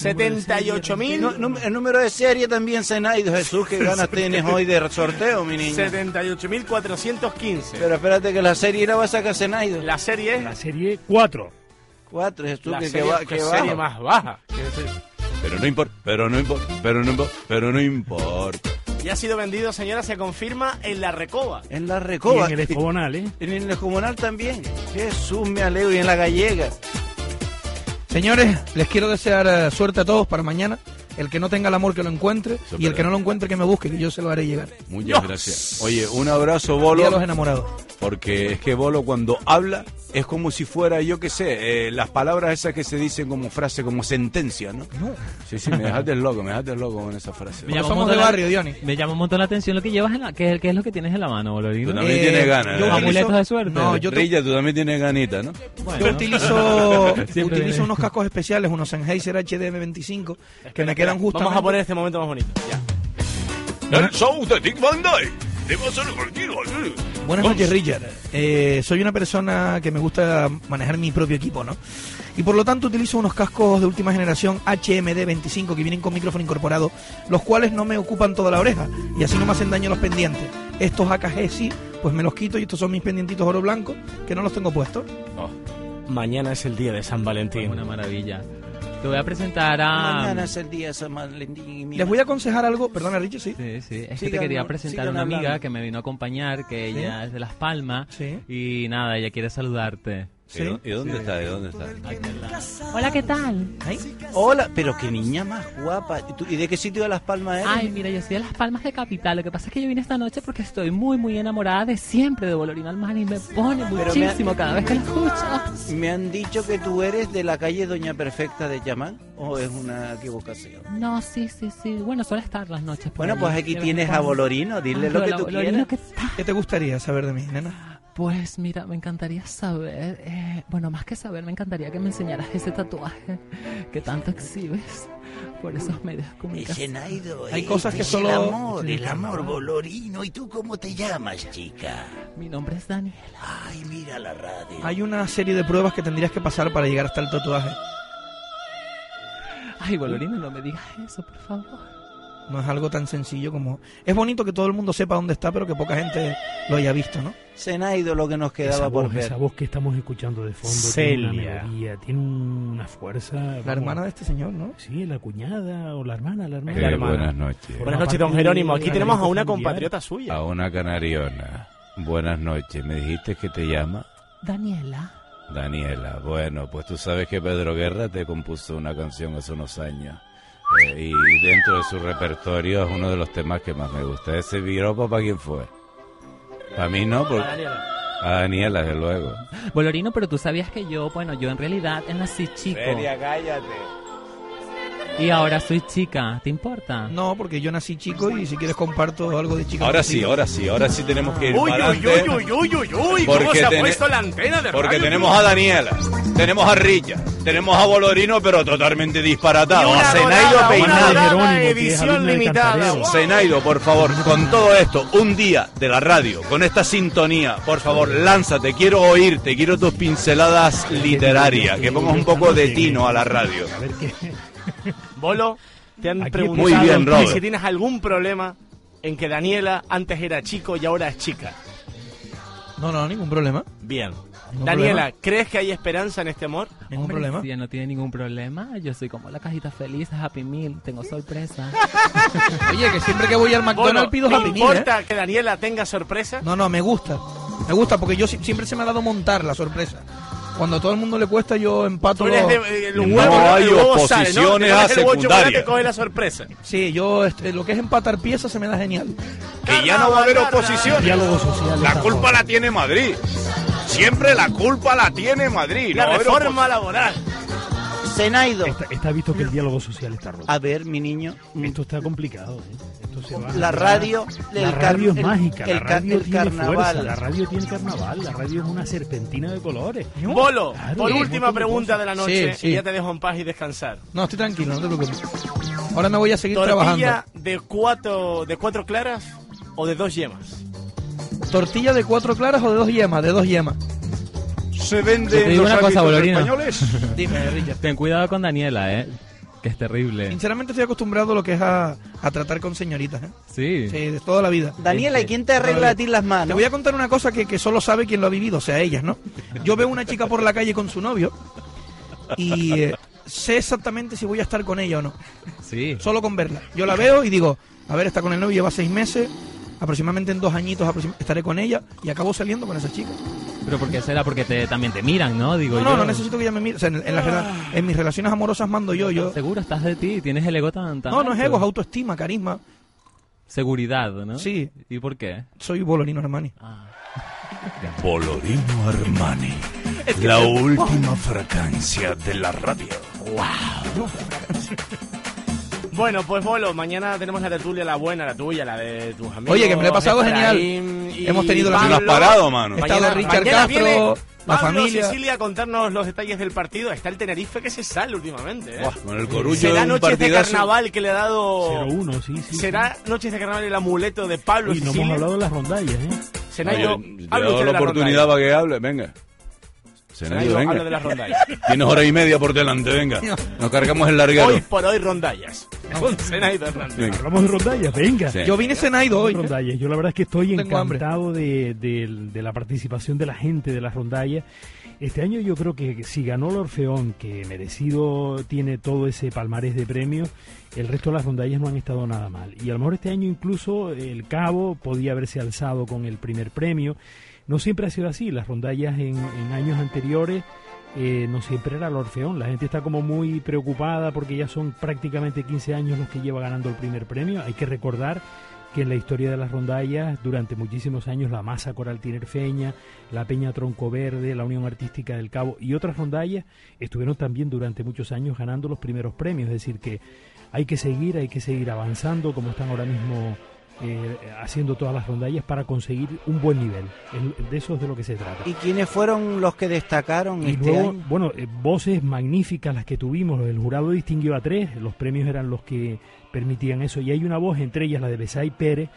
Speaker 3: 78.000.
Speaker 2: No, no, el número de serie también, Senaido. Jesús, qué ganas tienes hoy de sorteo, mi niño.
Speaker 3: 78.415.
Speaker 2: Pero espérate que la serie la va a sacar Senaido.
Speaker 3: La serie. La
Speaker 4: serie 4.
Speaker 2: 4, Jesús,
Speaker 3: La
Speaker 2: que,
Speaker 3: serie,
Speaker 2: que va.
Speaker 3: qué
Speaker 2: Que
Speaker 3: serie
Speaker 2: bajo.
Speaker 3: más baja. Que-
Speaker 1: Pero no importa, pero no importa, pero no importa, pero no importa.
Speaker 3: Y ha sido vendido, señora, se confirma en la recoba.
Speaker 2: En la recoba.
Speaker 4: Y en el escobonal, ¿eh?
Speaker 2: En el escobonal también. Jesús, me alegro. Y en la gallega.
Speaker 27: Señores, les quiero desear eh, suerte a todos para mañana. El que no tenga el amor que lo encuentre y el
Speaker 1: verdad.
Speaker 27: que no lo encuentre que me busque, que yo se lo haré llegar.
Speaker 1: Muchas
Speaker 27: No.
Speaker 1: gracias. Oye, un abrazo,
Speaker 27: Y
Speaker 1: Bolo.
Speaker 27: a los enamorados.
Speaker 1: Porque es que Bolo cuando habla es como si fuera, yo qué sé, eh, las palabras esas que se dicen como frase, como sentencia, ¿no? Sí, sí, me dejaste loco, me dejaste loco con esa frase.
Speaker 32: Me llama un montón la- Me llama un montón la atención lo que llevas en la... ¿Qué, qué es lo que tienes en la mano, Bolorino?
Speaker 1: Tú también tienes ganas. ¿eh?
Speaker 32: Amuletos de suerte.
Speaker 1: Rilla, tú también tienes ganita, ¿no?
Speaker 27: Yo utilizo,
Speaker 32: Siempre
Speaker 27: utilizo
Speaker 32: viene.
Speaker 27: unos cascos especiales, unos Sennheiser HDM25, que me quedan justo.
Speaker 3: Vamos a poner este momento más bonito.
Speaker 1: El show de Dick Van Dyke. Te vas a divertir, ¿vale?
Speaker 27: Buenas noches, Richard. Eh, soy una persona que me gusta manejar mi propio equipo, ¿no? Y por lo tanto utilizo unos cascos de última generación HMD25 que vienen con micrófono incorporado, los cuales no me ocupan toda la oreja y así no me hacen daño los pendientes. Estos AKG sí, pues me los quito y estos son mis pendientitos oro blanco que no los tengo puestos.
Speaker 3: Mañana es el día de San Valentín. Una
Speaker 32: maravilla. Te voy a presentar a...
Speaker 3: Ah.
Speaker 2: Mañana es el día de San Valentín. y mi
Speaker 27: Les voy a aconsejar algo, perdona Richard, sí.
Speaker 32: Sí, sí. Es que
Speaker 27: Sigan,
Speaker 32: te quería
Speaker 27: ¿no?
Speaker 32: presentar a
Speaker 27: Sigan
Speaker 32: una amiga
Speaker 27: hablando.
Speaker 32: que me vino a acompañar, que
Speaker 27: Sí.
Speaker 32: ella es de Las Palmas. Y nada, ella quiere saludarte.
Speaker 1: ¿Y dó- y dónde está? ¿De dónde está?
Speaker 18: Hola, ¿qué tal?
Speaker 2: Hola, pero qué niña más guapa. ¿Y, tú- y de qué sitio de Las Palmas eres?
Speaker 18: Ay, mira, yo soy de Las Palmas de Capital. Lo que pasa es que yo vine esta noche porque estoy muy, muy enamorada de siempre de Bolorino Almar y me pone
Speaker 2: Pero me ha-
Speaker 18: muchísimo cada vez que la escucho.
Speaker 2: Me han dicho que tú eres de la calle Doña Perfecta de Yamán, o es una equivocación.
Speaker 18: No, sí, sí, sí. Bueno, suele estar las noches. por
Speaker 2: Bueno,
Speaker 18: ahí,
Speaker 2: pues aquí
Speaker 18: de vez en
Speaker 2: tienes a
Speaker 18: cuando.
Speaker 2: Bolorino, dile
Speaker 18: Ay,
Speaker 2: lo que
Speaker 18: hola,
Speaker 2: tú
Speaker 18: Bolorino,
Speaker 2: quieras.
Speaker 18: ¿qué
Speaker 27: ¿Qué te gustaría saber de mí, nena?
Speaker 18: Pues mira, me encantaría saber, eh, bueno, más que saber, me encantaría que me enseñaras ese tatuaje que tanto exhibes por esos medios de comunicación.
Speaker 2: Hay
Speaker 18: cosas que solo-
Speaker 2: El eh, amor, el
Speaker 18: Sí,
Speaker 2: amor,
Speaker 18: carnaval.
Speaker 2: Bolorino. ¿Y tú cómo te llamas, chica?
Speaker 18: Mi nombre es Daniela.
Speaker 2: Ay, mira la radio.
Speaker 27: Hay una serie de pruebas que tendrías que pasar para llegar hasta el tatuaje.
Speaker 18: Ay, Bolorino, no me digas eso, por favor.
Speaker 27: No es algo tan sencillo como... Es bonito que todo el mundo sepa dónde está, pero que poca gente lo haya visto, ¿no?
Speaker 2: Cenaido lo que nos quedaba
Speaker 25: esa
Speaker 2: por
Speaker 25: voz,
Speaker 2: ver.
Speaker 25: esa voz que estamos escuchando de fondo tiene
Speaker 27: Celia.
Speaker 25: una melodía, tiene una fuerza.
Speaker 27: La hermana de este señor, ¿no?
Speaker 25: Sí, la cuñada o la hermana, la hermana.
Speaker 10: Eh,
Speaker 25: La hermana.
Speaker 10: buenas noches.
Speaker 25: Forma
Speaker 3: Buenas noches, don
Speaker 25: parte de
Speaker 3: Jerónimo. Aquí
Speaker 25: la
Speaker 3: tenemos a
Speaker 25: familia.
Speaker 3: una compatriota suya.
Speaker 10: A una canariona. Buenas noches. ¿Me dijiste que te llama?
Speaker 32: Daniela,
Speaker 10: Daniela. Bueno, pues tú sabes que Pedro Guerra te compuso una canción hace unos años. Eh, y dentro de su repertorio es uno de los temas que más me gusta. ¿Ese viropa para quién fue? Para mí no, porque... A Daniela, desde luego.
Speaker 32: Bolorino, pero tú sabías que yo, bueno, yo en realidad nací chico.
Speaker 1: cállate.
Speaker 32: Y ahora soy chica, ¿te importa?
Speaker 27: No, porque yo nací chico y si quieres comparto algo de chico.
Speaker 1: Ahora sí, ahora sí, ahora sí tenemos que ir
Speaker 27: Uy,
Speaker 1: para
Speaker 27: uy,
Speaker 1: adelante.
Speaker 27: uy,
Speaker 3: Uy, uy, uy, ¿cómo
Speaker 1: Porque
Speaker 3: se ha
Speaker 1: tiene-
Speaker 3: puesto la antena de
Speaker 1: Porque
Speaker 3: Este Radio
Speaker 1: tenemos
Speaker 3: Club?
Speaker 1: a Daniela, tenemos a Rilla, tenemos a Bolorino, pero totalmente disparatado.
Speaker 3: Y una
Speaker 1: A Zenaido
Speaker 3: dorada,
Speaker 1: peinado.
Speaker 3: una dorada Jerónimo, que es edición alumno de limitada. Cantareo.
Speaker 1: Zenaido, por favor, con todo esto, un día de la radio, con esta sintonía, por favor, lánzate. Quiero oírte, quiero tus pinceladas literarias. Que pongas un poco de tino a la radio.
Speaker 3: Bolo, te han
Speaker 1: Aquí
Speaker 3: preguntado
Speaker 1: Muy bien, Robert.
Speaker 3: si tienes algún problema en que Daniela antes era chico y ahora es chica.
Speaker 27: No, no, ningún problema.
Speaker 3: Bien.
Speaker 27: Ningún
Speaker 3: Daniela,
Speaker 27: problema.
Speaker 3: ¿crees que hay esperanza en este amor?
Speaker 27: Ningún
Speaker 32: Hombre,
Speaker 27: problema.
Speaker 32: si ella no tiene ningún problema. Yo soy como la cajita feliz, Happy Meal, tengo sorpresa.
Speaker 27: Oye, que siempre que voy al McDonald's
Speaker 3: Bolo,
Speaker 27: pido
Speaker 3: ¿te
Speaker 27: Happy Meal,
Speaker 3: importa que Daniela tenga sorpresa?
Speaker 27: No, no, me gusta. Me gusta porque yo si- siempre se me ha dado montar la sorpresa. Cuando a todo el mundo le cuesta, yo empato.
Speaker 3: Tú eres
Speaker 27: los-
Speaker 3: de- el huevo, ¿no? El huevo sale, ¿no? Te coges el huevo de chocolate, te coge la sorpresa.
Speaker 27: Sí, yo este, lo que es empatar piezas se me da genial.
Speaker 1: Que ya no va a haber oposición.
Speaker 27: Diálogo social.
Speaker 1: La culpa la tiene Madrid. Siempre la culpa la tiene Madrid.
Speaker 25: La
Speaker 1: no pues haber
Speaker 25: reforma
Speaker 1: oposición.
Speaker 3: laboral.
Speaker 2: Zenaido.
Speaker 25: Está, está visto que el diálogo social está roto.
Speaker 2: A ver, mi niño. mm.
Speaker 25: Esto está complicado. ¿eh? Esto se va-
Speaker 2: La radio-
Speaker 25: La
Speaker 2: el car-
Speaker 25: radio es
Speaker 2: el-
Speaker 25: mágica.
Speaker 2: el
Speaker 25: la
Speaker 2: car-
Speaker 25: radio
Speaker 2: el
Speaker 25: tiene
Speaker 2: carnaval.
Speaker 25: fuerza, La radio tiene carnaval. La radio es una serpentina de colores.
Speaker 3: Bolo,
Speaker 25: Claro,
Speaker 3: por
Speaker 25: hay un
Speaker 3: última
Speaker 25: montón de
Speaker 3: pregunta de la
Speaker 25: cosas.
Speaker 3: noche y ya te dejo en paz y descansar.
Speaker 27: No, estoy tranquilo, no te preocupes. Ahora me voy a seguir
Speaker 3: ¿Tortilla
Speaker 27: trabajando.
Speaker 3: de cuatro, de cuatro claras o de dos yemas?
Speaker 27: ¿Tortilla de cuatro claras o de dos yemas? De dos yemas.
Speaker 1: Se
Speaker 27: vende
Speaker 11: Te digo una cosa, Bolorino.
Speaker 27: Dime, Richard.
Speaker 11: Ten cuidado con Daniela, ¿eh? Que es terrible.
Speaker 27: Sinceramente estoy acostumbrado a lo que es a, a tratar con señoritas. ¿eh?
Speaker 11: Sí.
Speaker 27: Sí, de toda la vida.
Speaker 2: Daniela, ¿y quién te arregla a ti las manos?
Speaker 27: Te voy a contar una cosa que, que solo sabe quien lo ha vivido, o sea, ellas, ¿no? Yo veo una chica por la calle con su novio y eh, sé exactamente si voy a estar con ella o no.
Speaker 11: Sí.
Speaker 27: Solo con verla. Yo la veo y digo, a ver, está con el novio, lleva seis meses, aproximadamente en dos añitos aproxim- estaré con ella y acabo saliendo con esa chica.
Speaker 11: Pero ¿por qué será? Porque te, también te miran, ¿no? Digo
Speaker 27: No, no,
Speaker 11: yo.
Speaker 27: no necesito que ella me mire. O sea, en, en las
Speaker 2: Ah.
Speaker 27: rela- en mis relaciones amorosas mando yo, yo.
Speaker 11: Seguro estás de ti, tienes el ego tan, tan
Speaker 27: No, no es
Speaker 11: alto.
Speaker 27: ego, es autoestima, carisma.
Speaker 11: Seguridad, ¿no?
Speaker 27: Sí.
Speaker 11: ¿Y por qué?
Speaker 27: Soy bolonino, hermano.
Speaker 1: Bolorino Armani.
Speaker 27: Es que
Speaker 1: la
Speaker 27: se-
Speaker 1: última fragancia de la radio.
Speaker 3: ¡Wow! Bueno, pues Bolo, mañana tenemos la tertulia, la buena, la tuya, la de tus amigos.
Speaker 27: Oye, que me lo he pasado genial.
Speaker 3: Efraín y
Speaker 27: Hemos tenido la-
Speaker 3: Pablo.
Speaker 1: Tú no has parado, mano.
Speaker 27: He estado Richard
Speaker 3: mañana
Speaker 27: Castro,
Speaker 3: viene
Speaker 27: la
Speaker 3: Pablo
Speaker 27: familia.
Speaker 3: Sicilia a contarnos los detalles del partido. Está el Tenerife que se sale últimamente. ¿eh?
Speaker 1: Buah, con el corullo
Speaker 3: Será
Speaker 1: de un
Speaker 3: noches de
Speaker 1: partidazo.
Speaker 3: carnaval que le ha dado.
Speaker 25: 0-1, sí, sí.
Speaker 3: Será noches de carnaval el amuleto de Pablo
Speaker 25: Uy, no hemos
Speaker 3: Sicilia.
Speaker 25: hablado de las rondallas, ¿eh?
Speaker 3: Zenaido,
Speaker 1: Oye, te
Speaker 3: hable usted
Speaker 1: doy
Speaker 3: de
Speaker 1: la
Speaker 3: la
Speaker 1: oportunidad
Speaker 3: rondalla.
Speaker 1: para que hable, venga. Zenaido,
Speaker 3: Zenaido,
Speaker 1: venga.
Speaker 3: habla de las rondallas.
Speaker 1: Tienes hora y media por delante, venga. Nos cargamos el
Speaker 3: Hoy
Speaker 1: larguero.
Speaker 3: por hoy rondallas. Con Zenaido Hernández.
Speaker 1: Venga.
Speaker 25: Hablamos de rondallas, venga.
Speaker 1: Sí.
Speaker 27: Yo vine cenaido hoy.
Speaker 25: Rondallas. Yo la verdad es que estoy
Speaker 27: Tengo hambre.
Speaker 25: encantado de, de- de la participación de la gente de las rondallas. Este año yo creo que si ganó el Orfeón, que merecido tiene todo ese palmarés de premios, el resto de las rondallas no han estado nada mal. Y a lo mejor este año incluso el Cabo podía haberse alzado con el primer premio. No siempre ha sido así. Las rondallas en, en años anteriores eh, no siempre era el Orfeón. La gente está como muy preocupada porque ya son prácticamente 15 años los que lleva ganando el primer premio. Hay que recordar que en la historia de las rondallas, durante muchísimos años, la Masa Coral Tinerfeña, la Peña Tronco Verde, la Unión Artística del Cabo y otras rondallas estuvieron también durante muchos años ganando los primeros premios. Es decir, que hay que seguir, hay que seguir avanzando como están ahora mismo eh, haciendo todas las rondallas para conseguir un buen nivel. Es- De eso es de lo que se trata.
Speaker 2: ¿Y quiénes fueron los que destacaron
Speaker 25: Y
Speaker 2: este
Speaker 25: luego,
Speaker 2: año?
Speaker 25: bueno, eh, voces magníficas las que tuvimos. El jurado distinguió a tres. Los premios eran los que permitían eso. Y hay una voz, entre ellas la de Besay Pérez,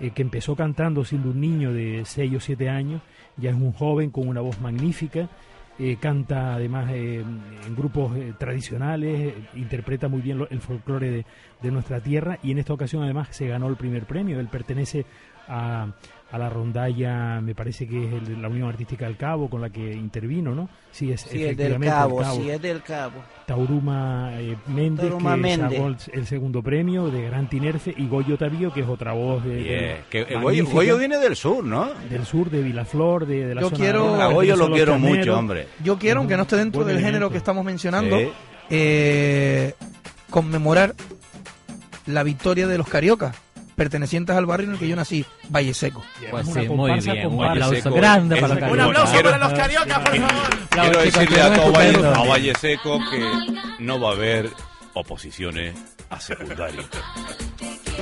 Speaker 25: eh, que empezó cantando siendo un niño de 6 o 7 años. Ya es un joven con una voz magnífica. eh, canta además eh, en grupos eh, tradicionales, eh, interpreta muy bien lo- el folclore de, de nuestra tierra y en esta ocasión además se ganó el primer premio. Él pertenece a, a la rondalla, me parece que es el- la Unión Artística del Cabo con la que intervino, ¿no? Sí, es
Speaker 2: Sí, es del
Speaker 25: efectivamente, el
Speaker 2: cabo, sí, es del cabo.
Speaker 25: Tauruma eh, Méndez,
Speaker 2: Tauruma
Speaker 25: que
Speaker 2: Méndez.
Speaker 25: sacó el, el segundo premio de Gran Tinerfe, y Goyo Tavío, que es otra voz de,
Speaker 1: Bien.
Speaker 25: de-
Speaker 1: Que, eh, Goyo,
Speaker 25: magnífica,
Speaker 1: Goyo viene del sur, ¿no?
Speaker 25: del sur, de Vilaflor, de, de la
Speaker 1: Yo
Speaker 25: zona
Speaker 1: quiero-
Speaker 25: de-
Speaker 1: A Goyo
Speaker 25: de
Speaker 1: lo
Speaker 25: los
Speaker 1: quiero
Speaker 25: Carneros.
Speaker 1: mucho, hombre.
Speaker 27: Yo quiero, aunque no esté dentro
Speaker 25: Buen
Speaker 27: del género
Speaker 25: elemento.
Speaker 27: que estamos mencionando,
Speaker 1: Sí.
Speaker 27: eh, conmemorar la victoria de los cariocas pertenecientes al barrio en el que yo nací, Valle Seco.
Speaker 32: Pues sí, muy bien. Un aplauso
Speaker 1: Seco.
Speaker 32: grande para
Speaker 1: Es
Speaker 32: los
Speaker 1: un
Speaker 32: cariocas.
Speaker 1: aplauso para los
Speaker 3: cariocas, por favor.
Speaker 1: Quiero
Speaker 32: chicos,
Speaker 1: decirle
Speaker 32: queremos
Speaker 1: a todo Valle,
Speaker 32: escucharlos.
Speaker 1: a Valle Seco que no va a haber oposiciones a secundaria.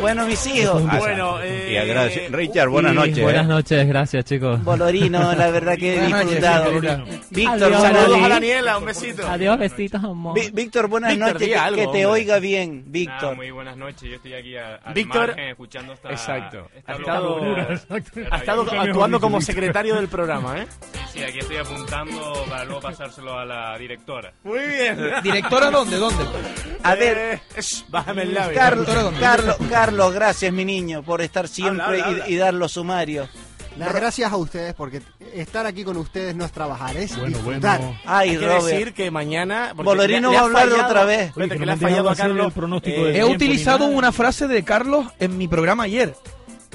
Speaker 2: Bueno, mis hijos.
Speaker 3: Bueno,
Speaker 4: eh,
Speaker 1: y agradece. Richard, buenas
Speaker 32: Y
Speaker 1: noches.
Speaker 32: Buenas
Speaker 1: ¿eh?
Speaker 32: noches, gracias, chicos.
Speaker 2: Bolorino, la verdad que he
Speaker 32: Buenas noches,
Speaker 2: disfrutado.
Speaker 32: Bolorino.
Speaker 2: Víctor,
Speaker 32: Adiós,
Speaker 2: saludos
Speaker 32: Bolorino.
Speaker 2: a
Speaker 3: Daniela, un besito.
Speaker 32: Adiós, besitos, amor.
Speaker 2: Vi- Víctor, buenas
Speaker 3: Víctor,
Speaker 2: noches.
Speaker 3: di
Speaker 2: que-
Speaker 3: algo,
Speaker 2: que te
Speaker 3: hombre.
Speaker 2: oigga bien, Víctor.
Speaker 6: muy buenas noches, yo estoy aquí a, al
Speaker 3: Víctor-
Speaker 7: eh,
Speaker 6: margen escuchando esta.
Speaker 3: Exacto.
Speaker 6: esta
Speaker 3: Ha estado-
Speaker 6: locura.
Speaker 3: exacto.
Speaker 6: Esta
Speaker 3: ha estado
Speaker 6: locura.
Speaker 3: actuando como secretario del programa, ¿eh?
Speaker 6: Sí, aquí estoy apuntando para luego pasárselo a la directora.
Speaker 3: Muy bien.
Speaker 1: Eh,
Speaker 27: ¿Directora dónde? ¿Dónde?
Speaker 2: A ver,
Speaker 3: bájame el labio.
Speaker 2: Carlos, Carlos, Carlos, gracias, mi niño, por estar siempre
Speaker 5: Habla, habla,
Speaker 2: y-
Speaker 5: habla.
Speaker 2: Y, dar los sumarios.
Speaker 5: Las gracias a ustedes porque estar aquí con ustedes no es trabajar, es disfrutar.
Speaker 3: bueno. Hay que decir que mañana. porque
Speaker 5: Bolorino
Speaker 3: le- le
Speaker 5: va
Speaker 3: ha
Speaker 5: a hablar de
Speaker 3: fallado-
Speaker 5: otra vez.
Speaker 3: Fíjate
Speaker 5: Oye, que
Speaker 3: que
Speaker 5: no
Speaker 3: le ha
Speaker 5: han
Speaker 3: fallado
Speaker 5: dejado
Speaker 3: a
Speaker 5: hacer el
Speaker 3: Carlos.
Speaker 25: pronóstico
Speaker 3: eh,
Speaker 27: He
Speaker 3: tiempo ni
Speaker 27: utilizado
Speaker 3: nada.
Speaker 27: una frase de Carlos en mi programa ayer.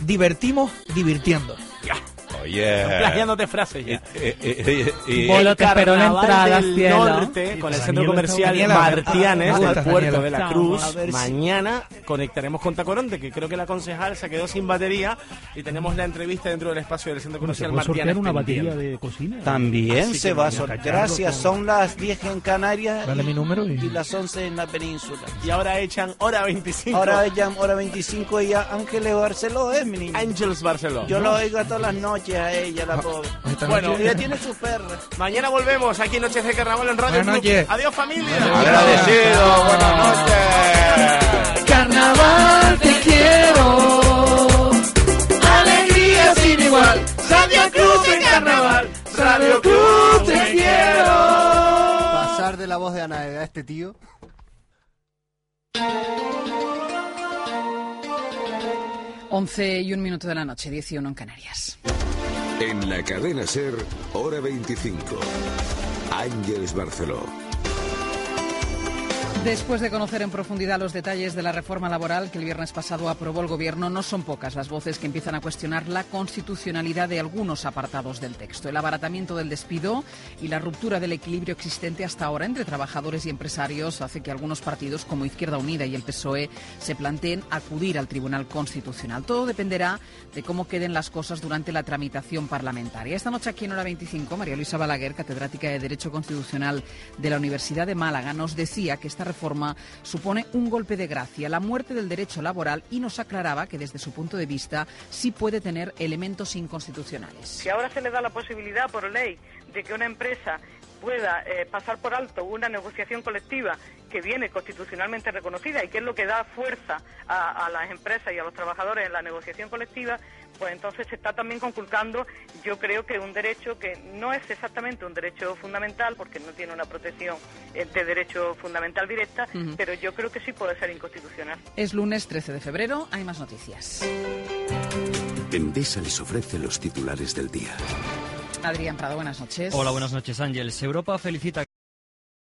Speaker 27: Divertimos divirtiendo.
Speaker 1: Oye.
Speaker 3: Plagiándote frases ya.
Speaker 1: Eh, eh, eh, eh,
Speaker 27: Bolo,
Speaker 3: El
Speaker 27: te espero en la
Speaker 3: Carnaval
Speaker 27: entrada,
Speaker 3: del
Speaker 27: cielo.
Speaker 3: norte, con
Speaker 27: Daniela
Speaker 3: el centro
Speaker 27: está
Speaker 3: comercial
Speaker 27: buena. Me
Speaker 3: Martianes,
Speaker 27: gusta,
Speaker 3: del puerto
Speaker 27: Daniela.
Speaker 3: de la
Speaker 27: Vamos,
Speaker 3: Cruz.
Speaker 27: a ver si-
Speaker 3: Mañana conectaremos con Tacoronte, que creo que la concejal se quedó sin batería y tenemos la entrevista dentro del espacio del centro
Speaker 25: Bueno, ¿Se
Speaker 3: comercial
Speaker 25: puede sortear
Speaker 3: Martianes.
Speaker 25: una batería
Speaker 3: pendiente.
Speaker 25: de cocina?
Speaker 2: También
Speaker 3: Así
Speaker 2: se
Speaker 3: que
Speaker 2: va a
Speaker 3: mañana,
Speaker 2: sortear.
Speaker 3: Carlos,
Speaker 2: Gracias,
Speaker 3: con-
Speaker 2: son las 10 en Canarias.
Speaker 27: Dale
Speaker 2: y-
Speaker 27: mi número y-
Speaker 2: y las 11 en la península.
Speaker 3: Y ahora echan hora 25.
Speaker 2: Ahora ya hora 25 y a Ángeles Barceló es mi niño.
Speaker 3: Ángels Barceló.
Speaker 2: Yo lo oigo todas las noches a ella, la pobre. eh,
Speaker 3: Bueno,
Speaker 2: ella tiene su perra.
Speaker 3: Mañana volvemos aquí en Noches de Carnaval en Radio
Speaker 27: Buenas
Speaker 3: Club.
Speaker 27: noches.
Speaker 3: Adiós familia.
Speaker 1: Agradecido, buenas noches.
Speaker 27: Carnaval te quiero. Alegría sin igual.
Speaker 12: Radio Cruz en carnaval.
Speaker 5: Radio
Speaker 12: Cruz
Speaker 5: te
Speaker 12: quiero.
Speaker 5: Pasar de la voz de Anaed a este tío.
Speaker 17: Once y un minuto de la noche, 11 en Canarias.
Speaker 19: En la cadena Ser, hora 25. Ángeles Barceló.
Speaker 17: Después de conocer en profundidad los detalles de la reforma laboral que el viernes pasado aprobó el Gobierno, no son pocas las voces que empiezan a cuestionar la constitucionalidad de algunos apartados del texto. El abaratamiento del despido y la ruptura del equilibrio existente hasta ahora entre trabajadores y empresarios hace que algunos partidos como Izquierda Unida y el PSOE E se planteen acudir al Tribunal Constitucional. Todo dependerá de cómo queden las cosas durante la tramitación parlamentaria. Esta noche aquí en Hora 25, María Luisa Balaguer, catedrática de Derecho Constitucional de la Universidad de Málaga, nos decía que esta reforma supone un golpe de gracia, la muerte del derecho laboral y nos aclaraba que desde su punto de vista sí puede tener elementos inconstitucionales.
Speaker 21: Pues, Si ahora se le da la posibilidad por ley de que una empresa pueda eh, pasar por alto una negociación colectiva que viene constitucionalmente reconocida y que es lo que da fuerza a, a las empresas y a los trabajadores en la negociación colectiva, pues entonces se está también conculcando, yo creo que un derecho que no es exactamente un derecho fundamental, porque no tiene una protección eh, de derecho fundamental directa,
Speaker 17: Ujú.
Speaker 21: pero yo creo que sí puede ser inconstitucional.
Speaker 17: Es lunes 13 de febrero, hay más noticias.
Speaker 19: Endesa les ofrece los titulares del día.
Speaker 17: Adrián Prado, buenas noches.
Speaker 33: Hola, buenas noches, Ángeles. Europa felicita